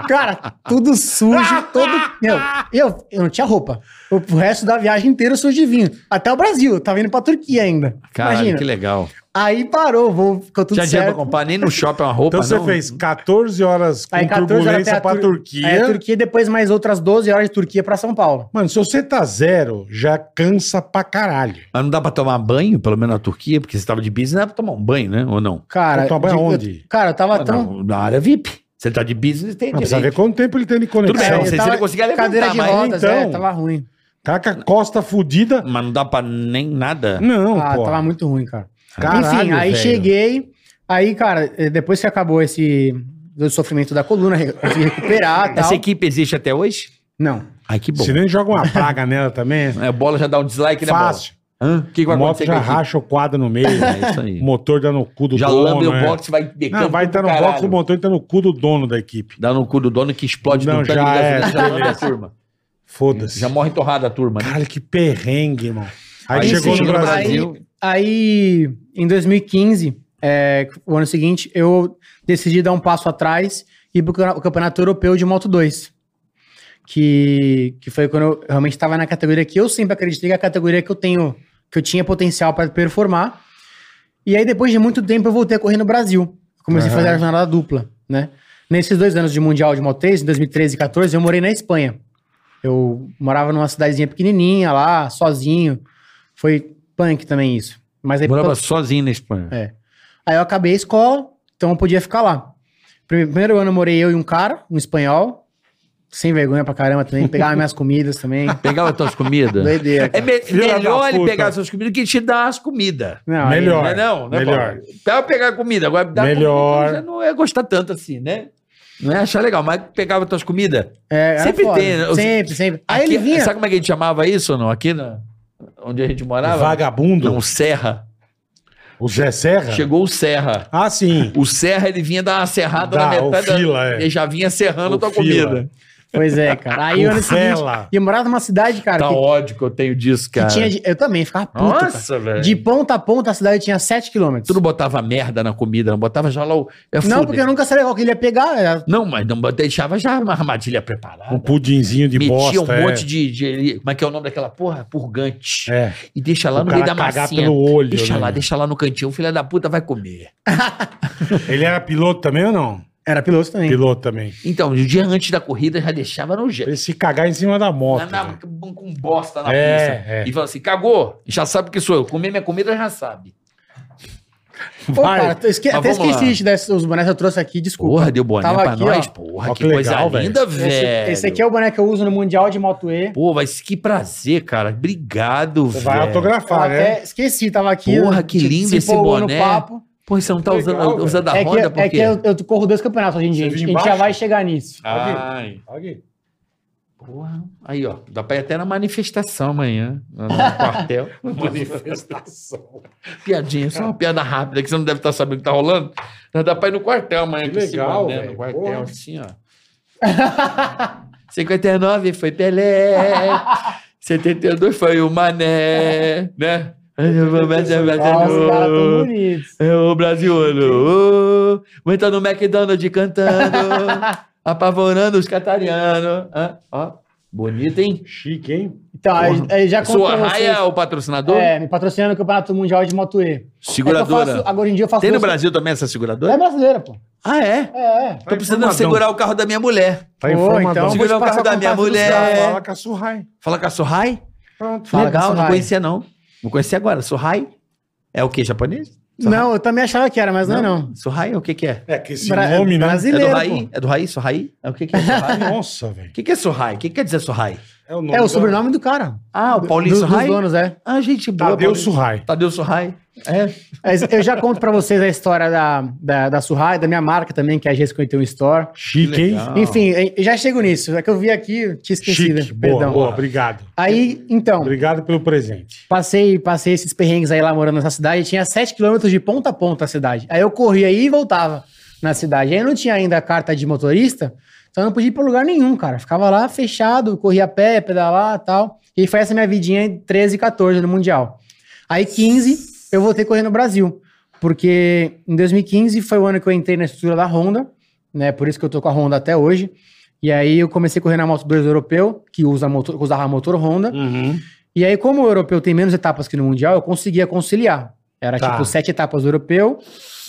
Cara, tudo sujo, todo. Meu, eu, eu não tinha roupa. O o resto da viagem inteira sujo de vinho. Até o Brasil, eu tava indo pra Turquia ainda.
Caralho,
Imagina.
que legal.
Aí parou, vou, ficou tudo
Já tinha pra
certo.
comprar nem no shopping é uma roupa,
Então você
não.
fez 14 horas com
Aí 14 horas até
turbulência
a
pra
Tur-
Turquia.
Aí a É, Turquia, depois mais outras 12 horas de Turquia pra São Paulo.
Mano, se você tá zero, já cansa pra caralho.
Mas não dá pra tomar banho, pelo menos na Turquia, porque você tava de business, dá pra tomar um banho, né? Ou não?
Cara.
Então, mas
de- eu-
onde?
cara, eu tava
Ah,
tão.
não, na área VIP. Você tá de business, tem
Não precisa ver
direito.
quanto tempo ele tem de
Tudo bem,
É,
não
eu
sei
conexão.
se
tava-
ele conseguia
Cadeira
levantar,
de
mas...
rodas,
então-
é, tava ruim.
Tá com a costa fudida.
mas não dá pra nem nada.
Não,
Ah,
pô.
tava muito ruim, cara.
Caralho,
Enfim, aí
velho.
cheguei. Aí, cara, eh, depois que acabou esse do sofrimento da coluna, re- consegui recuperar e tal.
Essa equipe existe até hoje?
Não.
Ai, que bom.
Se nem joga uma praga nela também,
A bola já dá um dislike na bola.
fácil.
Hã? O que, que vai
A moto
acontecer
já
com a equipe?
racha o quadro no meio.
É isso aí.
O motor dá no cu do
já
dono.
lambe o
né?
boxe, vai decando
Não, vai
pro
estar no
caralho.
box, o motor tá no cu do dono da equipe.
Dá no cu do dono que explode
Não,
no tanque
já
de
é,
gasolina, já morre a turma.
Foda-se.
Já morre torrada a turma, né?
Caralho, que perrengue, irmão. Aí,
Aí
chegou
sim,
no Brasil.
Aí, em 2015, eh, o ano seguinte, eu decidi dar um passo atrás e ir pro cana- o Campeonato Europeu de Moto 2. Que, que foi quando eu realmente estava na categoria que eu sempre acreditei que é a categoria que eu tenho, que eu tinha potencial para performar. E aí, depois de muito tempo, eu voltei a correr no Brasil. Comecei
Aham.
a fazer a jornada dupla, né? Nesses dois anos de Mundial de Moto 3, em 2013 e 2014, eu morei na Espanha. Eu morava numa cidadezinha pequenininha lá, sozinho. Foi punk também isso. Mas aí,
Morava sozinho na Espanha.
É. aí eu acabei a escola, então eu podia ficar lá. Prime- Primeiro ano eu morei eu e um cara, um espanhol, sem vergonha pra caramba também, pegava minhas comidas também.
Pegava tuas comidas?
Doideira.
É
cara.
me-
Filha da
melhor ele
puta.
pegar suas comidas que te dar as comidas.
Não, aí-
Melhor.
Não é não, né,
Melhor.
Paulo? Pegava pegar comida, agora dar
Melhor.
comida, já não é gostar tanto assim, né? Não é achar legal, mas pegava tuas comidas.
é, era
Sempre
foda.
tem, né? Os-
Sempre, sempre. Aí
Aqui-
ele vinha.
Sabe como é que a gente chamava isso ou não? Aqui na, onde a gente morava?
Vagabundo.
Não, o Serra.
O Zé Serra?
Chegou o Serra.
Ah, sim.
O Serra, ele vinha dar uma serrada
Dá,
na metade.
o fila, é.
Ele já vinha serrando
O
tua
fila.
comida.
Pois é, cara. Aí o ano seguinte.
Fela.
E eu morava numa cidade, cara,
Tá
que,
ódio que eu tenho disso,
que
cara.
tinha. de- eu também ficava puto, cara.
Nossa, velho.
De ponta a ponta a cidade tinha
Tu
7
não
quilômetros.
botava merda na comida, não botava já lá o. É
Não,
foda.
porque um eu nunca sabia qual que ele ia pegar. era-
Não, mas não bot- deixava já uma armadilha preparada.
Um pudinzinho de
Metia
bosta.
um
é.
monte de, de- Como é que é o nome daquela porra? Purgante.
É.
E deixa lá
O
no meio
cara
da
cagar
massinha.
pelo olho.
Deixa
né?
lá, deixa lá no cantinho. O filho da puta vai comer.
Ele era piloto também ou não?
Era piloto também.
Piloto também.
Então, o dia antes da corrida já deixava no jeito.
Ele se cagar em cima da
Lá
moto.
na-
né?
com bosta na
É,
pista.
é.
E fala assim: cagou, já sabe que sou eu. Comer minha comida já sabe.
Pô,
Vai.
cara, eu esque-
Mas
até
vamos lá.
esqueci de te dar esses- os bonés que eu trouxe aqui, desculpa.
Porra, deu boné
Tava
pra
aqui,
nós.
ó.
Porra,
Ó,
que,
que
coisa
legal, velho.
linda,
Esse,
velho.
esse aqui é um o boné que eu uso no Mundial de Moto E.
Pô, mas que prazer, cara. Obrigado,
Você
velho.
vai
Eu
autografar, né?
até esqueci, tava aqui.
Porra, que
se-
lindo
se
esse
empolgou
boné.
No papo.
Pô, você não tá
Legal,
usando,
velho.
usando a
É, que,
Honda por
é
quê?
que eu, eu corro dois campeonatos hoje em
Você
dia. A
viu
gente a gente já
embaixo?
vai chegar nisso.
Ai,
Aqui.
porra. Aí, ó. Dá pra ir até na manifestação amanhã, no quartel.
Manifestação.
Piadinha, só uma piada rápida que você não deve estar sabendo o que tá rolando. Mas dá pra ir no quartel amanhã.
Que
com esse
legal,
boné,
velho.
No quartel,
Porra.
assim, ó. 59 foi Pelé. 72 foi o Mané, né?
Nossa, os caras um tão bonitos.
É o Brasil, olha. Ô, Vou entrar no McDonald's cantando. apavorando os catarianos. Hã? Ó, bonito, hein?
Chique, hein?
Então,
Porra.
aí- aí já contou
Sua raia é
vocês,
o patrocinador?
é, me patrocinando o Campeonato Mundial de Moto E. É que eu
Seguradora.
faço- agora em dia eu faço...
Tem no
dois-
Brasil também essa
É
seguradora?
brasileira, pô.
Ah, é?
É, é.
Tô precisando
informadão.
segurar o carro da minha mulher.
Tá
Pô, então-
informadão.
vou te
Segurar o
passar
carro
o
da minha
contato do
mulher.
Fala com a Surrai.
Fala com a Sohai?
Pronto.
Fala com a
Legal, não
Sohai.
conhecia não. Não conhecia agora. Sohai é o quê? Japonês? Sohai?
Não, eu também achava que era, mas não, é não.
Sohai é o que que é?
É que esse
Bra-
nome, né?
É do
Brasileiro,
Raí?
pô.
É do Raí? Sohai? É o que que é Sohai?
Nossa, velho.
O que que é Sohai? O que que quer dizer Sohai?
nome
É
do-
o sobrenome do cara.
Ah, o
Do-
Paulinho
dos, dos
Sohai?
donos, é.
Ah, gente boa.
Tadeu
Paulinho.
Surrai.
Tadeu Sohai. É.
Mas Eu já conto pra vocês a história da, da, da Surrai, da minha marca também, que é a G51 Store.
Chique, hein?
Legal.
Enfim, eu já chego nisso. É que eu vi aqui, tinha esquecido.
Ah. Chique. Boa,
perdão.
boa. Obrigado.
Aí, então,
Obrigado pelo presente.
passei, passei esses perrengues aí lá morando nessa cidade. Tinha 7km de ponta a ponta a cidade. Aí eu corria aí e voltava na cidade. Aí eu não tinha ainda a carta de motorista, então eu não podia ir pra lugar nenhum, cara. Ficava lá fechado, corria a pé, pedalar e tal. E foi essa minha vidinha em 13, 14 no Mundial. Aí 15, eu voltei correndo no Brasil. Porque em 2015 foi o ano que eu entrei na estrutura da Honda, né? Por isso que eu tô com a Honda até hoje. E aí eu comecei a correr na Moto 2 europeu, que usa motor, que usava motor Honda. E aí, como o europeu tem menos etapas que no Mundial, eu conseguia conciliar. Era
Tá.
tipo sete etapas do europeu,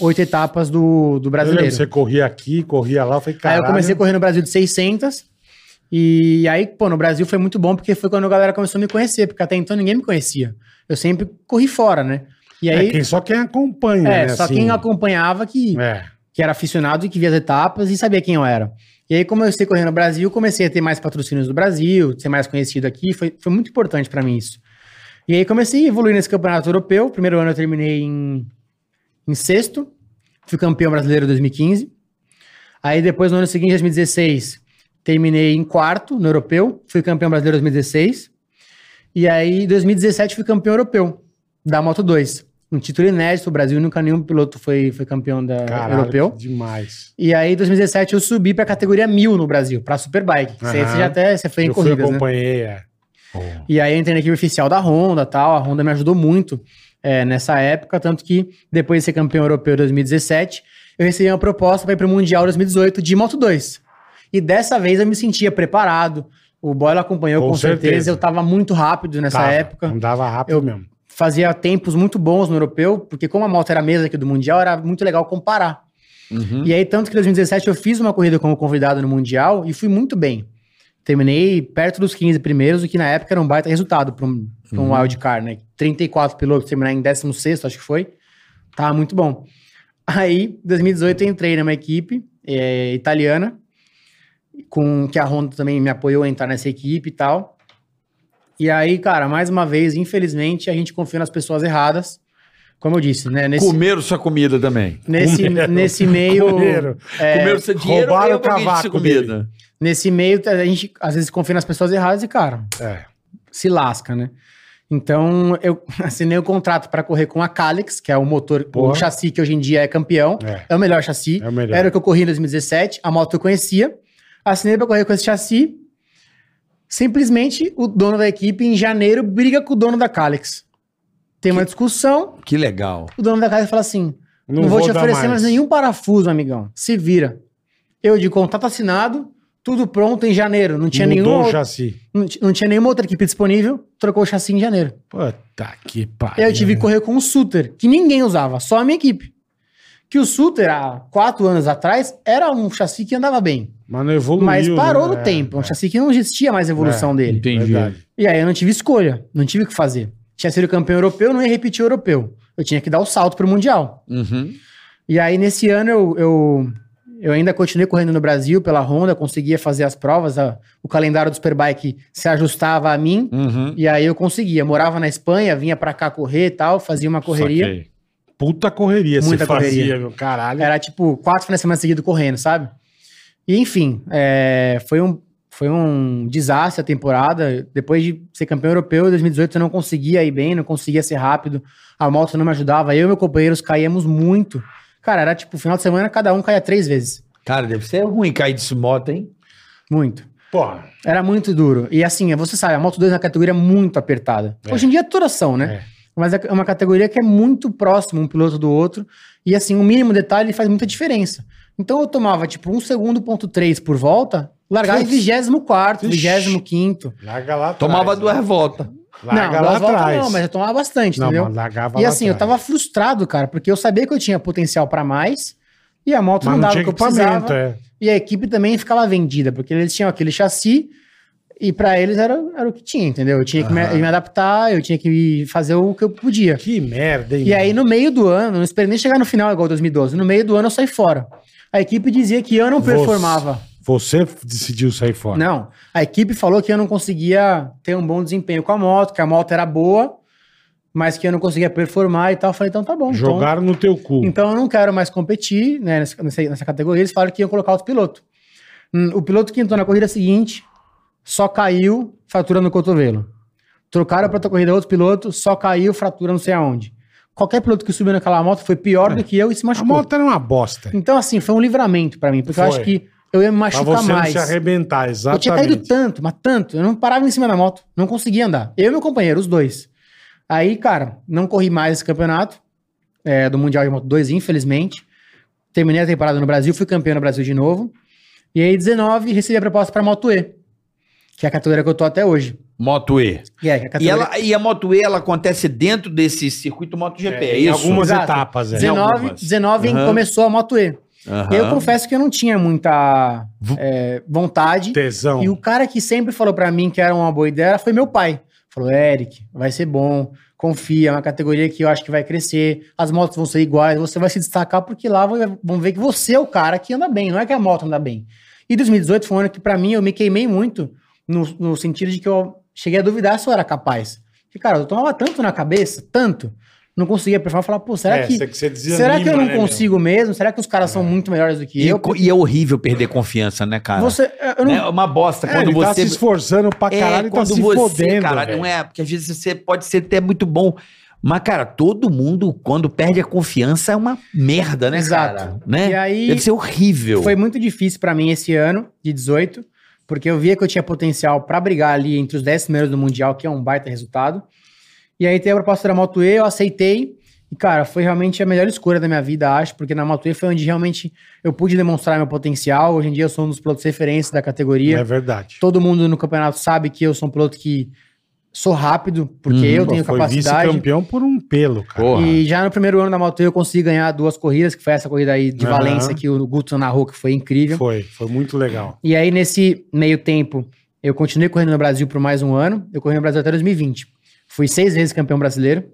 oito etapas do, do
Eu lembro,
brasileiro.
você corria aqui, corria lá, foi
Aí
caralho.
eu comecei a correr no Brasil de 600. E aí, pô, no Brasil foi muito bom, porque foi quando a galera começou a me conhecer, porque até então ninguém me conhecia. Eu sempre corri fora, né? E
É
aí,
quem, só quem acompanha,
é,
né?
só
assim.
quem acompanhava que
É.
que era aficionado e que via as etapas e sabia quem eu era. E aí comecei correndo no Brasil, comecei a ter mais patrocínios do Brasil, ser mais conhecido aqui, foi, foi muito importante pra mim isso. E aí comecei a evoluir nesse campeonato europeu, primeiro ano eu terminei em, em sexto, fui campeão brasileiro em 2015, aí depois no ano seguinte, 2016, terminei em quarto no europeu, fui campeão brasileiro em 2016, e aí em 2017 fui campeão europeu da Moto 2, um título inédito, o Brasil nunca nenhum piloto foi, foi campeão da
Caralho,
É, europeu.
que demais.
E aí, em 2017, eu subi pra categoria 1000 no Brasil, pra Superbike. Você
Aham.
você já até você foi em
eu fui
corridas, né?
acompanhei, é. Pô.
E aí, eu entrei na equipe oficial da Honda tal. A Honda me ajudou muito é, nessa época. Tanto que, depois de ser campeão europeu em 2017, eu recebi uma proposta pra ir pro Mundial 2018 de Moto 2. E dessa vez, eu me sentia preparado. O Boyle acompanhou
Com
com, certeza.
certeza.
Eu tava muito rápido nessa
Tava,
época
Andava rápido
Eu-
mesmo.
fazia tempos muito bons no europeu, porque como a moto era a mesma que do Mundial, era muito legal comparar.
Uhum.
E aí, tanto que em 2017 eu fiz uma corrida como convidado no Mundial e fui muito bem. Terminei perto dos 15 primeiros, o que na época era um baita resultado para um, pra
Uhum.
um wildcard, né? 34 pilotos, terminar em 16º, acho que foi. Tava muito bom. Aí, em 2018, eu entrei numa equipe eh, italiana, com que a Honda também me apoiou a entrar nessa equipe e tal. E aí, cara, mais uma vez, infelizmente, a gente confia nas pessoas erradas. Como eu disse, né? Nesse,
Comeram sua comida também.
nesse,
Comeram.
nesse meio.
Primeiro,
é,
Comeram seu dinheiro
roubaram
ganhou
o
um pouquinho de
cavaco
comida.
nesse meio, a gente às vezes confia nas pessoas erradas e, cara,
é.
se lasca, né? Então, eu assinei o contrato para correr com a Calix, que é o motor,
Porra.
o chassi que hoje em dia é campeão.
É.
É, o melhor chassi.
É o melhor.
Era o que eu corri em 2017, a moto eu conhecia. Assinei para correr com esse chassi. Simplesmente, o dono da equipe, em janeiro, briga com o dono da Calix. Tem uma discussão,
Que legal.
o dono da Calix fala assim, não, vou, te
dar
oferecer mais. nenhum parafuso, amigão. Se vira. Eu de contrato assinado, tudo pronto em janeiro. Não tinha,
Mudou
nenhuma,
o
outra-
chassi.
não, ti- não tinha nenhuma outra equipe disponível, trocou o chassi em janeiro.
Puta que
Aí
pariu. né?
eu tive que correr com um Suter, que ninguém usava, só a minha equipe. Que o Suter, há quatro anos atrás, era um chassi que andava bem.
Mas não evoluiu.
Mas parou
né?
no
É,
tempo. Um
é,
chassi que não existia mais a evolução dele.
Entendi.
verdade.
E aí eu não tive escolha, não tive o que fazer. Tinha sido campeão europeu, não ia repetir o europeu. Eu tinha que dar o salto pro Mundial.
Uhum.
E aí, nesse ano, eu, eu, eu ainda continuei correndo no Brasil pela Honda, conseguia fazer as provas, a- o calendário do Superbike se ajustava a mim,
Uhum.
e aí eu conseguia. Morava na Espanha, vinha pra cá correr e tal, fazia uma correria.
Saquei.
Puta correria
Muita
você fazia,
correria.
meu caralho.
Era tipo quatro finais de semana seguido correndo, sabe? E enfim, é, foi, um, foi um desastre a temporada. Depois de ser campeão europeu em 2018, eu não conseguia ir bem, não conseguia ser rápido. A moto não me ajudava. Eu e meus companheiros caíamos muito. Cara, era tipo, final de semana cada um caía três vezes.
Cara, deve ser ruim cair de moto, hein?
Muito.
Porra,
Era muito duro. E assim, você sabe, a Moto 2 é uma categoria muito apertada.
É.
Hoje em dia todas são, né? Mas é uma categoria que é muito próximo um piloto do outro. E assim, o mínimo detalhe faz muita diferença. Então eu tomava tipo um segundo ponto três por volta, largava em 24,
Ixi.
25.
Larga lá atrás.
Tomava
né?
duas voltas.
Larga
não,
lá
duas voltas
atrás.
não, mas eu tomava bastante,
Não,
entendeu?
mas largava
E
lá
assim, eu
atrás.
tava frustrado, cara, porque eu sabia que eu tinha potencial pra mais e a moto
Mas
não
não
dava o
tinha
que eu
equipamento,
precisava.
é.
E a equipe também ficava vendida, porque eles tinham aquele chassi e pra eles era, era o que tinha, entendeu? Eu tinha que me, me adaptar, eu tinha que fazer o que eu podia.
é. Que merda, hein?
E aí, no meio do ano, não esperei nem chegar no final igual 2012, no meio do ano eu saí fora. A equipe dizia que eu não
Você-
performava.
Você decidiu sair fora.
Não, a equipe falou que eu não conseguia ter um bom desempenho com a moto, que a moto era boa, mas que eu não conseguia performar e tal. Eu falei, então tá bom. então-
Jogaram no teu cu.
então eu não quero mais competir né, nessa, nessa- nessa categoria. Eles falaram que iam colocar outro piloto. Hum, O piloto que entrou na corrida seguinte só caiu, fratura no cotovelo. Trocaram para outra corrida outro piloto, só caiu, fratura não sei aonde. Qualquer piloto que subiu naquela moto foi pior do que eu e se
É. a
machucou.
moto era uma bosta.
Então, assim, foi um livramento para mim, porque eu
Foi.
acho que eu ia me
Pra
machucar
você
mais.
não se arrebentar,
Eu tinha caído
exatamente.
tanto, mas tanto. Eu não parava em cima da moto. Não conseguia andar. Eu e meu companheiro, os dois. Aí, cara, não corri mais esse campeonato é, do Mundial de Moto 2, infelizmente. Terminei a temporada no Brasil, fui campeão no Brasil de novo. E aí, 19, recebi a proposta pra Moto E, que é a categoria que eu tô até hoje.
Moto E.
E, é, que é a
E,
categoria-
ela, e a Moto E ela acontece dentro desse circuito MotoGP, é,
em
isso?
algumas
Exato.
etapas, é.
19,
algumas.
19
Aham.
começou a Moto E.
Aham.
E Eu confesso que eu não tinha muita
Vo-
é, vontade.
Tesão.
E o cara que sempre falou pra mim que era uma boa ideia foi meu pai. Falou, Eric, vai ser bom, confia, é uma categoria que eu acho que vai crescer, as motos vão ser iguais, você vai se destacar porque lá vai- vão ver que você é o cara que anda bem, não é que a moto anda bem. E 2018 foi um ano que pra mim eu me queimei muito, no, no sentido de que eu cheguei a duvidar se eu era capaz. Porque, cara, eu tomava tanto na cabeça, tanto, não conseguia performar, falar, pô, será
É,
que...
cê- cê desanima,
Será que eu não
né, meu?
consigo mesmo? Será que os caras são muito melhores do que
E,
eu?
co- e é horrível perder confiança, né, cara?
Você, eu não
É uma bosta
É,
quando
ele tá se
você. É,
esforçando pra
É,
caralho e tá se fodendo.
cara,
velho.
não é, porque às vezes você pode ser até muito bom, mas cara, todo mundo quando perde a confiança é uma merda, né,
Exato.
cara? Né?
E aí-
Deve ser horrível.
Foi muito difícil pra mim esse ano de 18, porque eu via que eu tinha potencial pra brigar ali entre os 10 primeiros do Mundial, que é um baita resultado. E aí tem a proposta da Moto E, eu aceitei. E, cara, foi realmente a melhor escolha da minha vida, acho, porque na Moto E foi onde realmente eu pude demonstrar meu potencial. Hoje em dia eu sou um dos pilotos referência da categoria.
É verdade.
Todo mundo no campeonato sabe que eu sou um piloto que sou rápido, porque
Uhum.
eu
Pô,
tenho
foi
capacidade.
vice-campeão por um pelo, cara.
Porra.
E já no primeiro ano da Moto E eu consegui ganhar duas corridas, que foi essa corrida aí de
Aham.
Valência que o Guto narrou, que foi incrível.
Foi, foi muito legal.
E aí, nesse meio tempo, eu continuei correndo no Brasil por mais um ano. Eu corri no Brasil até 2020. Fui seis vezes campeão brasileiro.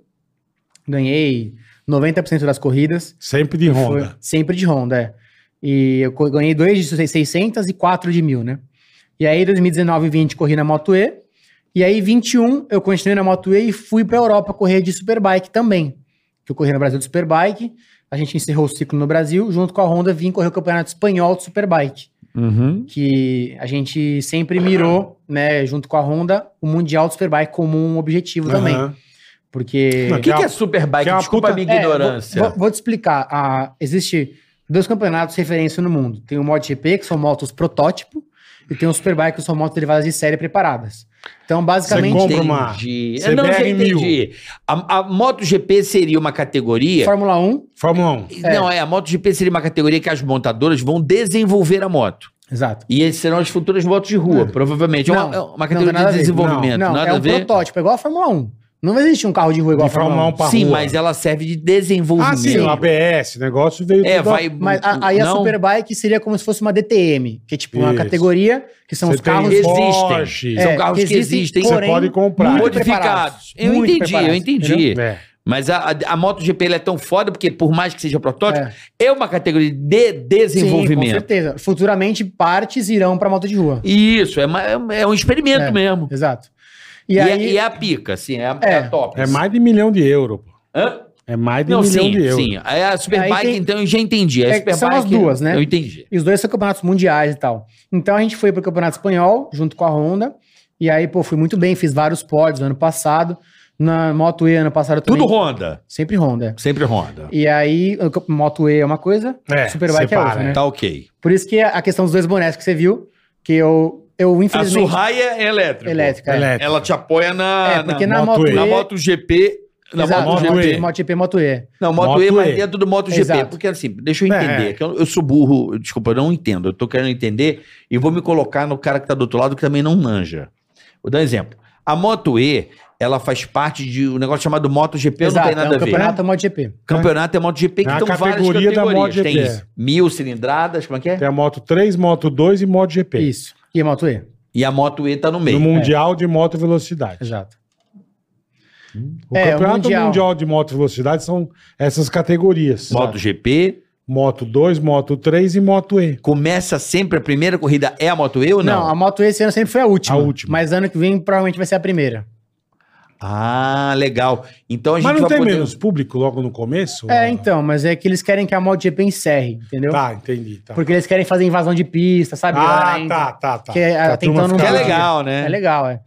Ganhei 90% das corridas.
Sempre de
Foi
Honda.
sempre de Honda, é. E eu co- ganhei dois de 600 e quatro de mil, né? E aí, 2019 e 20, corri na Moto E. E aí, 21, eu continuei na Moto E e fui pra Europa correr de Superbike também. Que eu corri no Brasil de Superbike. A gente encerrou o ciclo no Brasil. Junto com a Honda, vim correr o Campeonato Espanhol de Superbike
Uhum.
que a gente sempre mirou, né, junto com a Honda, o Mundial do Superbike como um objetivo também.
Aham.
Porque.
O que, que é Superbike?
que é uma
Desculpa
puta-
a minha
É,
ignorância.
vou, vou- vou te explicar. Ah, existe dois campeonatos de referência no mundo. Tem o MotoGP, que são motos protótipo, e tem o Superbike, que são motos derivadas de série preparadas. Então, basicamente,
compra uma-
Entendi.
Você
Não, já
bebe mil.
entendi. A, a MotoGP seria uma categoria.
Fórmula 1.
Fórmula 1.
Não, é, a MotoGP seria uma categoria que as montadoras vão desenvolver a moto.
Exato.
E eles serão as futuras motos de rua, provavelmente. É
Não,
uma, é uma
não,
categoria
nada a
de
ver.
desenvolvimento.
Não,
nada
é
a
um
ver.
protótipo, é igual a Fórmula 1. Não existe um carro de rua igual a um.
De Fórmula 1 pra
Sim,
rua.
mas é ela serve de desenvolvimento.
Ah, sim, o ABS, o negócio veio
É,
tudo-
vai.
Mas a- aí é a
não,
Superbike seria como se fosse uma DTM, que é tipo uma
Isso.
categoria, que são
Você
os
tem
carros
Existem.
Porsche.
São
É,
carros que existem,
Você
porém,
pode comprar.
muito
modificados.
preparados,
Eu
muito
entendi, eu
preparados,
entendi.
entendeu?
É.
Mas a, a, a MotoGP ela é tão foda, porque por mais que seja protótipo,
É.
é, uma categoria de
Sim, com
desenvolvimento.
certeza. Futuramente partes irão pra moto de rua.
Isso, é, ma- é um experimento
É.
mesmo.
Exato. E,
E, é-
aí,
e é a pica, assim, é a,
É.
é a top.
É mais de milhão de euro. pô.
Hã?
É mais de
Não,
milhão
sim,
de euro.
sim. É a Superbike,
Aí tem-
então eu já entendi. É, a
É,
Superbike,
são as duas, né?
Eu entendi.
e os dois são campeonatos mundiais e tal. Então a gente foi pro campeonato espanhol junto com a Honda. E aí, pô, fui muito bem, fiz vários pódios no ano passado. Na Moto E ano passado eu também.
Tudo Honda.
Sempre Honda.
Sempre Honda.
E aí, o camp- Moto E é uma coisa,
É,
Superbike é
separa,
outra, né?
Tá ok.
Por isso que a questão dos dois bonés que você viu, que eu, eu
A
infelizmente.
Surraia é elétrica.
elétrica. é.
Elétrico.
Ela te apoia na,
É, porque na,
Moto
Moto,
E.
E,
na, na MotoGP. Não,
Exato,
Moto
Moto,
G.
E.
MotoGP, MotoGP, Moto E.
Não, Moto,
Moto
E, mas
E.
dentro do MotoGP.
Exato.
Porque assim, deixa eu entender.
É.
que eu, eu sou burro, desculpa, eu não entendo. Eu tô querendo entender e vou me colocar no cara que tá do outro lado que também não manja. Vou dar um exemplo. A Moto E, ela faz parte de um negócio chamado MotoGP, não tem
Exato, é
nada
um
a ver.
campeonato MotoGP.
Campeonato é MotoGP, que
É a
estão várias
categoria da
categorias.
MotoGP.
Tem mil cilindradas, como é que é?
Tem a Moto 3, Moto 2 e Moto GP.
Isso. E a Moto E.
E a Moto E tá no meio.
No Mundial de Moto Velocidade.
Exato.
O
É, o
Campeonato mundial.
Mundial.
de Moto Velocidade são essas categorias.
Moto GP,
Moto 2, Moto 3 e Moto E.
começa sempre a primeira corrida é a Moto E ou
Não,
não?
a Moto E esse ano sempre foi a última.
A última.
Mas ano que vem provavelmente vai ser a primeira.
Ah, legal. Então a gente
Mas não
vai
tem
poder...
menos público logo no começo?
É, então, mas é que eles querem que a MotoGP encerre, entendeu?
Tá, entendi. Tá.
Porque eles querem fazer invasão de pista, sabe? Lá,
Ah,
hein?
tá, tá, tá.
Que é,
Que a
tentando
turma
não-
Que
fica-
é legal, né?
É legal, é.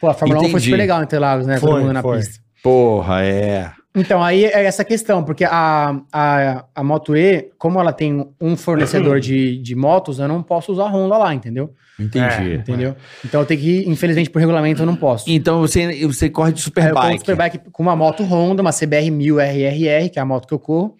Pô, a Fórmula 1 foi
Entendi.
super legal em Interlagos, né?
Foi,
Todo mundo na
foi.
pista.
Porra, é.
Então, aí é essa questão, porque a, a, a Moto E, como ela tem um fornecedor de, de motos, eu não posso usar Honda lá, entendeu?
Entendi.
Entendeu? Então eu tenho que, infelizmente, por regulamento, eu não posso.
Então você, você corre de
Aí É, eu corro
superbike.
Superbike com uma moto Honda, uma CBR 1000 RRR, que é a moto que eu corro.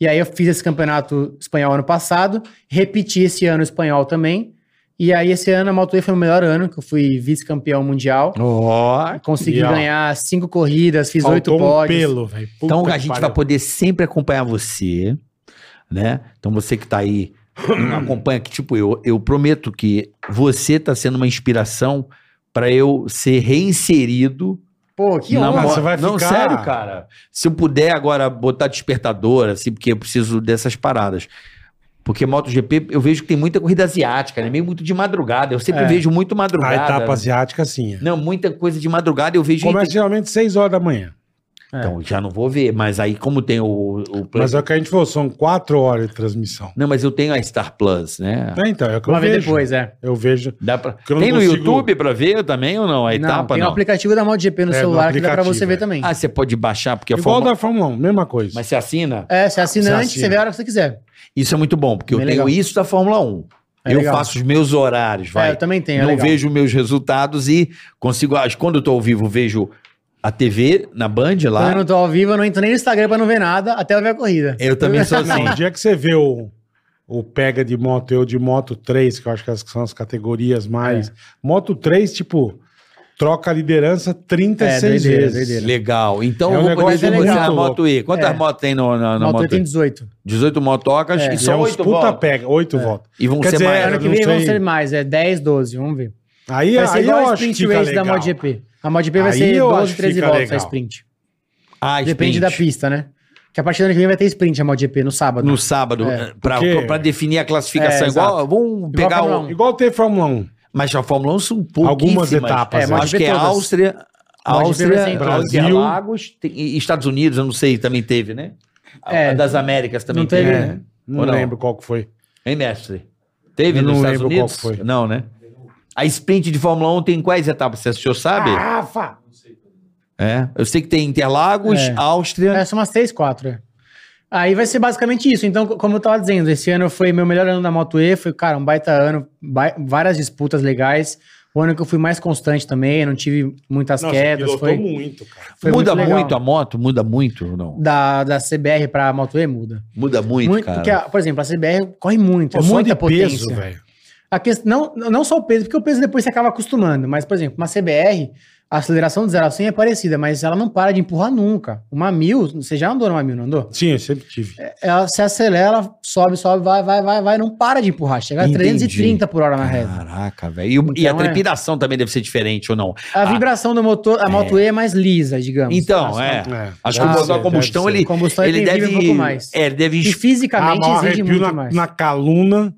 E aí eu fiz esse campeonato espanhol ano passado, repeti esse ano espanhol também. E aí esse ano a Moto E foi o melhor ano, que eu fui vice-campeão mundial.
Ó.
Consegui
E, ó,
ganhar cinco corridas, fiz
Faltou
oito
um
pódios.
pelo, velho. Puta
Então
que
a gente
pariu.
vai poder sempre acompanhar você, né? Então você que tá aí, não acompanha, que tipo eu, eu prometo que você tá sendo uma inspiração pra eu ser reinserido.
Pô, que
na
honra.
mo-
você vai
Não,
ficar-
sério, cara. Se eu puder agora botar despertador, assim, porque eu preciso dessas paradas. Porque MotoGP, eu vejo que tem muita corrida asiática, né? Meio muito de madrugada. Eu sempre
É.
vejo muito
A
madrugada. né?
etapa tá asiática, sim. é.
Não, muita coisa de madrugada eu vejo.
Começa geralmente 6 horas da manhã.
Então, já não vou ver, mas aí como tem o, o Play-
Mas é o que a gente falou, são 4 horas de transmissão.
Não, mas eu tenho a Star Plus, né?
É, então, é o que
Uma
eu
vez
vejo.
depois, é.
Eu vejo.
Dá pra...
Que eu não
Tem no
consigo-
YouTube pra ver também ou não? A etapa
tem
não.
um aplicativo da MotoGP no
É, no
celular que dá pra
aplicativo,
você
é.
ver também.
Ah, você pode baixar, porque a
Igual
forma.
da Fórmula 1, mesma coisa.
Mas você assina?
É, você é assinante,
assina.
você vê a hora que você quiser.
Isso é muito bom, porque eu
Bem
tenho
legal.
isso da Fórmula 1.
É
eu
legal.
faço os meus horários, vai.
É, eu também tenho, é
não
legal.
vejo meus resultados e consigo. ah, Quando eu tô ao vivo, vejo a TV na Band
Quando
lá.
eu não tô ao vivo, eu não entro nem no Instagram pra não ver nada, até eu ver a corrida. É,
Eu também sou assim.
Não, Então, o dia que você vê o, o pega de moto, eu de moto 3, que eu acho que as- são as categorias mais.
É.
Moto 3, tipo, troca a liderança 36
É, doideira,
vezes.
doideira.
Legal. Então
É
eu
um
vou poder
negócio
ver você
muito
na
louco.
Moto E. Quantas
É.
motos tem no, na, na
Moto
Moto
E tem
E?
18.
18 motocas
É.
e
E é
só
uns
oito
puta
voltas.
pega, 8 voltas.
E vão
Quer
ser
dizer,
mais.
eu
Ano que
não
vem vão
sei.
ser mais, é 10, 12, vamos ver.
Aí,
Vai ser
aí eu
igual a
acho que
sprint
fica
race
legal.
da MotoGP. A MotoGP vai
Aí
ser
eu acho
12,
que
13
fica
voltas
legal.
a sprint.
Ah,
Depende
sprint.
da pista, né? Que a partir do ano que vem vai ter sprint a MotoGP no sábado.
No sábado,
É.
pra,
Porque-
pra definir a classificação.
É,
igual, vamos pegar
Fórmula
o.
um.
Igual ter Fórmula 1.
Mas a Fórmula 1 são
Algumas
pouquíssimas.
etapas,
É,
Eu
né?
acho que é
todas.
Áustria,
Pode ver
Áustria,
sem
Brasil.
Interlagos tem- e Estados Unidos, eu não sei, também teve, né? A-
É.
a das Américas também
Não
teve,
teve,
né?
É. Não
Ou não?
lembro qual que foi.
Hein, mestre? Teve
Eu
nos
não
Estados
lembro qual
Unidos?
foi.
Não, né? A sprint de Fórmula 1 tem quais etapas? Você- O senhor sabe?
Rafa!
É. Eu sei que tem Interlagos,
É.
Áustria.
É, são umas 3, 4. é. Aí vai ser basicamente isso. Então, co- como eu tava dizendo, esse ano foi meu melhor ano da Moto E, foi, cara, um baita ano, bai- várias disputas legais. O ano que eu fui mais constante também, não tive muitas
Nossa,
quedas.
pilotou
Foi,
muito, cara.
foi
muda
muito
muito,
legal.
a moto? Muda muito ou não?
da, da CBR pra Moto E muda.
Muda muito,
Muito,
cara.
porque, a- por exemplo, a CBR corre muito, é
Pô, muito
muita
de
potência.
peso, velho.
A questão, não, não só o peso, porque o peso depois você acaba acostumando. Mas, por exemplo, uma CBR, a aceleração de 0 a 100 é parecida, mas ela não para de empurrar nunca. Uma mil, você já andou numa mil, não andou?
Sim, eu sempre tive.
É.
Ela se acelera, ela sobe, sobe, vai, vai, vai, vai, não para de empurrar. Chega a
Entendi.
330 por hora na reta.
Caraca, velho. E o- E, a
Então, é.
trepidação também deve ser diferente ou não?
A
Ah.
vibração do motor, a moto E é mais lisa, digamos.
Então,
A-
é.
É,
Acho que
deve
o motor
ser,
a combustão,
deve
ele,
ser. Combustão,
ele
ele
deve...
vive um pouco mais.
É, ele deve...
E
es-
Ah,
fisicamente
mas o
exige
arrepio
muito
na,
mais.
na caluna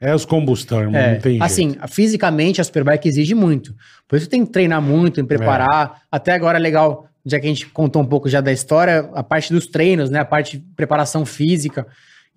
é os combustão, irmão.
É,
Não tem jeito.
assim, fisicamente a Superbike exige muito. Por isso tem que treinar muito, em preparar. Até agora é legal, já que a gente contou um pouco já da história, a parte dos treinos, né? A parte de preparação física.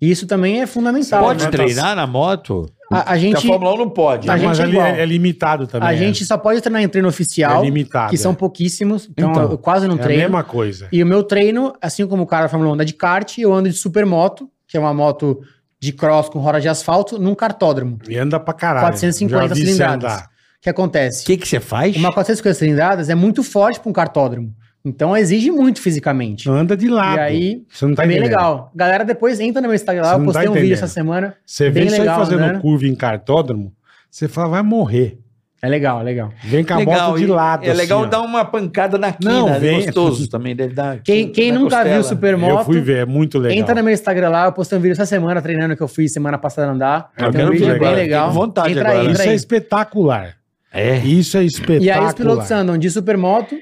E isso também é fundamental.
Pode
né?
treinar na moto?
A, a
Porque
gente,
a Fórmula 1 não pode.
a
né?
gente
mas
é
ali
igual.
é, é limitado também.
a
é.
gente só pode treinar em treino oficial,
É limitado,
que são
é.
pouquíssimos. Então,
Então,
eu quase não
é a
treino.
mesma coisa.
E o meu treino, assim como o cara da Fórmula 1 anda de kart, eu ando de supermoto, que é uma moto de cross com roda de asfalto, num cartódromo.
E anda pra caralho.
450
Já vi você
cilindradas.
andar.
O que acontece?
O que que você faz?
Uma 450 cilindradas é muito forte para um cartódromo. Então exige muito fisicamente.
Anda de lado.
E aí,
Você não tá
é bem
entendendo.
legal. Galera, depois entra no meu Instagram lá,
Você
eu
não
postei
tá
um vídeo
entendendo.
essa semana.
Você vê
Bem
isso aí
legal,
fazendo
né?
curva em cartódromo, você fala, vai morrer.
É legal, é legal.
Vem com a moto de
e
lado.
É legal
assim, ó.
dar uma pancada na quina,
Não,
é
vem.
gostoso também, deve dar.
Quem, quem
na
nunca
costela.
viu Supermoto,
Eu fui ver, é muito legal.
entra no meu Instagram lá, eu postei um vídeo essa semana treinando que eu fiz semana passada andar.
É, eu
Tem
quero
um vídeo
ver
bem
agora,
legal.
fiquei com vontade
entra
agora,
aí,
né?
entra
Isso é
aí.
espetacular.
É.
Isso é espetacular.
E aí os pilotos andam de supermoto,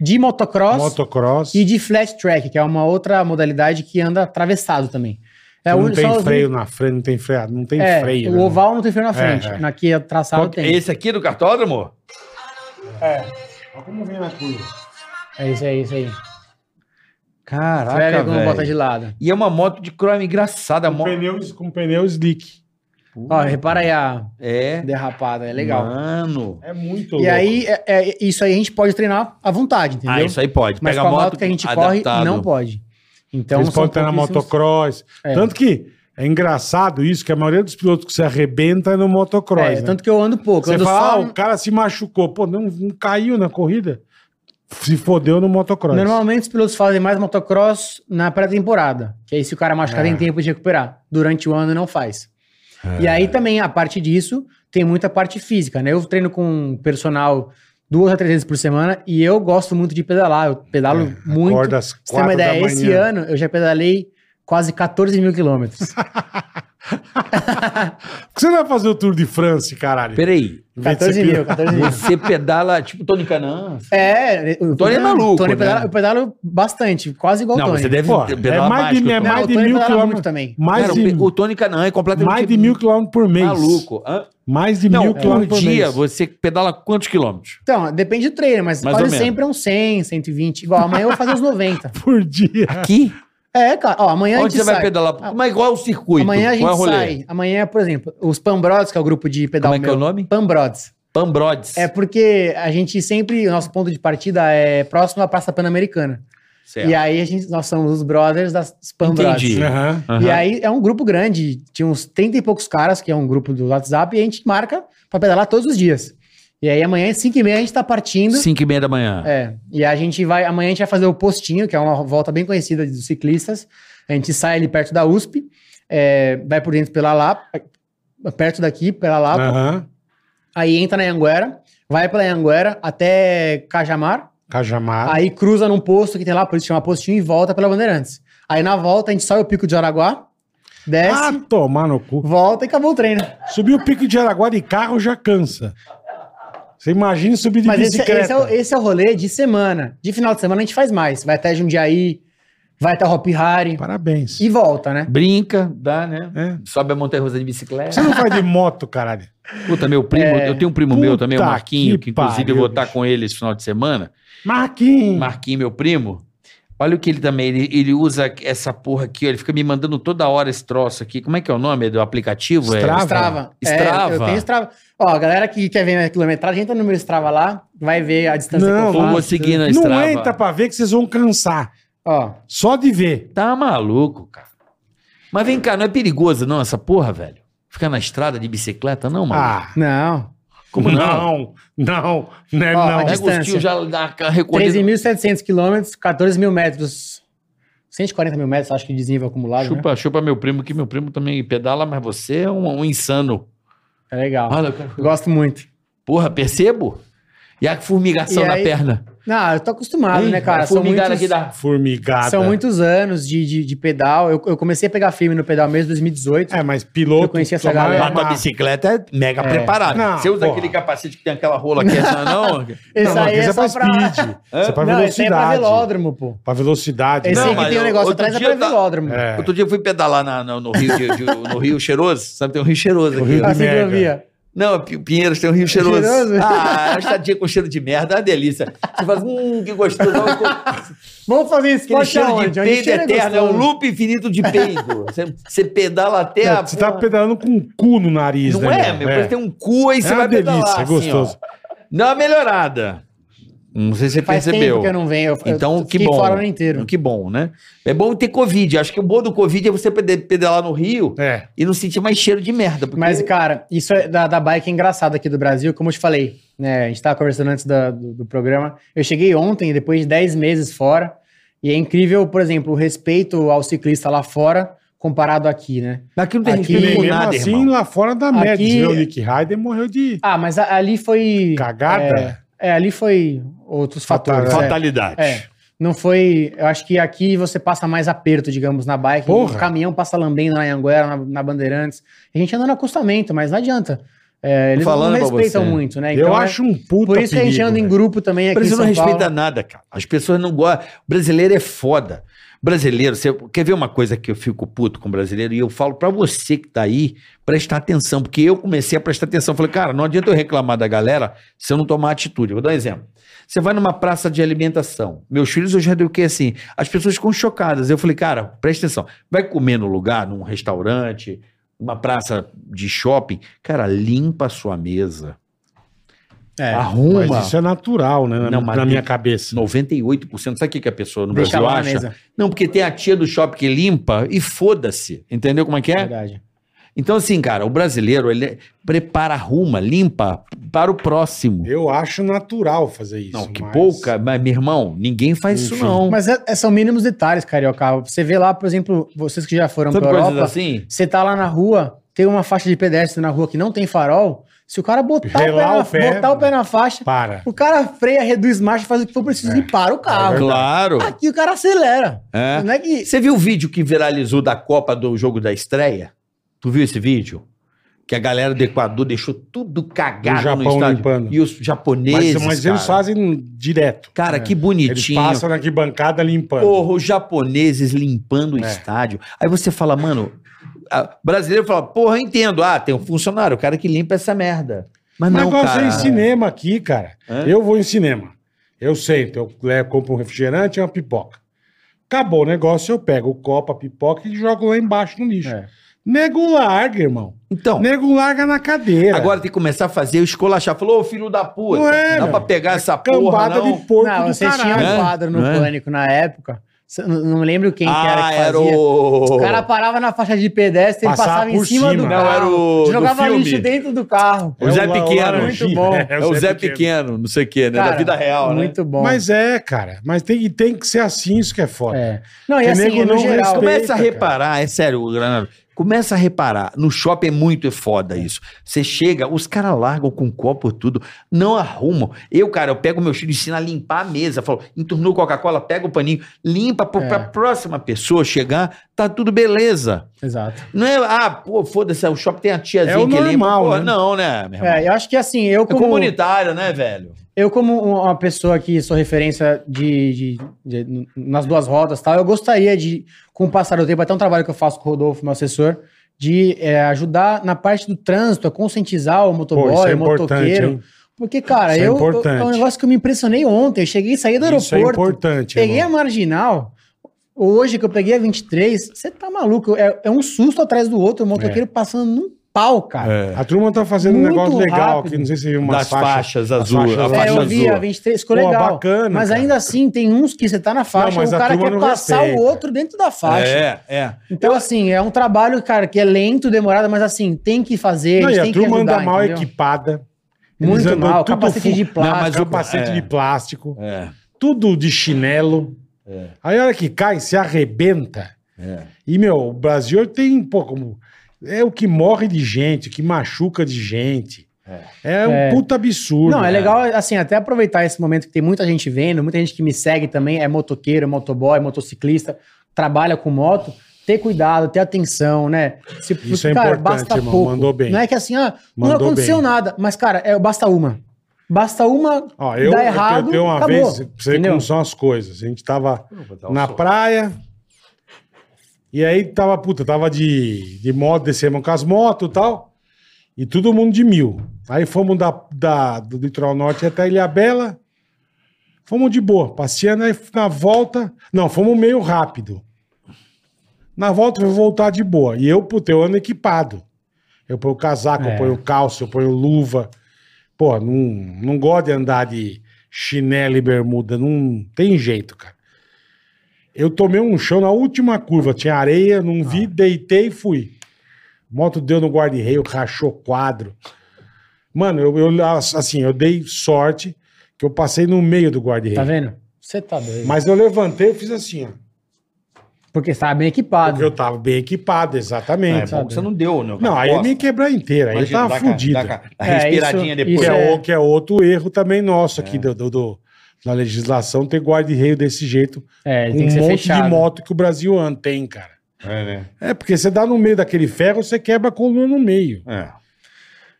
de motocross
Motocross.
e de flat track, que é uma outra modalidade que anda atravessado também. É
não
o- só
tem
os-
freio na frente, não tem freio, não tem
é,
freio.
O
né?
oval não tem freio na frente.
É, é.
Na que é traçado tem.
Esse aqui do cartódromo?
Olha como vem na curva.
É isso aí, é isso aí. Você vai
Caraca,
ver como bota de
velho.
lado.
E é uma moto de crome engraçada.
Com
Mo...
pneus, com pneu slick.
Ó, repara aí a
É.
derrapada, é legal.
Mano.
É muito
E aí, é- é- isso aí a gente pode treinar à vontade, entendeu?
Ah, isso aí pode.
Mas
Pega
com a moto
moto
que a gente corre,
adaptado.
não pode. Então,
Eles
são
podem estar na
pouquíssimos-
motocross.
É.
Tanto que é engraçado isso, que a maioria dos pilotos que se arrebenta é no motocross.
É,
né?
Tanto que eu ando pouco. Eu
Você
ando
fala, ah,
só... um-
o cara se machucou. Pô, não, não caiu na corrida. Se fodeu no motocross.
Normalmente os pilotos fazem mais motocross na pré-temporada, que aí se o cara machucar
É.
tem tempo de recuperar. Durante o ano não faz. E aí também, a parte disso, tem muita parte física, né? Eu treino com personal duas a três vezes por semana e eu gosto muito de pedalar. Eu pedalo muito.
É, Acorda às
Você tem uma
quatro da
ideia,
manhã.
esse ano eu já pedalei quase 14 mil quilômetros.
Por que você não vai fazer o Tour de France, caralho?
Peraí.
Em vez de
14
ser
mil,
piloto.
14 mil.
Você pedala tipo Tony Canã.
É, o
Tony é maluco,
Tony
né?
pedala, eu pedalo bastante, quase igual o
Não,
Tony.
você deve
Pô,
pedalar
é mais de-
que o
é
Tony.
mais
o
de
Tony
mil
pedala
quilômetros.
muito também.
Mais,
Cara, o
de,
pe- o Tony Canã é completamente
mais de mil quilômetros por mês.
maluco. Hã?
Mais de
Não,
mil
por
quilômetros por
dia
mês.
você pedala quantos quilômetros?
Então, depende do treino, mas
Mais ou
quase
menos.
sempre é uns 100, 120. Igual, amanhã eu vou fazer uns 90.
Por dia.
Aqui?
É, cara. Ó, amanhã a
Onde
gente
você vai
sai.
pedalar?
Ah.
Mas igual o circuito.
Amanhã
qual
a
é o
gente
rolê?
sai. Amanhã, por exemplo, os Pambrods, que é o grupo de pedal
Como é que é o
meu.
nome?
Pambrods.
Pambrodes.
É porque a gente sempre, o nosso ponto de partida é próximo à Praça Pan-Americana.
Certo.
E aí a gente, nós somos os brothers das Pambrods.
É. Entendi.
Aham.
Aham.
E aí é um grupo grande, tinha uns 30 e poucos caras, que é um grupo do WhatsApp, e a gente marca pra pedalar todos os dias. E aí amanhã, às 5 e meia, a gente tá partindo.
5 e meia da manhã.
É, e a gente vai, amanhã a gente vai fazer o postinho, que é uma volta bem conhecida dos ciclistas. A gente sai ali perto da USP, é, vai por dentro pela Lapa, perto daqui, pela Lapa,
Aham.
aí entra na Anguera, vai pela Anguera até Cajamar,
Cajamar.
aí cruza num posto que tem lá, por isso chama postinho, e volta pela Bandeirantes. Aí na volta a gente sai o pico de Araguá, desce,
Ah, tomar no cu.
volta e acabou o treino.
Subir o pico de Araguá de carro já cansa. Você imagina subir de
Mas esse,
bicicleta.
esse é o, esse é o rolê de semana. De final de semana a gente faz mais. Vai até Jundiaí, vai até Hopi Hari
Parabéns.
e volta, né?
Brinca, dá, né?
É.
Sobe a Montanha Rosa de
Você
bicicleta.
não vai de moto, caralho.
Puta, meu primo,
É.
eu tenho um primo meu também, o
Puta
Marquinho,
que
que, inclusive
pariu,
eu vou estar
bicho.
com ele esse final de semana.
Marquinhos.
Marquinho, meu primo. Olha o que ele também, ele, ele usa essa porra aqui, ó, ele fica me mandando toda hora esse troço aqui. Como é que é o nome do aplicativo?
Strava.
Strava. É,
Strava.
eu tenho Strava. Ó, a galera que quer ver minha quilometragem, entra no meu Strava lá, vai ver a distância
Não,
que eu
Vou
faço.
seguir na
não
Strava.
entra pra ver que vocês vão cansar.
Ó,
Só de ver.
Tá maluco, cara. Mas vem cá, não é perigoso não essa porra, velho? Ficar na estrada de bicicleta, não, mano?
Ah,
não.
como
não? Não, né,
Ó,
não.
a
Pega os
distância.
tios já dá a recolhida.
13.700 quilômetros, 14 mil metros. 140 mil metros, acho que de desnível acumulado. Né?
Chupa, chupa meu primo, que meu primo também pedala, mas você é um, um insano.
É legal.
Ah.
Olha, cara.
Gosto muito.
Porra, percebo? E a formigação
E
na
aí-
perna.
Não, eu tô acostumado,
Ih,
né, cara?
a
São
formigada
muitos,
aqui da...
Formigada.
são muitos anos de, de, de pedal. Eu, eu comecei a pegar firme no pedal mesmo em 2018.
É, mas piloto.
Eu conheci essa
tomar-
galera.
Mas tua bicicleta é mega
É.
preparada.
Não,
você usa
porra.
aquele capacete que tem aquela rola aqui, essa não?
Esse
Não,
aí
esse
é só pra...
speed. Esse é pra
Não, esse aí é pra
velocidade.
velódromo, pô.
pra velocidade.
Esse
Não,
aí que
mas
tem o
eu-
negócio
outro
atrás é
dia
pra
eu tava-
velódromo.
É.
Outro dia eu fui pedalar na- na- no, Rio de- de- no Rio Cheiroso. Sabe, tem um Rio Cheiroso
O
aqui.
Rio
ó.
A
de merda.
ciclovia.
Não, Pi- Pinheiros tem um Rio Cheiroso.
Cheiroso?
Ah, uma estadinha com cheiro de merda, é uma delícia. Você fala, hum, que gostoso. Olha o-
Vamos fazer
Aquele
esporte
cheiro de
aonde? Onde
peido
cheira
eterno, é um
gostoso.
loop infinito de peido. Você, você pedala até a.
Você tá
porra.
pedalando com o cu no nariz,
Não
né?
é, meu? Parece que tem um cu aí
É
você
uma
vai pedalar.
delícia, é
assim, ó.
gostoso.
Dá uma melhorada. Não sei se você
Faz
percebeu.
tempo que eu não venho. Eu,
Então,
eu
que
fiquei
bom.
fora o ano inteiro.
Que bom, né? É bom ter Covid. Acho que o bom do Covid é você pede- pedalar no Rio
É.
e não sentir mais cheiro de merda. Porque
Mas, cara, isso é da, da bike é engraçado aqui do Brasil, como eu te falei, né? A gente tava conversando antes da- do, do programa. Eu cheguei ontem, depois de 10 meses fora, e é incrível, por exemplo, o respeito ao ciclista lá fora comparado aqui, né?
aqui não tem
Aqui-
E
respeito
nem
com
mesmo
nada,
assim,
irmão.
lá fora da merda.
Aqui-
Você vê O Nick Ryder morreu de
Ah, mas a- ali foi.
cagada.
É, ali foi outros
Fatal-
fatores.
né?
é.
Fatalidade.
É. Não foi. Eu acho que aqui você passa mais aperto, digamos, na bike.
Porra.
O caminhão passa lambendo na Anguera, na, na Bandeirantes. A gente anda no acostamento, mas não adianta. É, eles não
falando pra
respeitam
você.
muito, né?
então
eu
é-
acho um puta
Por isso que a gente
perigo,
anda em
velho.
grupo também
O
aqui.
Brasil
Em
não
São
respeita
Paulo.
nada, cara. As pessoas não gostam. Brasileiro é foda. Brasileiro, você quer ver uma coisa que eu fico puto com brasileiro? E eu falo pra você que tá aí, prestar atenção, porque eu comecei a prestar atenção. Falei, cara, não adianta eu reclamar da galera se eu não tomar atitude. Vou dar um exemplo. Você vai numa praça de alimentação. Meus filhos eu já eduquei assim. As pessoas ficam chocadas. Eu falei, cara, presta atenção. Vai comer no lugar, num restaurante, numa praça de shopping. Cara, limpa a sua mesa.
É,
Arruma.
Mas isso é natural, né? Na,
Não, mas
na
tem-
minha cabeça.
98%. Sabe o que, que a pessoa no
Deixa
Brasil
lá é na
acha?
mesa.
Não, porque tem a tia do shopping que limpa e foda-se. Entendeu como é que é?
Verdade.
Então, assim, cara, o brasileiro, ele é- prepara, arruma, limpa para o próximo.
Eu acho natural fazer isso.
não, que
mas-
pouca, mas, meu irmão, ninguém faz isso,
Enfim.
não.
Mas é- é- são mínimos detalhes, Carioca. Você vê lá, por exemplo, vocês que já foram
Sabe
pra
coisas
Europa,
assim?
você tá lá na rua, tem uma faixa de pedestre na rua que não tem farol. Se o cara botar, o pé,
Relar
na,
o pé,
botar o pé na faixa,
Para.
o cara freia, reduz marcha, faz o que for preciso
É.
e para o carro.
Claro.
Aqui o cara acelera.
É.
Não é que.
Você viu o vídeo que viralizou da Copa do jogo da estreia? Tu viu esse vídeo? Que a galera do Equador deixou tudo
O
cagado no
Japão
estádio.
limpando.
E os
Mas,
japoneses,
mas
cara.
eles fazem direto.
Cara, que
Eles
bonitinho.
passam na bancada limpando.
Porra, os japoneses limpando o
É.
estádio. Aí você fala, mano, a- brasileiro fala, porra, eu entendo. Ah, tem um funcionário, o cara que limpa essa merda. Mas
Mas
não, É?
agora você
cara.
em cinema aqui, cara.
Hã?
Eu vou em cinema. Eu sento, eu levo, compro um refrigerante e uma pipoca. Acabou o negócio, eu pego o copo, a pipoca e jogo lá embaixo no lixo.
É.
Nego larga, irmão.
Então,
Nego larga na cadeira.
agora tem que começar a fazer o escolachar. Falou, ô filho da puta,
Não é,
dá
meu.
pra pegar essa porra,
cambada
não?
de porco
Não,
do
vocês tinham
caralho.
Né?
um quadro no
Né?
Pânico na época. Cê- Não não lembro quem que era
Ah,
que
era
fazia.
o...
O cara parava na faixa de pedestre, ele
Passava
passava em
por
cima,
cima.
do
Não,
carro.
era o- do
jogava
filme.
lixo dentro do carro.
É, O
É
Zé Pequeno.
É Muito bom.
É o Zé Pequeno, não sei o quê, né? da
Cara,
vida real, né?
Muito bom.
Mas é, cara. Mas tem, tem que ser assim, isso que é foda.
É. Não, e
Que
assim,
nego
no
não
geral.
respeita.
Começa a
cara.
reparar, é sério, Granado. Começa a reparar. No shopping é muito foda isso. Você chega, os caras largam com copo tudo, não arrumam. Eu, cara, eu pego meu filho e ensino a limpar a mesa. Falo, entornou Coca-Cola, pega o paninho, limpa pro,
É.
pra próxima pessoa chegar, tá tudo beleza.
Exato.
Não é, ah, pô, foda-se, o shopping tem a tiazinha
É o
que
normal,
limpa. Pô,
né?
Não, né, meu irmão? É,
É, eu acho que assim, eu como,
comunitário, né, velho?
eu como um, uma pessoa que sou referência de, de- de- nas duas rodas e tal, eu gostaria de, com o passar do tempo, até um trabalho que eu faço com o Rodolfo, meu assessor, de é, ajudar na parte do trânsito, a conscientizar o
Pô, isso
motoboy,
é
o
importante,
motoqueiro.
hein?
Porque, cara,
Isso é
eu, eu-
importante.
é um negócio que eu me impressionei ontem. Eu cheguei e saí do
Isso é
aeroporto.
importante.
peguei
irmão.
a marginal. Hoje que eu peguei a 23, você tá maluco? É, é um susto atrás do outro, o
É.
motoqueiro passando num pau, cara.
É.
A turma tá fazendo um
Muito
negócio legal
rápido.
aqui, não sei se você viu umas
Das
faixas.
faixas,
as
azul,
faixas
a
azul.
É,
faixa
eu vi a
azul.
23, ficou
Pô,
legal.
bacana,
mas
É, cara.
ainda assim, tem uns que você tá na faixa,
Não, mas
o
a
cara
turma
quer
não
passar
respeita.
o outro dentro da faixa.
É, é.
Então, assim, é um trabalho, cara, que é lento, demorado, mas assim, tem que fazer,
Não,
a
e
gente
a
tem que
turma
ajudar,
anda mal
entendeu?
equipada. Eles
Muito
andam
mal,
tudo
capacete
fu-
de plástico.
mas o-
capacete
é.
de plástico,
é.
tudo de chinelo.
É.
Aí a hora que cai, se arrebenta.
É.
E, meu, o Brasil tem, pô, como. É o que morre de gente, o que machuca de gente. É, um
É.
puta absurdo.
Não,
cara.
é legal, assim, até aproveitar esse momento que tem muita gente vendo, muita gente que me segue também, é motoqueiro, motoboy, motociclista, trabalha com moto, ter cuidado, ter atenção, né? Se,
Isso é importante, irmão, mandou bem.
Não é que assim, ah, não
Mandou
aconteceu
bem.
nada, mas, cara, é, basta uma. Basta uma tá
Ó, eu,
dá
eu-
errado,
eu tenho uma
acabou,
vez, pra você ver
entendeu?
como são as coisas. A gente tava
um
na praia. E aí tava, puta, tava de, de moto, descemos com as motos e tal. E todo mundo de mil. Aí fomos da, da- do litoral norte até Ilhabela. Fomos de boa, passeando. Aí na volta. Não, fomos meio rápido. Na volta eu vou voltar de boa. E eu, puta, eu ando equipado. Eu ponho casaco, eu ponho calça, eu ponho luva. Pô, não, não gosto de andar de chinelo e bermuda. Não tem jeito, cara. Eu tomei um chão na última curva, tinha areia, não
Ah.
vi, deitei e fui. Moto deu no guarda-reio, rachou quadro. Mano, eu, eu, assim, eu dei sorte que eu passei no meio do
Tá
guarda-reio.
vendo? Você tá doido.
Mas eu levantei e fiz assim, ó.
Porque você tava bem equipado.
Porque eu tava bem equipado,
É
exatamente.
bom que você não deu, né?
Não, aí eu me quebrar inteira, aí
Imagina,
eu
dá
tava
ca-
fudido.
dá ca- A
É,
respiradinha
isso-
depois.
Que é,
é.
o- que é outro erro também nosso
É.
aqui do, do- do- na legislação, ter guarda-reio desse jeito.
É, ele
Com
tem
um
que ser
monte
fechado.
de moto que o Brasil anda, tem, cara.
É, né?
É, porque você dá no meio daquele ferro, você quebra a coluna no meio.
É.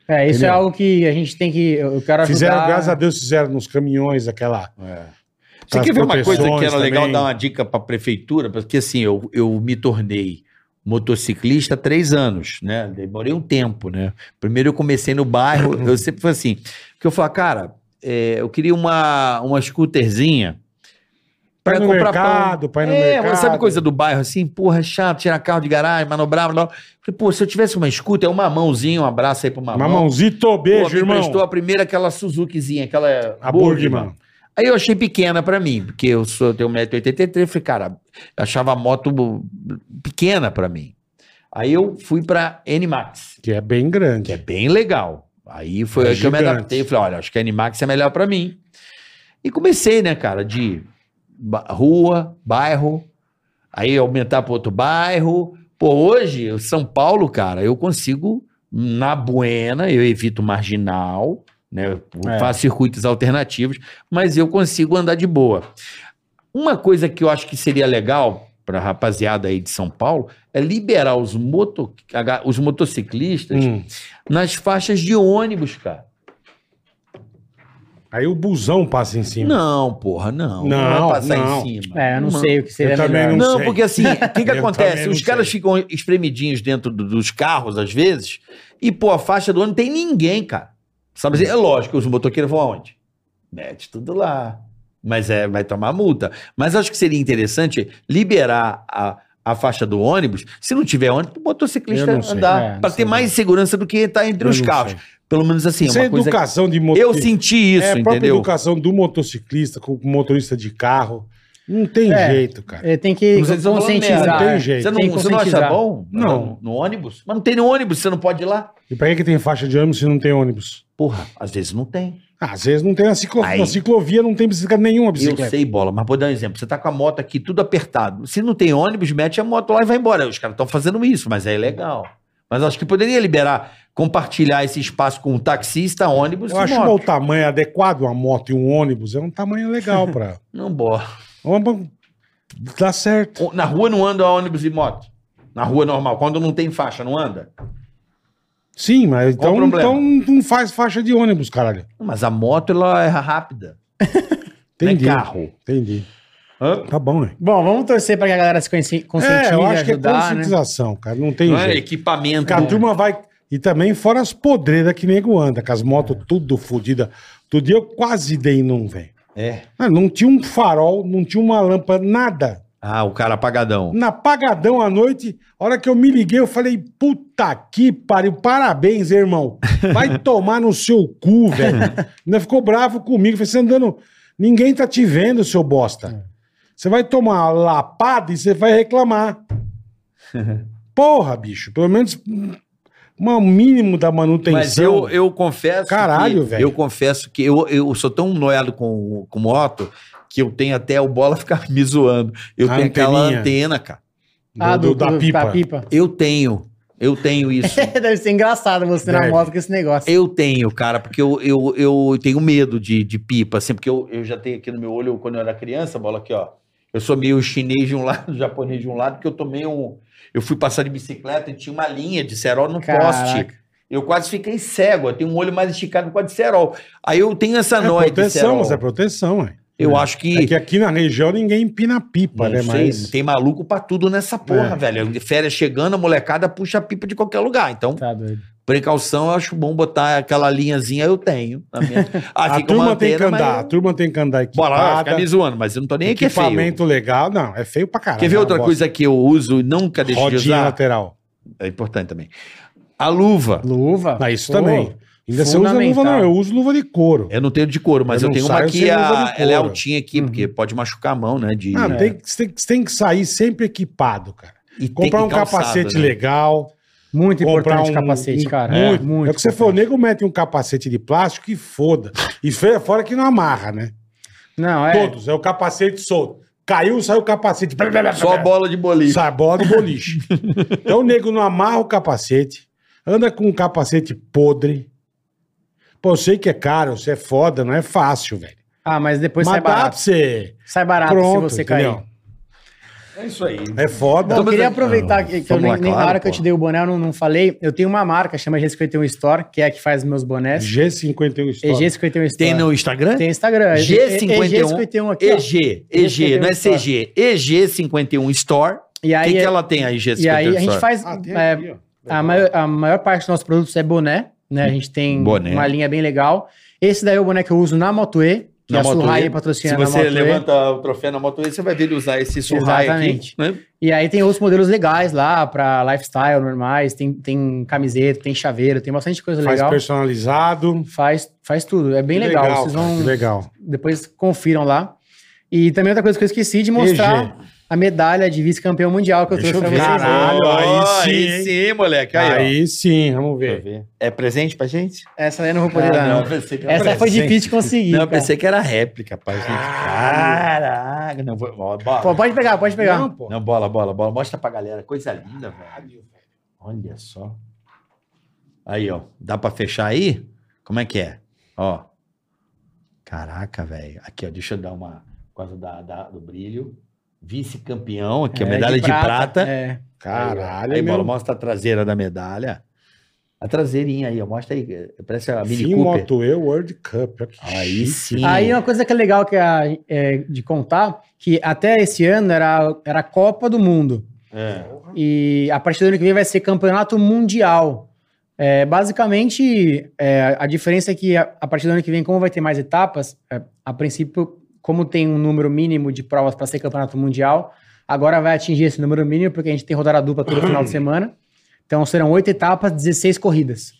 É, isso
Entendeu?
é algo que a gente tem que. Eu quero ajudar.
Fizeram, graças a Deus, fizeram nos caminhões aquela.
Você quer ver uma coisa que
proteções
era legal
é. também.
dar uma dica para a prefeitura? Porque assim, eu, eu me tornei motociclista há três anos, né? Demorei um tempo, né? Primeiro eu comecei no bairro, eu sempre fui assim. Porque eu falava, cara, é, eu queria uma, uma scooterzinha
Pra ir
para
no
comprar pão.
mercado, pra ir no
é,
mercado.
sabe coisa do bairro assim? Porra, é chato, tirar carro de garagem, manobrar, manobrar. Falei, pô, se eu tivesse uma scooter, é um mamãozinho, um abraço aí pro mamão.
Mamãozito,
Pô,
beijo,
me emprestou
irmão.
a primeira, aquela Suzukizinha, aquela
A Burgman.
Aí eu achei pequena pra mim, porque eu sou, eu tenho 1,83m, falei, cara, eu achava a moto bo- pequena pra mim. Aí eu fui pra N-Max,
Que é bem
que é
grande.
bem legal. Aí
É
foi aí que eu me
gigante.
adaptei, falei, olha, acho que a N-Max é melhor pra mim. E comecei, né, cara, de ba- rua, bairro, aí aumentar para outro bairro. Pô, hoje, o São Paulo, cara, eu consigo, na buena, eu evito marginal, né? Eu
É.
Faço circuitos alternativos, mas eu consigo andar de boa. Uma coisa que eu acho que seria legal para a rapaziada aí de São Paulo é liberar os, moto, os motociclistas
Hum.
nas faixas de ônibus, cara.
Aí o busão passa em cima.
Não, porra, não.
Não,
vai passar
não.
em cima.
É, eu não
Uma-
sei o que
Eu
seria
também
melhor.
não
Não,
sei.
porque assim, o que, que
Eu também
acontece?
não
Os caras
sei.
ficam espremidinhos dentro do- dos carros, às vezes, e, pô, a faixa do ônibus não tem ninguém, cara. Sabe assim? É lógico, os motoqueiros vão aonde? Mete tudo lá. Mas é, vai tomar multa. Mas acho que seria interessante liberar a, a faixa do ônibus. Se não tiver ônibus, o motociclista
Eu não sei.
andar.
É, não
pra
sei
ter mais segurança do que estar entre
Eu
os
não
carros.
sei.
Pelo menos assim,
Isso
é
é
uma coisa. que-
educação de moto.
Eu senti isso,
é a própria
entendeu?
educação do motociclista com com motorista de carro. Não tem
É.
jeito, cara.
Ele tem que
Não sei se eu vou
conscientizar.
merda.
é.
Tem jeito.
Você não,
Tem que
você não acha
conscientizar.
bom?
Não.
No, no ônibus? Mas não tem no ônibus, você não pode ir lá?
E pra que, que tem faixa de ônibus se não tem ônibus?
Porra, às vezes não tem.
Ah, às vezes não tem na ciclovia.
Aí.
Na ciclovia não tem bicicleta nenhuma
Eu
bicicleta.
sei, bola, mas vou dar um exemplo. Você tá com a moto aqui tudo apertado. Se não tem ônibus, mete a moto lá e vai embora. Os caras estão fazendo isso, mas é legal. Mas acho que poderia liberar, compartilhar esse espaço com o taxista, ônibus
Eu
e
acho
moto.
o tamanho adequado, uma moto e um ônibus, é um tamanho legal pra.
Não, bola.
Uma- Dá certo.
O- Na rua não anda ônibus e moto. Na rua normal, quando não tem faixa, não anda?
Sim, mas
Qual o
então,
problema?
então não faz faixa de ônibus, caralho.
Mas a moto, ela é rápida.
Entendi.
Não é carro.
Entendi.
Hã?
Tá bom, né?
Bom, vamos torcer para que a galera se consci- conscientize
É, eu
e
acho que é
ajudar, né?
conscientização, cara. Não tem
Não é
jeito.
equipamento.
Porque a turma vai. E também fora as podreiras que nego anda, com as motos tudo fodidas. Todo dia eu quase dei num, velho.
É.
Ah, Não tinha um farol, não tinha uma lâmpada, nada.
Ah, o cara apagadão.
Na apagadão à noite, a hora que eu me liguei, eu falei, puta que pariu, parabéns, irmão. Vai tomar no seu cu, velho. Ainda ficou bravo comigo. Falei, você tá andando, ninguém tá te vendo, seu bosta. Você vai tomar uma lapada e você vai reclamar. Porra, bicho, pelo menos um um mínimo da manutenção.
Mas eu, eu confesso.
Caralho,
que-
velho.
Eu confesso que eu, eu sou tão noiado com, com moto que eu tenho até o bola ficar me zoando. Eu
A
tenho aquela
anteninha.
antena, cara.
Ah, do,
da
do-
pipa.
da pipa.
Eu tenho. Eu tenho isso.
Deve ser engraçado você na
Deve.
moto com esse negócio.
eu tenho, cara, porque eu, eu, eu tenho medo de, de pipa, assim, porque eu, eu já tenho aqui no meu olho, quando eu era criança, bola aqui, ó. Eu sou meio chinês de um lado, japonês de um lado, porque eu tomei um. Eu fui passar de bicicleta e tinha uma linha de cerol no poste.
Caraca.
Eu quase fiquei cego. Eu tenho um olho mais esticado por causa de cerol. Aí eu tenho essa
É
noite de
proteção,
cerol.
mas é proteção, é.
Eu acho que...
É que aqui na região ninguém empina a pipa,
não
né?
sei,
Mas
tem maluco pra tudo nessa porra,
É.
velho. De Férias chegando, a molecada puxa a pipa de qualquer lugar. Então,
Tá doido.
precaução, eu acho bom botar aquela linhazinha, eu tenho. Na minha... Ah,
a
fica uma
turma tem que
antena, mas
andar, a
eu-
turma tem que andar
Bora lá,
equipada,
fica me zoando, mas eu não tô nem aí que é feio.
equipamento legal. Não, é feio pra caralho.
Quer ver
é uma
outra
bosta.
coisa que eu uso e nunca deixo de
Rodinha
usar?
lateral.
É importante também. A luva.
Luva.
Ah, isso
Pô,
também. Ainda você usa luva,
Fundamental.
não, eu uso luva de couro.
Eu não tenho de couro, mas
Eu
eu,
não
tenho uma
saio
aqui,
sem luva
a-
de
ela é
couro. Uhum.
altinha aqui, porque pode machucar a mão, né? De,
Ah, tem, que- tem, que- tem que sair sempre equipado, cara.
e tem
Comprar
que
um
calçado,
capacete
né?
legal.
Muito
comprar
importante
um-
capacete,
um-
cara.
Muito, É o que você
importante.
falou, o nego mete um capacete de plástico e foda. E fe- fora que não amarra, né?
Não, é.
Todos, é o capacete solto. Caiu, saiu o capacete. Blá, blá, blá,
Só
blá.
bola de boliche.
Sai bola do boliche. então o nego não amarra o capacete, anda com um capacete podre. Pô, eu sei que é caro, você é foda, não é fácil, velho.
Ah, mas depois
Mas dá
sai
pra
barato.
você.
Sai barato
Pronto,
se você cair.
entendeu?
É isso aí.
É foda.
Eu
Então,
queria
mas-
aproveitar
Ah,
que, que eu
vamos
nem,
lá,
nem na
claro,
hora que eu
pô.
te dei o boné, eu não, não falei. Eu tenho uma marca, chama G51 Store, que é a que faz meus bonés.
G51 Store.
EG51 Store.
Tem no Instagram?
Tem Instagram. É
G51.
EG51 aqui, ó.
EG, EG, não é
Store.
CG. EG51 Store.
E
O
aí, é,
que, que
é-
ela tem aí, G51
e aí a gente
Store?
faz...
Ah, tem
é,
aqui, ó.
a, maior, a maior parte dos nossos produtos é boné, né? A gente tem
Boné.
uma linha bem legal. Esse daí é o boné que eu uso na Moto E, que
Na
a
Moto E.
Surraia patrocina
Se
na
você
Moto E.
levanta o troféu na moto, aí você vai ver ele usar esse surrai aqui.
Exatamente.
Né?
E aí tem outros modelos legais lá, pra lifestyle, normais. Tem, tem camiseta, tem chaveiro, tem bastante coisa
Faz
é legal.
personalizado.
Faz, faz tudo, é bem
Que
legal. Vocês
cara,
vão...
que legal.
Depois confiram lá. E também outra coisa que eu esqueci de mostrar a medalha de vice-campeão mundial que eu
Deixa
trouxe
eu
pra
ver.
vocês. né?
Caralho,
Ó,
aí sim,
Aí sim, moleque. Aí, ó.
Aí sim, vamos
Deixa eu
ver.
ver. É presente pra gente?
Essa aí eu não vou poder dar, não.
pensei que era
Ah, Essa é foi
presente.
difícil de conseguir.
Não, eu
cara.
pensei que era réplica, pai. gente. Caraca, não vou. ó, Bola.
Pô, pode pegar, pode pegar.
Não, pô.
Não, bola, bola, bola. Mostra pra galera. Coisa linda, velho. Olha só. Aí, ó. Dá pra fechar aí? Como é que é? Ó. Caraca, velho. Aqui, ó. Deixa eu dar uma. Por causa da, da- do brilho. Vice-campeão. Aqui, a
É,
medalha de, prata.
É.
Caralho,
Aí, bola.
meu.
Mostra a traseira da medalha. A traseirinha aí, ó. Mostra aí. Parece a Mini
Sim,
Cooper.
Moto E World Cup. Olha que
Aí
chique.
sim.
Aí uma coisa que é legal que é, é, de contar, que até esse ano era, era a Copa do Mundo.
É.
E a partir do ano que vem vai ser Campeonato Mundial. É, basicamente, é, a diferença é que a, a partir do ano que vem, como vai ter mais etapas, é, a princípio, como tem um número mínimo de provas para ser Campeonato Mundial, agora vai atingir esse número mínimo, porque a gente tem rodada dupla todo final de semana. Então serão oito etapas, 16 corridas.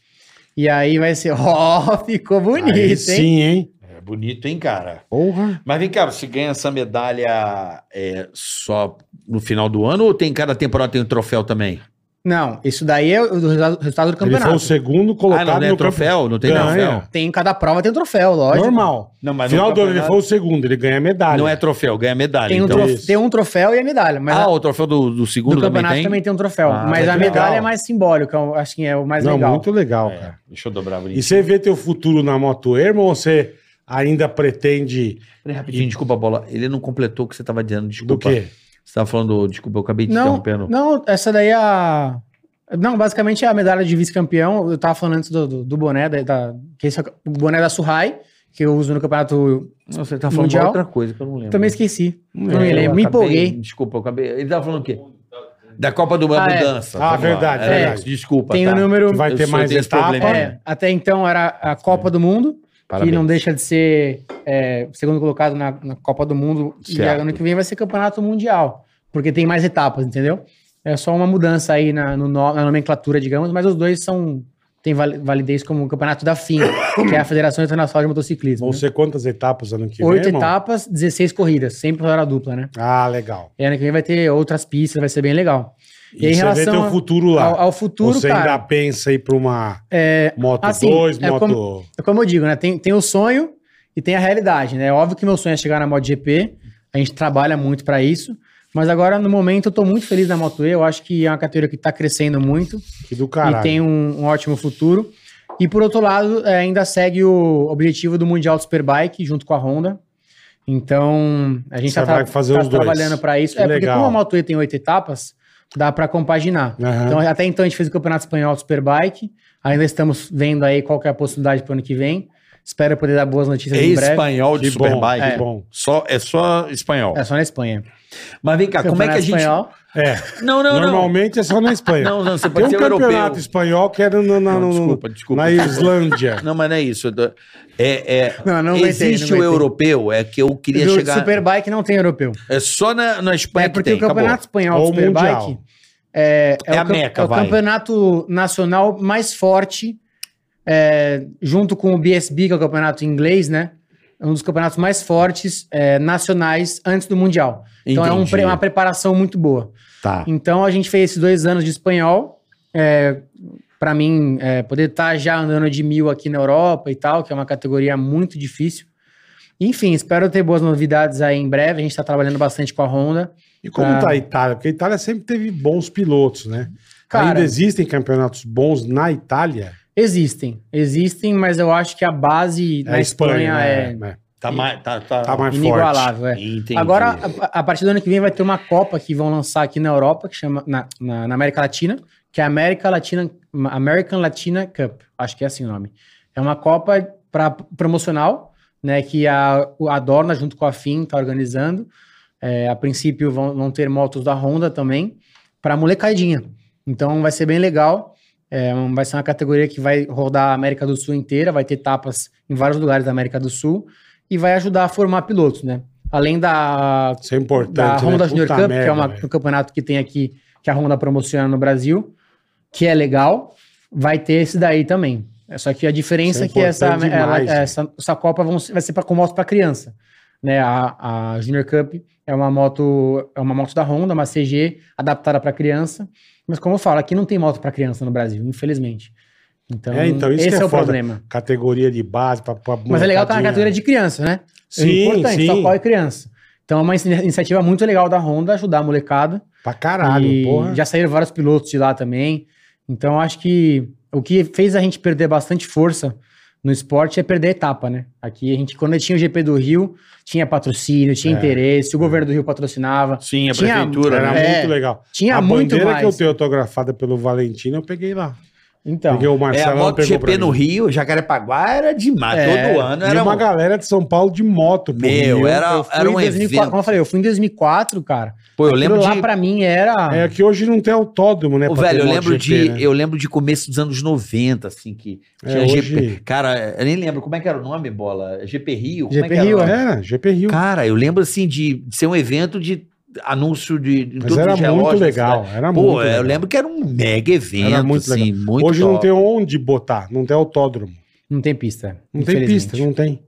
E aí vai ser. Ó, ficou bonito,
Aí
hein?
sim, hein?
É bonito, hein, cara?
Porra.
Mas vem cá, você ganha essa medalha é, só no final do ano ou tem cada temporada tem um troféu também?
Não, isso daí é o resultado, resultado do
Ele foi
campeonato.
o segundo
Ah,
colocado
não, não é
no
troféu? Não tem
Ganha.
troféu?
Tem cada prova tem um troféu,
campe-
lógico.
Normal.
Não, mas
Final
no
do ano ele foi
campeonato
o segundo, ele ganha medalha.
Não é troféu, ganha medalha.
Tem um,
então.
trof- tem um troféu e a medalha, mas
ah,
a-
o troféu do, do segundo
do
também
campeonato
tem?
também tem um troféu.
Ah,
mas
que
a medalha
legal.
é mais simbólica, eu acho que é o mais
Não,
legal.
muito legal,
É,
cara.
Deixa eu dobrar
E
brinco.
você vê teu futuro na Moto E, irmão, ou você ainda pretende
Peraí, rapidinho, desculpa, bola. Ele não completou o que você estava dizendo,
do
desculpa.
quê?
Você estava falando, desculpa, eu acabei te
Não,
interrompendo.
não, essa daí é a. Não, basicamente é a medalha de vice-campeão. Eu tava falando antes do, do, do boné, da, da- que esse é o boné da Surrai, que eu uso no campeonato.
Não, você estava falando de
Mundial?
outra coisa que eu não lembro.
Também esqueci. Não
É,
me lembro,
eu
me
acabei-
empolguei.
Desculpa, eu acabei. Ele estava falando o quê? Da Copa do Mundo,
Ah, é.
mudança.
Ah,
Vamos lá.
verdade,
É,
verdade. um
Desculpa.
Tem o
tá?
número.
Vai
Eu
ter
sou
mais
desse
etapa.
problema.
É, até então era a
É.
Copa do Mundo, que não deixa de ser é, segundo colocado na, na Copa do Mundo.
Certo.
E ano que vem vai ser campeonato mundial, porque tem mais etapas, entendeu? É só uma mudança aí na, no no- na nomenclatura, digamos, mas os dois são. Tem vali- validez como o campeonato da FIM, que é a Federação Internacional de Motociclismo.
Vão
né?
ser quantas etapas ano que vem,
Oito
irmão?
etapas, 16 corridas, sempre hora dupla, né?
Ah, legal.
E ano que vem vai ter outras pistas, vai ser bem legal.
E,
E
você
em
vê
relação
teu
a-
futuro lá.
Ao, ao futuro,
você
cara.
ainda pensa em ir pra uma
é,
Moto
assim,
2,
é
Moto...
É como eu digo, né? Tem, tem o sonho e tem a realidade, né? Óbvio que meu sonho é chegar na MotoGP, a gente trabalha muito pra isso, mas agora, no momento, eu tô muito feliz na Moto E, eu acho que é uma categoria que tá crescendo muito
Que do caralho.
e tem um, um ótimo futuro. E por outro lado, eh, ainda segue o objetivo do Mundial de Superbike junto com a Honda. Então, a gente
Você
tá, tra-
vai fazer
tá
os dois.
trabalhando pra isso.
Que
é porque
legal.
como a Moto E tem oito etapas, dá pra compaginar.
Ah.
Aham.
Então, até então a gente fez o Campeonato Espanhol de Superbike. Ainda estamos vendo aí qual que é a possibilidade para o ano que vem. Espero poder dar boas notícias
É
em breve.
Espanhol de
Que bom,
Superbike.
que bom.
Só, é só espanhol.
É só na Espanha.
Mas vem cá, como é que a gente.
Espanhol,
É,
Não, não, não.
normalmente é só na Espanha.
Não, não, você
Tem
pode
um
ser
campeonato
europeu.
espanhol que era no, na-
Não,
no-
desculpa, desculpa.
na Islândia.
Não, mas não é isso. eu tô- É, é...
Não, não aguentei,
Existe
não
o
aguentei.
europeu, é que eu queria
do
chegar.
Superbike não tem europeu.
É só na, na Espanha
é
que
porque
tem.
o Campeonato
acabou.
Espanhol de
Ou o
Superbike
Mundial.
é, é
É
o
a
cam-
Meca,
é o
vai.
campeonato nacional mais forte é, junto com o BSB, que é o campeonato inglês, né? É um dos campeonatos mais fortes é, nacionais antes do Mundial. Então é um
Entendi.
pre- uma preparação muito boa.
Tá.
Então a gente fez esses dois anos de espanhol. É, para mim, é, poder estar já andando de mil aqui na Europa e tal, que é uma categoria muito difícil. Enfim, espero ter boas novidades aí em breve. A gente está trabalhando bastante com a Honda.
E como
Pra-
tá a Itália? Porque a Itália sempre teve bons pilotos, né?
Cara-
Ainda existem campeonatos bons na Itália?
Existem, existem, mas eu acho que a base na
a
Espanha, é,
né? É.
Tá mais. Tá, tá,
Tá mais forte.
inigualável. é.
Entendi.
Agora, a, a partir do ano que vem, vai ter uma Copa que vão lançar aqui na Europa, que chama na, na- na América Latina, que é a América Latina, American Latina Cup, acho que é assim o nome. É uma Copa pra, promocional, né, que a, o- a Dorna, junto com a FIM, tá organizando. É, a princípio, vão, vão ter motos da Honda também, para molecadinha. Então, vai ser bem legal. É, um- vai ser uma categoria que vai rodar a América do Sul inteira, vai ter etapas em vários lugares da América do Sul e vai ajudar a formar pilotos, né? Além da,
Isso é importante.
da
né?
Honda Junior
Puta
Cup, que
merda,
é uma-
velho.
um campeonato que tem aqui, que a Honda promociona no Brasil, que é legal, vai ter esse daí também. É Só que a
Isso
diferença
é
é que essa,
importante
ela-
demais, né?
essa, essa Copa vão ser- vai ser pra, com moto para criança. Né? A, a Junior Cup é uma moto é uma moto da Honda, uma CG adaptada para criança. Mas como eu falo, aqui não tem moto para criança no Brasil, infelizmente. Então,
É, então, isso
esse
que
é,
é
o
foda.
problema.
Categoria de base. Pra, pra
Mas é legal estar na
molecadinha.
categoria de criança, né?
Sim,
é importante,
sim.
só qual é criança. Então é uma inici- iniciativa muito legal da Honda ajudar a molecada.
Pra caralho,
E
porra.
Já saíram vários pilotos de lá também. Então acho que o que fez a gente perder bastante força no esporte é perder a etapa, né? Aqui a gente, quando tinha o GP do Rio, tinha patrocínio, tinha
É,
interesse, o governo do Rio patrocinava.
Sim, a
Tinha-
prefeitura,
Era
né?
É,
muito legal.
Tinha
a
muito
bandeira
mais.
que eu tenho autografada pelo Valentino, eu peguei lá.
Então,
peguei o
É, a
Marcelo,
moto
pegou pra
GP no
mim.
Rio, Jacarepaguá era demais.
É,
Todo ano
E
era
uma
um...
galera de São Paulo de moto. pro Rio.
Meu, era,
fui
era
em
um
2004,
evento.
Como eu falei, eu fui em 2004, cara.
Pô, eu
Aquilo
lembro
lá
de...
pra mim era...
É que hoje não tem autódromo, né?
Ô,
pra ter
velho, eu
moto
lembro,
GP,
de,
né?
eu lembro de começo dos anos 90, assim, que
É,
tinha
hoje-
GP. Cara, eu nem lembro como é que era o nome, bola. GP Rio? Como é que
GP Rio,
era o nome?
Era, GP Rio.
Cara, eu lembro, assim, de, de ser um evento de anúncio de. de
Mas
todos
era
os relógios
muito
da
legal.
cidade.
né?
Era
Pô,
é,
muito
eu
legal.
lembro que era um mega evento,
Era muito
muito assim, muito
Hoje não
top.
tem onde botar, não tem autódromo.
Não tem pista,
Não tem
infelizmente.
pista, não tem.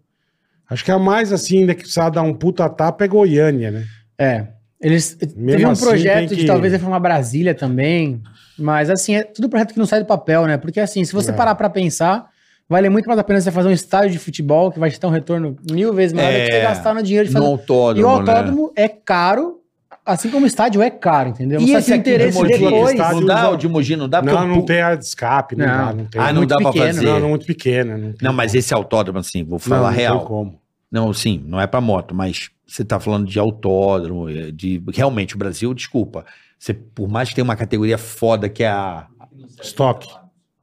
Acho que a mais assim, ainda que precisava dar um puta tapa é Goiânia, né?
É. Eles
Mesmo
teve um
assim,
projeto
tem
de
que-
talvez reformar Brasília também, mas assim, é tudo projeto que não sai do papel, né? Porque assim, se você
É.
parar pra pensar, vale muito mais a pena você fazer um estádio de futebol que vai te dar um retorno mil vezes maior do que você
É.
gastar no dinheiro de
No
fazer.
autódromo.
e o
né?
autódromo é caro, assim como o estádio é caro, entendeu?
E
Só
esse
que o
aqui de
interesse
Mogi,
depois.
não
estádio
dá?
não-
O de Mogi
É
não dá? Porque
Não,
eu
não
pu-
tem ar de escape, não,
Não.
dá, não tem.
Ah, não
muito
dá pra
pequeno.
fazer.
Não,
Não,
não é muito pequena. Não, tem
mas
como.
esse autódromo, assim, vou
Não,
falar
não
real.
Tem como.
Não, sim, não é pra moto, mas você tá falando de autódromo, eh, de realmente o Brasil, desculpa. Você, por mais que tenha uma categoria foda que é a
Estoque.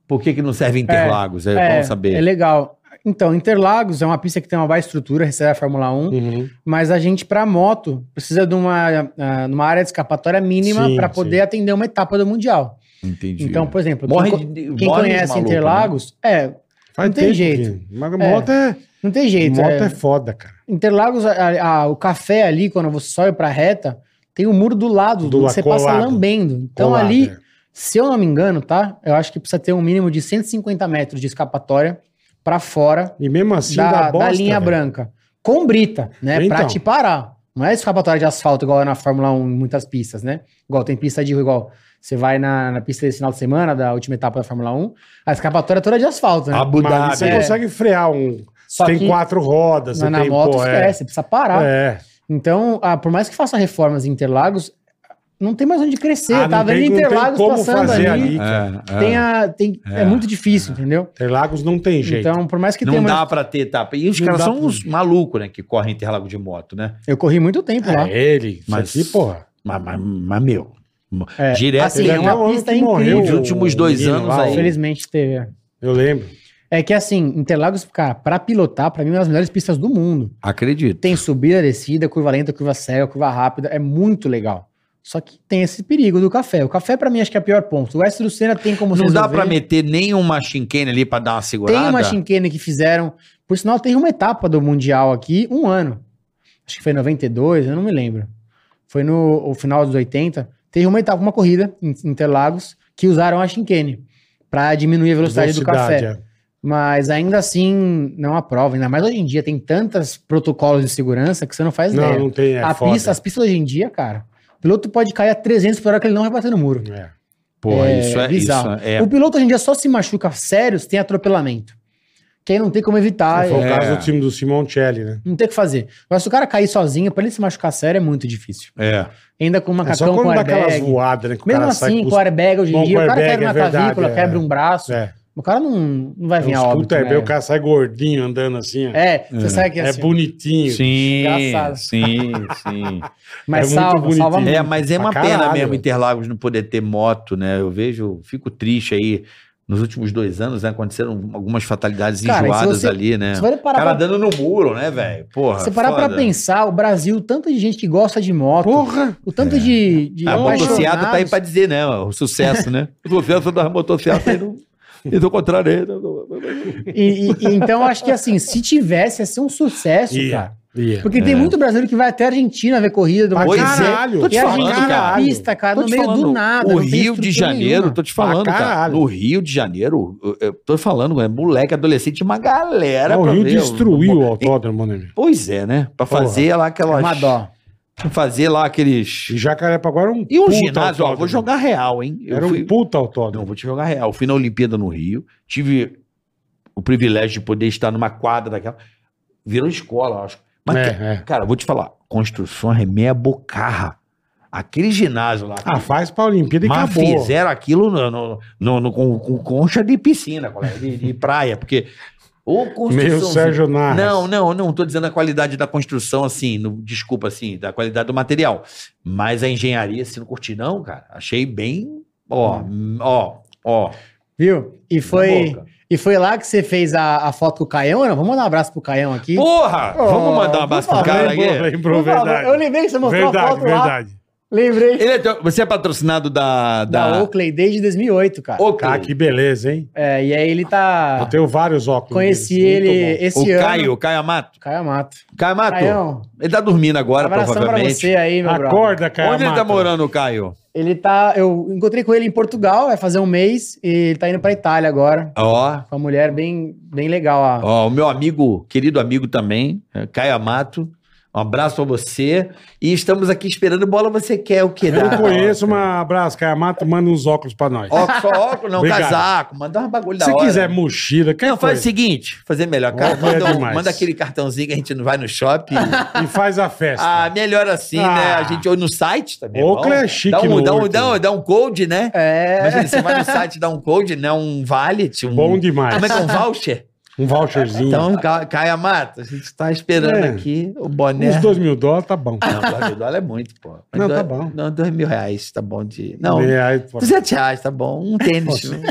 por que que não serve Interlagos? É,
É,
bom saber.
é legal. Então, Interlagos é uma pista que tem uma boa estrutura, recebe a Fórmula 1.
Uhum.
Mas a gente, para moto, precisa de uma, ah, numa área de escapatória mínima
Sim,
para
sim.
poder atender uma etapa do Mundial.
Entendi.
Então, por exemplo,
Morre
quem,
de-
co- quem
morre de
conhece
né?
maluco, né?
Interlagos, é,
Faz
Não tem
tempo
jeito.
que- Mas
É.
moto é,
não tem jeito.
moto
é.
é foda, cara.
Interlagos, a- a- o café ali, quando você sobe para reta, tem o muro do lado,
Do
do
lado,
você passa
colado.
lambendo. Então
Colada,
ali,
é.
se eu não me engano, tá? Eu acho que precisa ter um mínimo de 150 metros de escapatória para fora
E mesmo assim
da,
dá
da
bosta.
linha
velho.
branca. Com brita, né? Pra
Então.
te parar. Não é escapatória de asfalto igual é na Fórmula 1 em muitas pistas, né? Igual tem pista de rua, igual você vai na, na pista desse final de semana, da última etapa da Fórmula 1, a escapatória é toda de asfalto, né?
Abu
Mas ali
Dhabi.
você
É.
consegue frear um.
Só
Ah, tem
que
quatro rodas,
na,
você
na
tem
moto
pô, é.
esquece, precisa parar.
É.
Então, ah, por mais que faça reformas em Interlagos, não tem mais onde crescer.
Ah, não
tá vendo
tem- não tem
Interlagos
como
passando
fazer ali.
ali.
É, é.
Tem a, tem, é.
É.
muito difícil, entendeu?
Interlagos não tem jeito.
Então, por mais que tenha.
Não
uma-
dá pra ter etapa. E os
Não
caras
dá
são
pra-
uns malucos, né? Que correm Interlagos de moto, né?
Eu corri muito tempo lá.
é ele.
Mas-
Isso aqui, porra.
Mas, mas- mas, meu.
É,
Direto.
assim,
Teve
é
até
uma
um ano
pista
que
incrível.
Os últimos dois
menino
anos
lá,
aí.
Feliz-
Infelizmente teve. é.
Eu lembro.
É que assim, Interlagos, cara, pra pilotar, pra mim, é uma das melhores pistas do mundo.
Acredito.
Tem subida, descida, curva lenta, curva cega, curva rápida, é muito legal. Só que tem esse perigo do café. O café, pra mim, acho que é o pior ponto. O S do Senna tem como
Não dá
resolver.
pra meter nenhuma chinquene ali pra dar uma segurada?
Tem um uma chinquene que fizeram. Por sinal, teve uma etapa do Mundial aqui, um ano. Acho que foi em 92, eu não me lembro. Foi no o final dos 80. Teve uma etapa, uma corrida em Interlagos, que usaram a chinquene pra diminuir a velocidade do café.
Velocidade, é.
Mas ainda assim, não aprova. Ainda mais hoje em dia, tem tantos protocolos de segurança que você não faz
Não,
ideia.
não tem. É
a
foda.
pista, as pistas hoje em dia, cara, o piloto pode cair a 300 por hora que ele não vai bater no muro.
É.
Porra,
É,
isso é
bizarro.
isso. É,
O piloto hoje em dia só se machuca sério se tem atropelamento. Que aí não tem como evitar,
Foi o
É.
caso do time do Simoncelli, né?
não tem o que fazer. Mas se o cara cair sozinho, pra ele se machucar sério é muito difícil.
é.
Ainda com um
É só
macacão com
quando dá aquelas
airbag.
voadas, né? Que o
Mesmo
cara sai
assim,
com
com airbag hoje
Bom,
em dia,
com
o cara
airbag,
quebra uma
é verdade,
clavícula,
é.
quebra um braço.
É. um
O cara não, não vai vir a
Os
óbito.
puta
né?
airbag, o é, cara sai gordinho andando assim. ó.
É, você sabe que
É
é assim.
bonitinho.
Sim,
Engraçado.
sim, sim.
Mas
é muito
salva, salva
bonitinho.
muito.
É, mas é
Pra
uma pena
caralho,
mesmo
velho.
Interlagos não poder ter moto, né? Eu vejo, fico triste aí. Nos últimos dois anos, né, aconteceram algumas fatalidades
Cara, e se
enjoadas
você-
ali, né?
Se você
O
parar
cara
pra
dando no muro, né, velho? Porra.
Se parar pra
foda.
pensar, o Brasil, tanto de gente que gosta de moto,
Porra!
o tanto de, de
A motociata tá aí
apaixonados,
pra dizer, né? O sucesso, né? O sucesso das motocicletas aí não. E do contrário né? aí. não-
e, e- e então, acho que assim, se tivesse, ia ser um sucesso,
Ia,
cara.
ia.
Porque tem muito brasileiro que vai até a Argentina ver corrida do
Pra
É. Pois
Mato Grosso.
caralho,
é. Tô
E
te
a
falando,
gente na
cara.
pista, cara,
Tô
no
te
meio
falando,
do nada.
O
não tem
Rio de
estrutura
Janeiro,
nenhuma.
tô te falando,
Pra
cara.
caralho.
No Rio de Janeiro, eu, eu tô falando, é moleque, adolescente, uma galera.
Não, o
pra
Rio
ver
destruiu o
E-
autódromo, né? meu?
Pois é, né? Pra
Porra.
fazer lá aquelas.
É uma dó.
Fazer lá aqueles.
E Jacarepaguá era um
E um
puta
ginásio, ó,
autódromo.
vou jogar real, hein? Eu
Era um
fui-
puta
Não,
autódromo.
vou te jogar real. Fui na Olimpíada no Rio, tive o privilégio de poder estar numa quadra daquela. Virou escola, eu acho. Mas,
É,
que-
é.
cara, vou te falar, construção é meia bocarra. Aquele ginásio lá.
Ah, faz pra Olimpíada e
mas
acabou.
fizeram aquilo no, no- no- no- com, com concha de piscina, colega, de, de praia, porque. Ou construção.
Meio Sérgio Narras.
Não, não, não tô dizendo a qualidade da construção, assim, no- desculpa, assim, da qualidade do material. Mas a engenharia, se não curti, não, cara, achei bem. Ó, hum, ó, ó.
Viu? E Hum. foi,
boca.
e foi lá que você fez a, a foto com o Caião, ou não? Vamos mandar um abraço pro Caião aqui.
Porra!
Ó,
vamos mandar um abraço
por
pro cara
lembrou,
aqui.
lembrou,
Por favor,
verdade.
eu lembrei que você mostrou a
verdade,
foto lá.
verdade.
Lembrei.
Ele é teu- você é patrocinado da.
Da, Tá
Da,
Oakley desde 2008, cara.
Oakley.
Cara, Tá, que beleza, hein?
É, e aí ele
Eu
tá.
tenho vários
um
óculos.
Conheci
deles, muito
ele esse
o
ano.
Caio, o Caio Amato.
Caio Amato.
Caio Amato,
Caião, um
ele tá dormindo agora,
abração pra
provavelmente.
você aí,
bom.
meu brother.
Acorda, cara.
Onde ele tá
Mata.
morando, o Caio?
Ele tá. Eu encontrei com ele em Portugal, vai fazer um mês, e ele tá indo pra Itália agora.
Ó,
Com uma mulher bem, bem legal. A...
Ó, o meu amigo, querido amigo também, é, Caio Amato. Um abraço pra você. E estamos aqui esperando. Bola, você quer o que?
Eu não conheço, mas abraço, cara. Mata, manda uns óculos pra nós.
Óculos, só óculos, não,
Obrigado.
casaco. Manda uma bagulho da
Se
hora.
quiser mochila, quer
Não, faz
coisa,
o seguinte, fazer melhor. Cara,
Óculos é
manda, um-
demais.
manda aquele cartãozinho que a gente não vai no shopping.
e faz a festa.
ah, melhor assim,
Ah.
né? A gente ou no site também.
Óculos é chique
dá um,
no
dá, um,
Horto.
dá, um, dá um code, né?
É.
Imagina, você vai no site, dá um code, né? Um valet, um...
Bom demais.
Como é que é? Um voucher?
Um voucherzinho.
Então, Ca- Caio Amato, a gente tá esperando
É.
aqui o boné.
Uns dois mil dólares tá bom.
Não, dois mil dólares é muito, pô. Mas
Não, tá
dois-
bom.
Não, dois mil reais tá bom de. Não,
E É, aí, pô,
200 reais tá bom. Um tênis. né?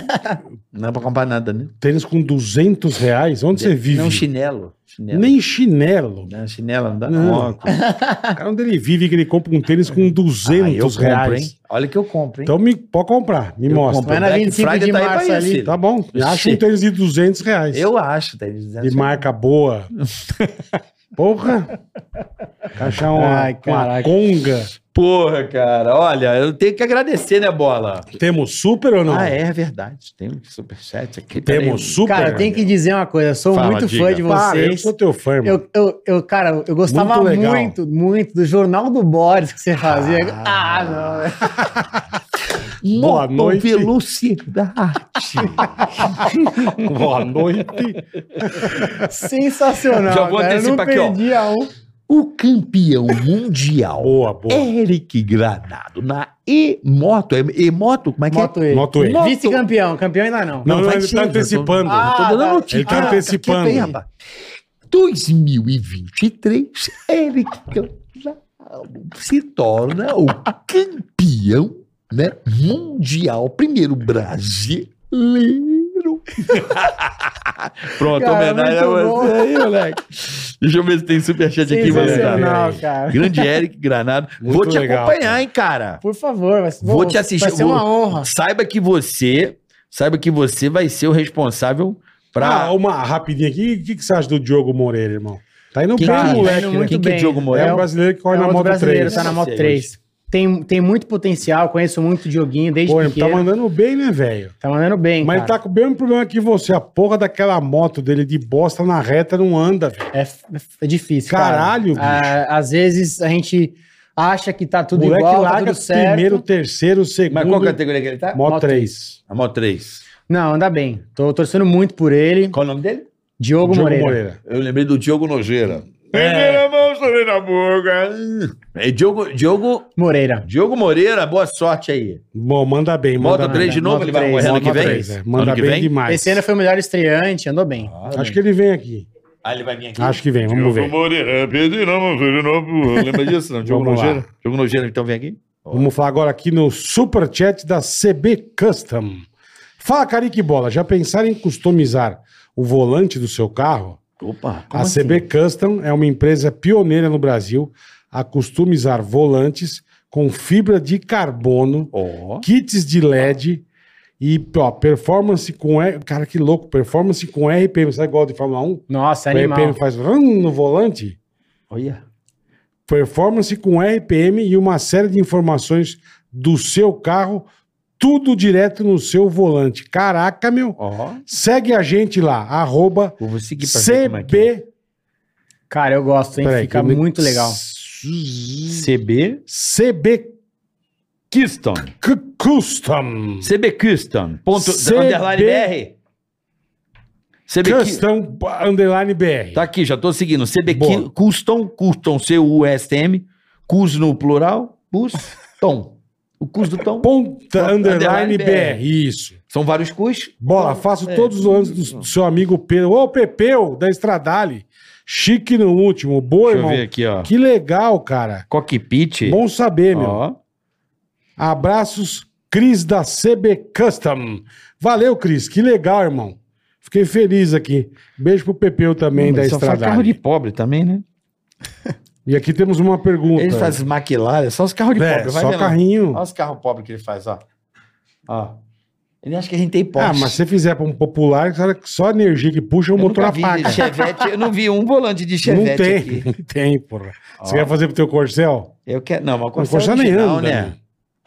não é pra comprar nada, né?
tênis com 200 reais? Onde você vive?
Não, chinelo. chinelo.
Nem chinelo.
Não, chinelo não dá.
Não.
Óculos.
Tá Cara, onde ele vive que ele compra um tênis com
Ah,
200
eu compro,
reais?
hein? Olha que eu compro, hein?
Então me, pode comprar, me
Eu
mostra.
compro.
Vai na
Black
25
Friday
de
tá aí pra
março
isso,
ali.
filho.
Tá bom.
Eu
Acha
sei.
um tênis de 200 reais.
Eu acho, tá tênis
De
200
marca boa. Porra! Achar uma,
Ai,
uma
caraca.
conga.
Porra, cara. Olha, eu tenho que agradecer, né, Bola?
Temos super ou não?
Ah, é verdade. Tem um superchat aqui.
Temos super.
Cara, eu tenho que dizer uma coisa, eu sou
Fala,
muito
diga.
fã de
Para, eu
vocês.
sou teu fã, irmão.
Eu, eu, eu, cara, eu gostava
Muito legal.
muito, muito do Jornal do Boris que você fazia. Ah, não. velho.
um. Boa noite.
Velocidade.
Boa noite.
Sensacional.
Ah. Já vou
cara, eu não
antecipar aqui, ó.
perdi a um.
O campeão mundial
Boa, boa.
É. Eric Granado na E-Moto. É E-Moto? Como é que
Moto E.
Moto E.
Moto.
Vice-campeão, campeão ainda não.
Não, não,
vai
ele
sim,
tá
eu tô-
antecipando.
é?
Ah,
Tô dando a
tá.
notícia.
Ele tá antecipando.
quieto aí, rapaz. 2023, Eric Granado se torna o campeão né, mundial. Primeiro brasileiro. Pronto,
Cara,
homenagem a
muito
você
bom.
aí, moleque. Deixa eu ver se tem superchat aqui, moleque.
Sensacional, cara.
Grande Eric Granado.
Muito
Vou te
legal,
acompanhar,
cara.
hein, cara.
Por favor, vai,
Vou te assistir.
Vai ser uma honra.
Saiba que você, saiba que você vai ser o responsável pra...
Ah, uma rapidinha aqui. O que, que você acha do Diogo Moreira, irmão? Tá indo
Quem
bem,
que é?
moleque,
Tá indo
né?
muito
Quem que é
bem.
Diogo Moreira?
É
É
um
o
brasileiro que corre
é
na
outro
moto
brasileiro,
3.
tá na
Eu
moto
sei,
3. tem, tem muito potencial, conheço muito o Dioguinho desde
Pô, ele
pequeno.
tá mandando bem, né, velho?
Tá mandando bem,
Mas ele
cara.
tá com o mesmo problema que você. A porra daquela moto dele de bosta na reta não anda, velho.
É, f- é difícil,
Caralho,
cara. Ah, às vezes a gente acha que tá tudo
Moleque
igual, tá
larga
tudo certo.
primeiro, terceiro, segundo.
Mas qual
é
categoria que ele tá?
Mó
Mó
3.
A Mó 3.
Não, anda bem. Tô torcendo muito por ele.
Qual o nome dele?
Diogo, Moreira.
Eu lembrei do Diogo Nogueira. É. mão, sobre na boca. É Diogo, Diogo,
Moreira.
Diogo Moreira, boa sorte aí.
Bom, manda bem.
Moto
manda
3 de
bem.
novo,
Moto
ele vai
três,
correr ano
Moto
que vem?
três,
é. Manda
ano que
bem
vem?
demais.
Esse ano é foi o melhor estreante, andou bem.
Acho que ele vem aqui.
Ah, ele vai vir aqui.
Acho que vem, vamos
Diogo
ver.
Moreira, Pedro não, Pedro não, lembra disso não? Diogo
Vamos lá.
Nogueira. Diogo Nogueira, então vem aqui.
Vamos falar agora aqui no superchat da CB Custom. Fala, Carique Bola, já pensaram em customizar o volante do seu carro?
Opa. assim?
a
assim?
CB Custom é uma empresa pioneira no Brasil a customizar volantes com fibra de carbono,
Ó.
kits de LED e ó, performance com... R- Cara, que louco, performance com RPM. Sabe igual de Fórmula 1?
Nossa,
O RPM
animal.
faz rum no volante?
Olha.
performance com RPM e uma série de informações do seu carro, tudo direto no seu volante. Caraca, meu!
Ó.
Segue a gente lá, arroba
Eu Vou seguir pra ver como é que é.
CB...
Cara, eu gosto, hein?
Peraí,
Fica
que eu-
muito legal.
CB
CB
Kiston.
C- Custom.
CB Kiston. Ponto,
CB
underline BR. CB Ki-
Custom Underline BR.
Tá aqui, já tô seguindo. CB
Boa.
Ki- Custom, Custom, C-U-S-T-M. Cus no plural, Cus, Tom. O Cus do Tom.
Ponta Underline
Underline
BR. Isso.
São vários Cus.
Bola, faço
é.
todos os anos do, do seu amigo Pedro. Ô, Pepeu, da Estradale. Chique no último. Boa,
Deixa eu
irmão.
ver aqui, ó.
Que legal, cara.
Cockpit.
Bom saber, meu.
Ó.
Abraços, Cris da CB Custom. Valeu, Cris. Que legal, irmão. Fiquei feliz aqui. Beijo pro Pepeu também
Hum,
da
Hum, Mas só faz
Estrada.
carro de pobre também, né?
E aqui temos uma pergunta.
Ele faz maquilar, é só os carros de
É,
pobre. Vai
só
vendo.
carrinho.
Olha os carros pobres que ele faz, ó. Ó. Ele acha que a gente tem pobre.
Ah, mas se você fizer pra um popular, será que só a energia que puxa é o
eu
motor
nunca vi
apaga?
de Chevette, eu não vi um volante de
Não
Chevette
tem,
aqui.
não tem, porra. Você
Ó.
quer fazer pro teu Corcel?
Eu quero. Não, mas
Não,
Corsa
Corcel nem
original,
anda.
né?
né?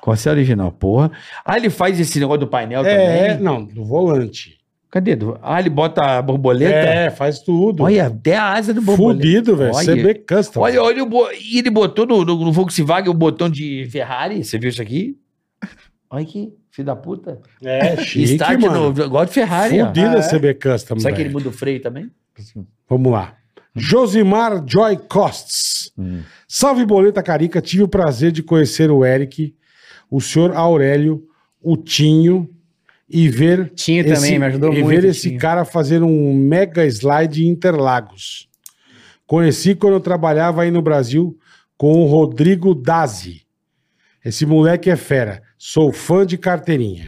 Corsa original, porra. Ah, ele faz esse negócio do painel
É,
também.
não, do volante.
Cadê? Do- Ah, ele bota a borboleta.
É, faz tudo.
Olha, até a asa do borboleta.
Fudido, velho.
Olha.
CB Custom.
Olha, olha, o bo- e ele botou no, no- no Volkswagen o botão de Ferrari. Você viu isso aqui? Olha aqui, filho da puta.
É, chique,
Start Ah,
mano.
no. Gosto de Ferrari. ó.
Fudido a CB Custom,
Será que
velho.
ele muda o freio também? Assim.
Vamos lá. Josimar Joy Costs.
Hum.
Salve Boleta Carica, tive o prazer de conhecer o Eric, o senhor Aurélio, o Tinho e ver
Tinho também, me ajudou
e
muito.
ver esse
Tinho.
cara fazer um mega slide em Interlagos. Conheci quando eu trabalhava aí no Brasil com o Rodrigo Dazi. Esse moleque é fera. Sou fã de carteirinha.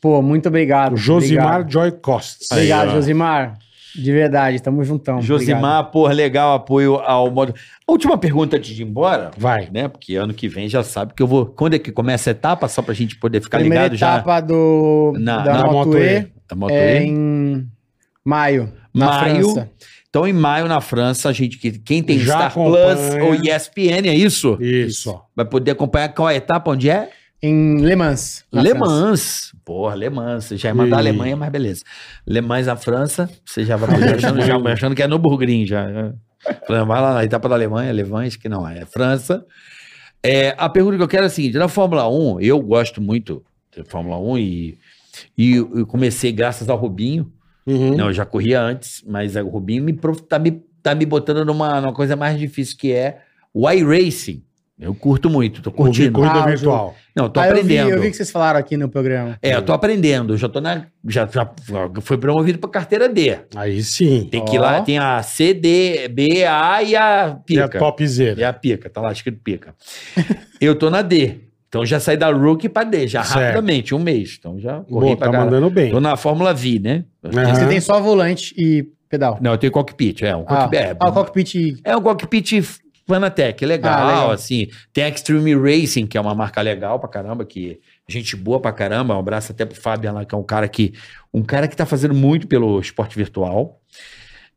Pô, muito obrigado.
O Josimar
Obrigado,
Joy Costs.
Obrigado,
Aí, ó.
Josimar. De verdade, tamo juntão.
Josimar, porra, legal apoio ao modo. A última pergunta antes de ir embora,
Vai.
né? Porque ano que vem já sabe que eu vou. Quando é que começa a etapa? Só pra gente poder ficar
Primeira
tá ligado já.
etapa do,
Na-
da
na
Moto,
Moto
E,
E.
A moto
é
aí.
em maio, na
Maio.
França.
Então, em maio, na França, a gente, que- quem tem
Já
Star
acompanha.
Plus ou ESPN, é isso?
Isso. ó.
Vai poder acompanhar qual a etapa, onde é?
Em Le Mans. na
Le
França.
Mans. Porra, Le Mans. Você já é mandar
Ih.
Alemanha, mas beleza. Le Mans na França, você já vai poder achando, já vai achando que é no Burgrim já. Falando, Vai lá na etapa da Alemanha, Le Mans, que não é, é França. É, a pergunta que eu quero é a seguinte: na Fórmula 1, eu gosto muito de Fórmula 1 e, e eu comecei graças ao Rubinho.
Uhum.
Não, eu já corria antes, mas é, o Rubinho me prof- tá, me, tá me botando numa, numa coisa mais difícil que é o iRacing. Eu curto muito, tô
Curti
curtindo.
corrida
Ah,
Uhum. virtual.
Não, tô
Ah, eu vi-
aprendendo.
Eu vi, que vocês falaram aqui no programa.
É, eu tô aprendendo, eu já tô na. Já, já foi promovido pra carteira D.
Aí sim.
Tem que ir
Ó.
lá, tem a C, D, B, A e a
E
pica.
a É topzera.
E a pica, tá lá escrito pica. eu tô na D. Então já saí da Rookie pra D, já
Certo.
rapidamente, um mês. Então já corri
Boa,
pra
tá
caralho.
mandando bem.
Tô na Fórmula V, né?
Aham.
Você tem só volante e pedal.
Não, eu tenho cockpit, é. Um
Ah,
cockpit, é,
ah, o cockpit.
É um cockpit
é
Fanatec, legal,
Ah, legal.
assim. Tem a Extreme Racing, que é uma marca legal pra caramba, que gente boa pra caramba. Um abraço até pro Fábio lá, que é um cara que um cara que tá fazendo muito pelo esporte virtual.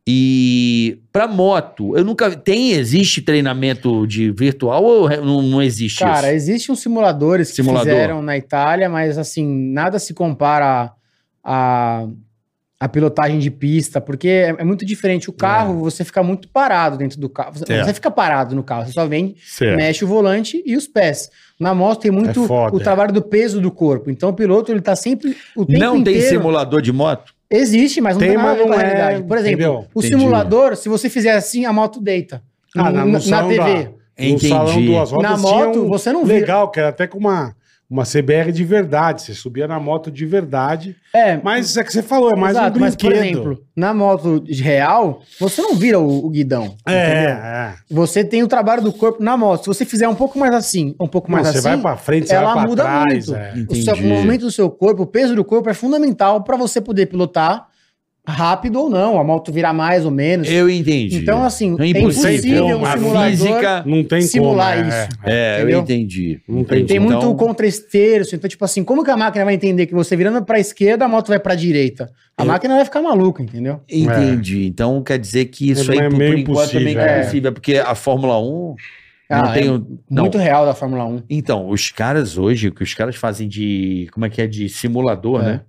E pra moto, eu nunca. Tem, existe treinamento de virtual ou re- não, não existe
Cara, é
isso?
existem uns simuladores que
Simulador.
fizeram na Itália, mas assim, nada se compara a, a, a pilotagem de pista, porque é, é muito diferente. O carro, você fica muito parado dentro do carro. Você
É.
você fica parado no carro, você só vem,
Certo.
mexe o volante e os pés. Na moto tem muito
É foda,
o
é.
trabalho do peso do corpo. Então o piloto, ele tá sempre o tempo
Não tem
inteiro-
simulador de moto?
Existe, mas não tem,
Tem,
nada a ver
mas
com a
não é-
realidade. Por exemplo,
entendeu?
o
Entendi.
simulador, se você fizer assim, a moto deita.
Ah, na,
N-
no salão
TV.
da- No salão
Entendi.
duas rodas
Na
tinha
moto,
um
você não vê.
Legal, que era até com uma, uma CBR de verdade. Você subia na moto de verdade.
É,
Mas é que você falou, é mais
Exato,
um
mas por
brinquedo.
exemplo, na moto de real, você não vira o, o guidão.
é,
entendeu?
é.
Você tem o trabalho do corpo na moto. Se você fizer um pouco mais assim, um pouco
Mas
mais
você
assim,
vai pra frente, você
ela
vai pra
muda
trás.
muito.
é.
o, seu, o
Entendi.
movimento do seu corpo, o peso do corpo é fundamental para você poder pilotar rápido ou não, a moto virar mais ou menos.
Eu entendi.
Então, assim,
É
é
impossível,
impossível um
a
simulador
física-
Não tem
simular
como. é,
isso.
é,
entendeu?
eu entendi.
Não tem
Tem
Então-
muito contra-esterço, então, tipo assim, como que a máquina vai entender que você virando pra esquerda, a moto vai pra direita? A
Eu-
máquina vai ficar maluca, entendeu?
Entendi. Então quer dizer que isso
É, mas
aí,
é
por, por
meio
enquanto, também
impossível,
é
é.
impossível. Porque a Fórmula 1 não
Ah,
tem.
é
o- não.
Muito real da Fórmula 1.
Então, os caras hoje, o que os caras fazem de. Como é que é? De simulador,
É.
né?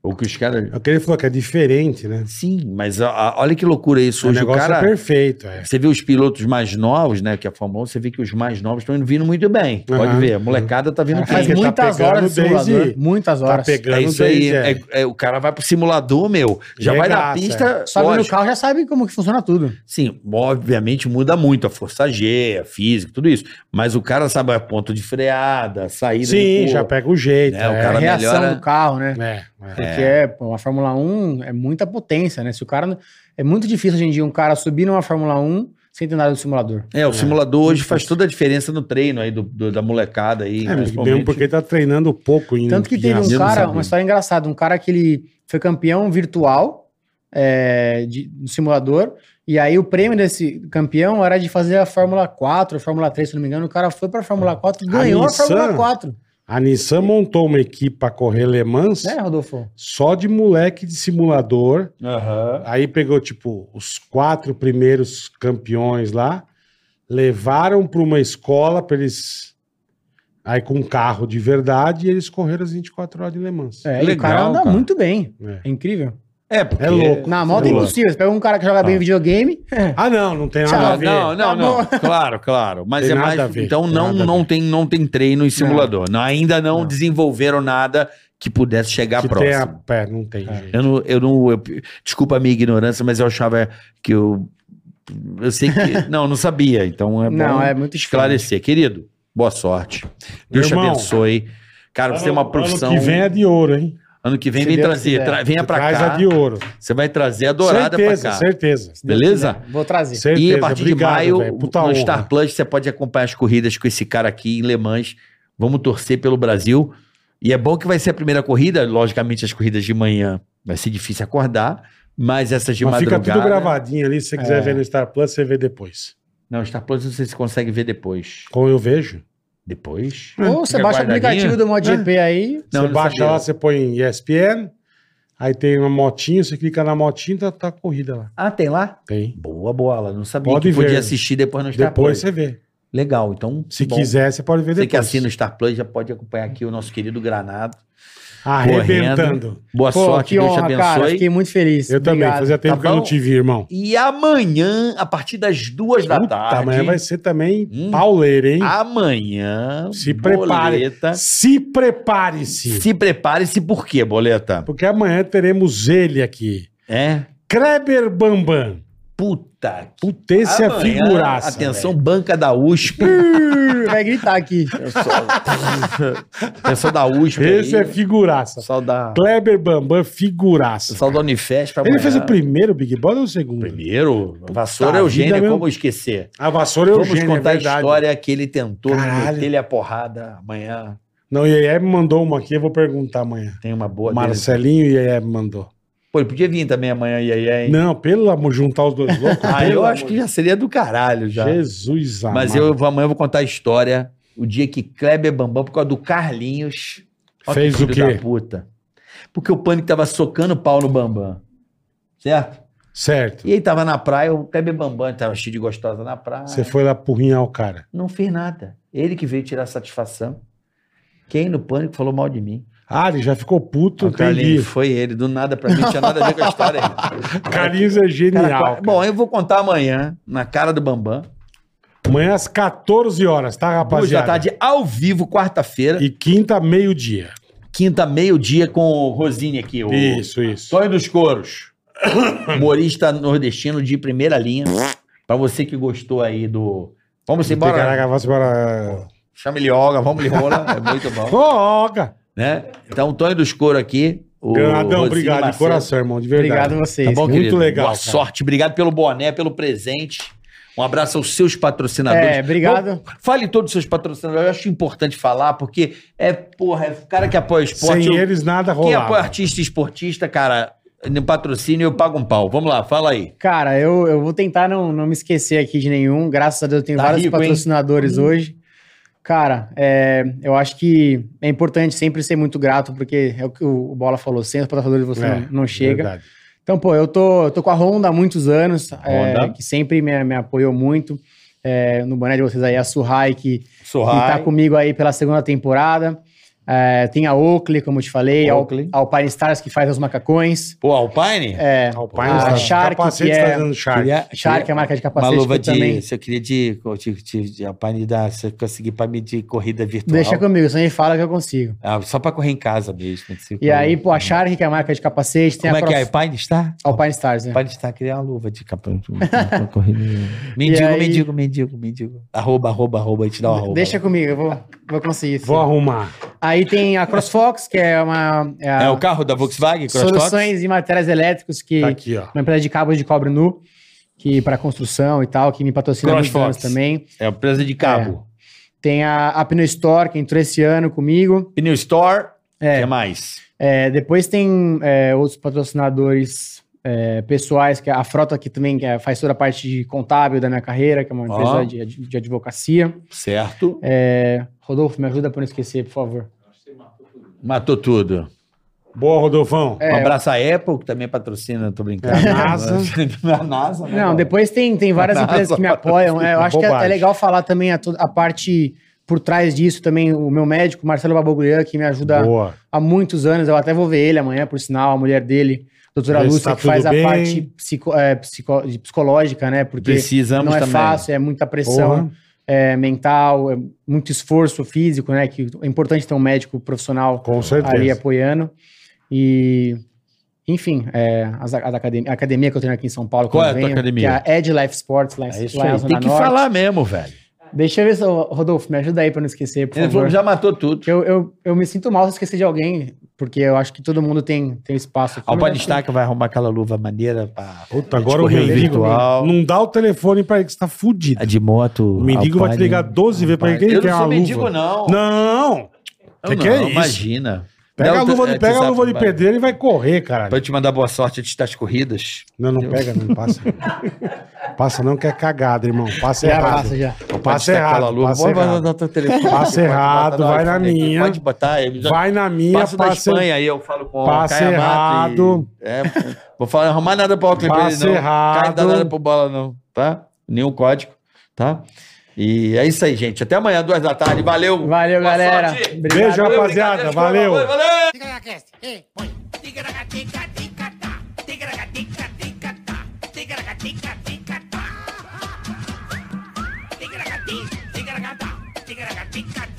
Ou que os caras.
É o que ele falou, que é diferente, né?
Sim, mas a- a- olha que loucura isso.
o
Hoje o
negócio
cara.
é perfeito. É.
Você vê os pilotos mais novos, né? Que é a Fórmula 1, você vê que os mais novos estão vindo muito bem. Pode
Aham.
ver, a molecada tá vindo
Cara,
bem.
faz
Porque tá
muitas
pegando
horas de simulador.
desde-
Muitas
Tá
horas.
pegando
É isso aí.
desde-
é- é- o cara vai pro simulador, meu. Já
De
vai na
é graça,
pista.
Sobe no
lógico.
carro, já sabe como que funciona tudo.
Sim, obviamente muda muito a força G, a física, tudo isso. Mas o cara sabe a ponto de freada, a saída
Sim,
de curva.
já pega o jeito.
É, o
É a
cara
reação
melhora-
do carro, né?
É, é.
Porque é, pô, a Fórmula 1 é muita potência, né? Se o cara. não- É muito difícil hoje em dia um cara subir numa Fórmula 1 sem ter nada do simulador.
É, o simulador hoje faz toda a diferença no treino aí do, do- da molecada aí.
É,
principalmente.
mesmo porque tá treinando pouco ainda.
Tanto que teve
eu
um
não
cara,
sabia.
uma história engraçada, um cara que ele foi campeão virtual é, de, no simulador, e aí o prêmio desse campeão era de fazer a Fórmula 4, a Fórmula 3, se não me engano, o cara foi pra Fórmula 4 e
A
ganhou a
Nissan?
Fórmula 4.
A Nissan montou uma equipe pra correr Le Mans
Né, Rodolfo?
só de moleque de simulador.
Aham.
Aí pegou, tipo, os quatro primeiros campeões lá, levaram pra uma escola pra eles. Aí com um carro de verdade, e eles correram as 24 horas de Le Mans.
É, e o
Legal,
cara anda
cara.
muito bem.
É.
É incrível.
É, porque...
É louco.
Na moto é
Boa.
impossível. Você pega um cara que
Tá.
joga bem
Ah.
videogame.
Ah, não, não tem nada a
Ah,
ver.
não, não,
Tá
não. Claro, claro. Mas
Tem
é
nada
mais.
a ver,
Então
tem
não,
nada a
não,
ver.
tem, não tem treino em simulador. Não, ainda não,
Não.
desenvolveram nada que pudesse chegar
que tem
próximo.
a pé, não tem jeito.
Eu não, eu não, eu- desculpa a minha ignorância, mas eu achava que eu, eu sei que, não, eu não sabia, então é bom
Não, é muito
esclarecer. Querido, boa sorte, Deus te
Irmão,
abençoe. Cara, você tem uma profissão,
Ano que vem é de ouro, hein?
vem,
Se
vem
Deus
trazer,
quiser.
tra- venha pra
Traz
cá,
a de ouro.
você vai trazer a dourada
certeza,
pra cá.
certeza.
Beleza?
Vou trazer.
Certeza.
e a partir
Obrigado,
de maio,
velho. Puta
no
honra.
Star Plus, você pode acompanhar as corridas com esse cara aqui em Le Mans. Vamos torcer pelo Brasil. E é bom que vai ser a primeira corrida, logicamente, as corridas de manhã vai ser difícil acordar, mas essas de
Mas fica
madrugada.
tudo gravadinho ali. Se você quiser
É.
ver no Star Plus, você vê depois.
Não, Star Plus você se consegue ver depois.
Como eu vejo.
Depois?
Ou você
Hum, Fica
baixa o
guardadinho. É.
aplicativo do MotoGP aí.
Não,
você
não
baixa
sabia.
lá, você põe em ESPN. Aí tem uma motinha, você clica na motinha, tá, tá a corrida lá.
Ah, tem lá?
Tem.
Boa bola. Não sabia
Pode
que podia
ver.
assistir depois no Star
Depois
Plus.
você vê.
Legal, então.
Se
bom.
quiser, você pode ver
Você que
depois.
assina o Star Plus já pode acompanhar aqui o nosso querido Granado.
Arrebentando.
Boa
Pô,
sorte,
que
Deus
honra,
te
cara.
abençoe.
Fiquei muito feliz.
Eu também.
Obrigado.
Fazia tempo
Tá
que eu não
bom?
te vi, irmão. Tá,
E amanhã, a partir das duas da tarde.
amanhã vai ser também
Ah, Hum.
pauleira, hein?
Amanhã,
Se prepare.
Boleta.
Se prepare-se.
Se prepare-se por quê, Boleta?
Porque amanhã teremos ele aqui.
É?
Kleber Bambam.
Puta. que-
Puta, esse é
Amanhã,
figuraça.
Atenção, banca da USP.
Vai gritar aqui.
Pessoal da USP.
velho. Esse
aí,
é figuraça.
Pessoal da,
Kleber Bambam, figuraça.
pessoal da Unifest. pra
Ele
amanhã.
fez o primeiro Big Brother ou o segundo?
primeiro. Vassoura é
vida,
Eugênia,
meu.
como esquecer?
A vassoura é
Vamos
Eugênia,
contar
é
a
verdade.
história que ele tentou
Caralho.
meter-lhe a porrada amanhã.
Não, o Ié me mandou uma aqui, eu vou perguntar amanhã.
Tem uma boa dele.
Marcelinho e Ié me mandou.
Pô, ele podia vir também amanhã, e aí, hein?
Não, pelo amor, juntar os dois loucos.
Ah,
pelo
eu
amor
acho que já seria do caralho
de-
já.
Jesus amado.
Mas eu vou- amanhã eu vou contar a história. O dia que Kleber Bambam, por causa do Carlinhos, ó que
Fez o
filho
quê?
da puta. Porque o pânico tava socando pau no Bambam. Certo?
Certo.
E aí tava na praia, o Kleber Bambam tava cheio de gostosa na praia.
Você foi lá porrinhar o cara.
Não fez nada. Ele que veio tirar satisfação. Quem no pânico falou mal de mim?
Ah, ele já ficou puto,
O Carlinhos,
entendi.
foi ele, do nada pra mim, não tinha nada a ver com a história. irmão.
Carlinhos é
Cara,
genial. cara.
Bom, eu vou contar amanhã, na cara do Bambam.
Amanhã às 14 horas, tá,
Duas da
rapaziada?
tarde, ao vivo, quarta-feira.
E quinta, meio-dia.
Quinta, meio-dia, com o Rosine aqui. O
Isso, isso.
Sonho dos Coros. Humorista nordestino de primeira linha. Pra você que gostou aí do... Vamos embora.
Caraca, vai embora.
Chama ele Olga, vamos ele rola. É muito bom.
Ô, Olga!
né? Então, o Tony dos Couro aqui. O
Granadão,
Rosine
obrigado de
Macedo.
coração, irmão, de verdade.
Obrigado a vocês.
Tá bom,
Muito
querido?
legal,
Boa
cara.
sorte. Obrigado pelo boné, pelo presente. Um abraço aos seus patrocinadores.
É, obrigado.
tá, Bom, fale todos os seus patrocinadores. Eu acho importante falar, porque é, porra, é o cara que apoia o esporte.
Sem
é.
eu-
eles nada
um- quem é apoia
rolava.
artista e esportista, cara, no patrocínio eu pago um pau. Vamos lá, fala aí.
Cara, eu, eu vou tentar não, não me esquecer aqui de nenhum. Graças a Deus eu tenho
Tá
vários
rico, hein? Hum.
patrocinadores hoje. Cara, é, eu acho que é importante sempre ser muito grato, porque é o que o Bola falou, sem os patrocinadores você
É,
não, não chega.
Verdade.
Então, pô, eu tô, eu tô com a Honda há muitos anos, é,
Honda.
que sempre me, me apoiou muito. É, no boné de vocês aí, a Suhai, que, que tá
Sorrai.
comigo aí pela segunda temporada. É, tem a Oakley, como eu te falei, a Al-
Oakley.
a Alpine Stars, que faz os macacões.
Pô, Alpine?
É,
Alpine
a
está-
Shark,
tá- capacete
que
está
é-
dando Shark.
Queria-
Shark, é a marca de
Uma
capacete que
luva
eu
de.
também.
Se eu queria de. de, de, de Alpine da. Se eu conseguir pra mim de corrida virtual.
Deixa comigo, você me fala que eu consigo.
Ah, só pra correr em casa mesmo.
E aí, pô, a Shark, que é a marca de capacete, tem
Tá Como
a
é que é?
Cross-
Alpine está?
Alpine Stars, né?
Pode estar criando uma luva de capa. um, mendigo,
aí-
mendigo, mendigo, mendigo. Arroba, arroba, arroba, a gente dá uma arroba.
Deixa comigo, eu vou, vou conseguir. sim.
Vou arrumar.
Aí tem a CrossFox, que é uma. É a
É o carro da Volkswagen, CrossFox?
soluções em materiais elétricos, que
Tá aqui, ó.
uma empresa de cabos de cobre nu, que para construção e tal, que me patrocina há muitos
CrossFox.
anos também.
É a empresa de cabo.
Tem a, a Pneu Store, que entrou esse ano comigo.
Pneu Store, o
É,
que mais?
É, depois tem é, outros patrocinadores é, pessoais, que é a Frota, que também que é- faz toda a parte de contábil da minha carreira, que é uma
Ó.
empresa de, de advocacia.
Certo.
É, Rodolfo, me ajuda para não esquecer, por favor.
Matou tudo.
Boa, Rodolfão.
É.
Um abraço à Apple, que também patrocina, tô brincando.
É a NASA.
a NASA, né?
Não, depois tem, tem várias
Nossa,
empresas que me apoiam. É, eu acho que é,
bobagem.
é legal falar também a, to- a parte por trás disso também, o meu médico, Marcelo Baboglian, que me ajuda
Boa.
há muitos anos. Eu até vou ver ele amanhã, por sinal, a mulher dele, doutora
Vê se
Lúcia,
tá
que faz
tudo
a
bem.
parte psico- é, psico- de psicológica, né? Porque
Precisamos
não é
também.
fácil, é muita pressão.
Porra.
é, mental, é muito esforço físico, né? Que é importante ter um médico profissional
Com certeza.
ali é apoiando. E, enfim, é, as, as academ- a academia que eu treino aqui em São Paulo.
Qual
quando
é a tua academia?
Que é a Ed Life Sports, lá, em-
É isso
lá
aí.
na
Tem
Zona
que
Norte.
falar mesmo, velho.
Deixa eu ver, se, ô, Rodolfo, me ajuda aí pra eu não esquecer, por
Ele falou,
favor.
já matou tudo.
Eu, eu, eu me sinto mal se eu esquecer de alguém, porque eu acho que todo mundo tem, tem espaço. aqui.
Alpine Stark vai arrumar aquela luva maneira pra.
Puta, agora o
Correio
mendigo.
virtual.
Não dá o telefone pra ele que você tá fudido.
A de moto.
O mendigo vai te
Alpine.
ligar 12 vezes pra ele. Quem
Eu
quer
não
uma
sou
luva?
mendigo, não.
Não!
Eu
Que
não,
que é isso?
Imagina.
Pega
Dá
a
o
luva
te-
de, pega a
WhatsApp,
luva de
vai.
pedreiro e vai correr, caralho.
Pra eu te mandar boa sorte tá antes das corridas.
Não, não pega, não passa. passa não que é cagada, irmão. Passa
Já
errado.
passa, é já.
Passa errado, passa
Vai
errado.
botar teu um telefone.
Passa
Pode botar
errado,
no
vai na
iPhone.
minha.
Pode botar. Eu já
Vai na minha,
passo da
passa,
Espanha, aí eu falo com o
passa
Caio Amato
errado.
e- é, vou falar, arrumar nada pra outra empresa,
Passa
não.
errado.
Caio não dá nada pro bola, não. Tá? Nenhum código, tá? E é isso aí, gente. Até amanhã, duas da tarde. Valeu.
Valeu,
Boa
galera.
sorte.
Obrigado.
Beijo, rapaziada. Valeu.
Valeu.
Tigaracast. Ei, oi. Ticaracatica, ticatá. Ticaracatica, ticatá. Ticaracatica, ticatá. Ticaracati, ticaracatá. Ticaracatica, ticatá.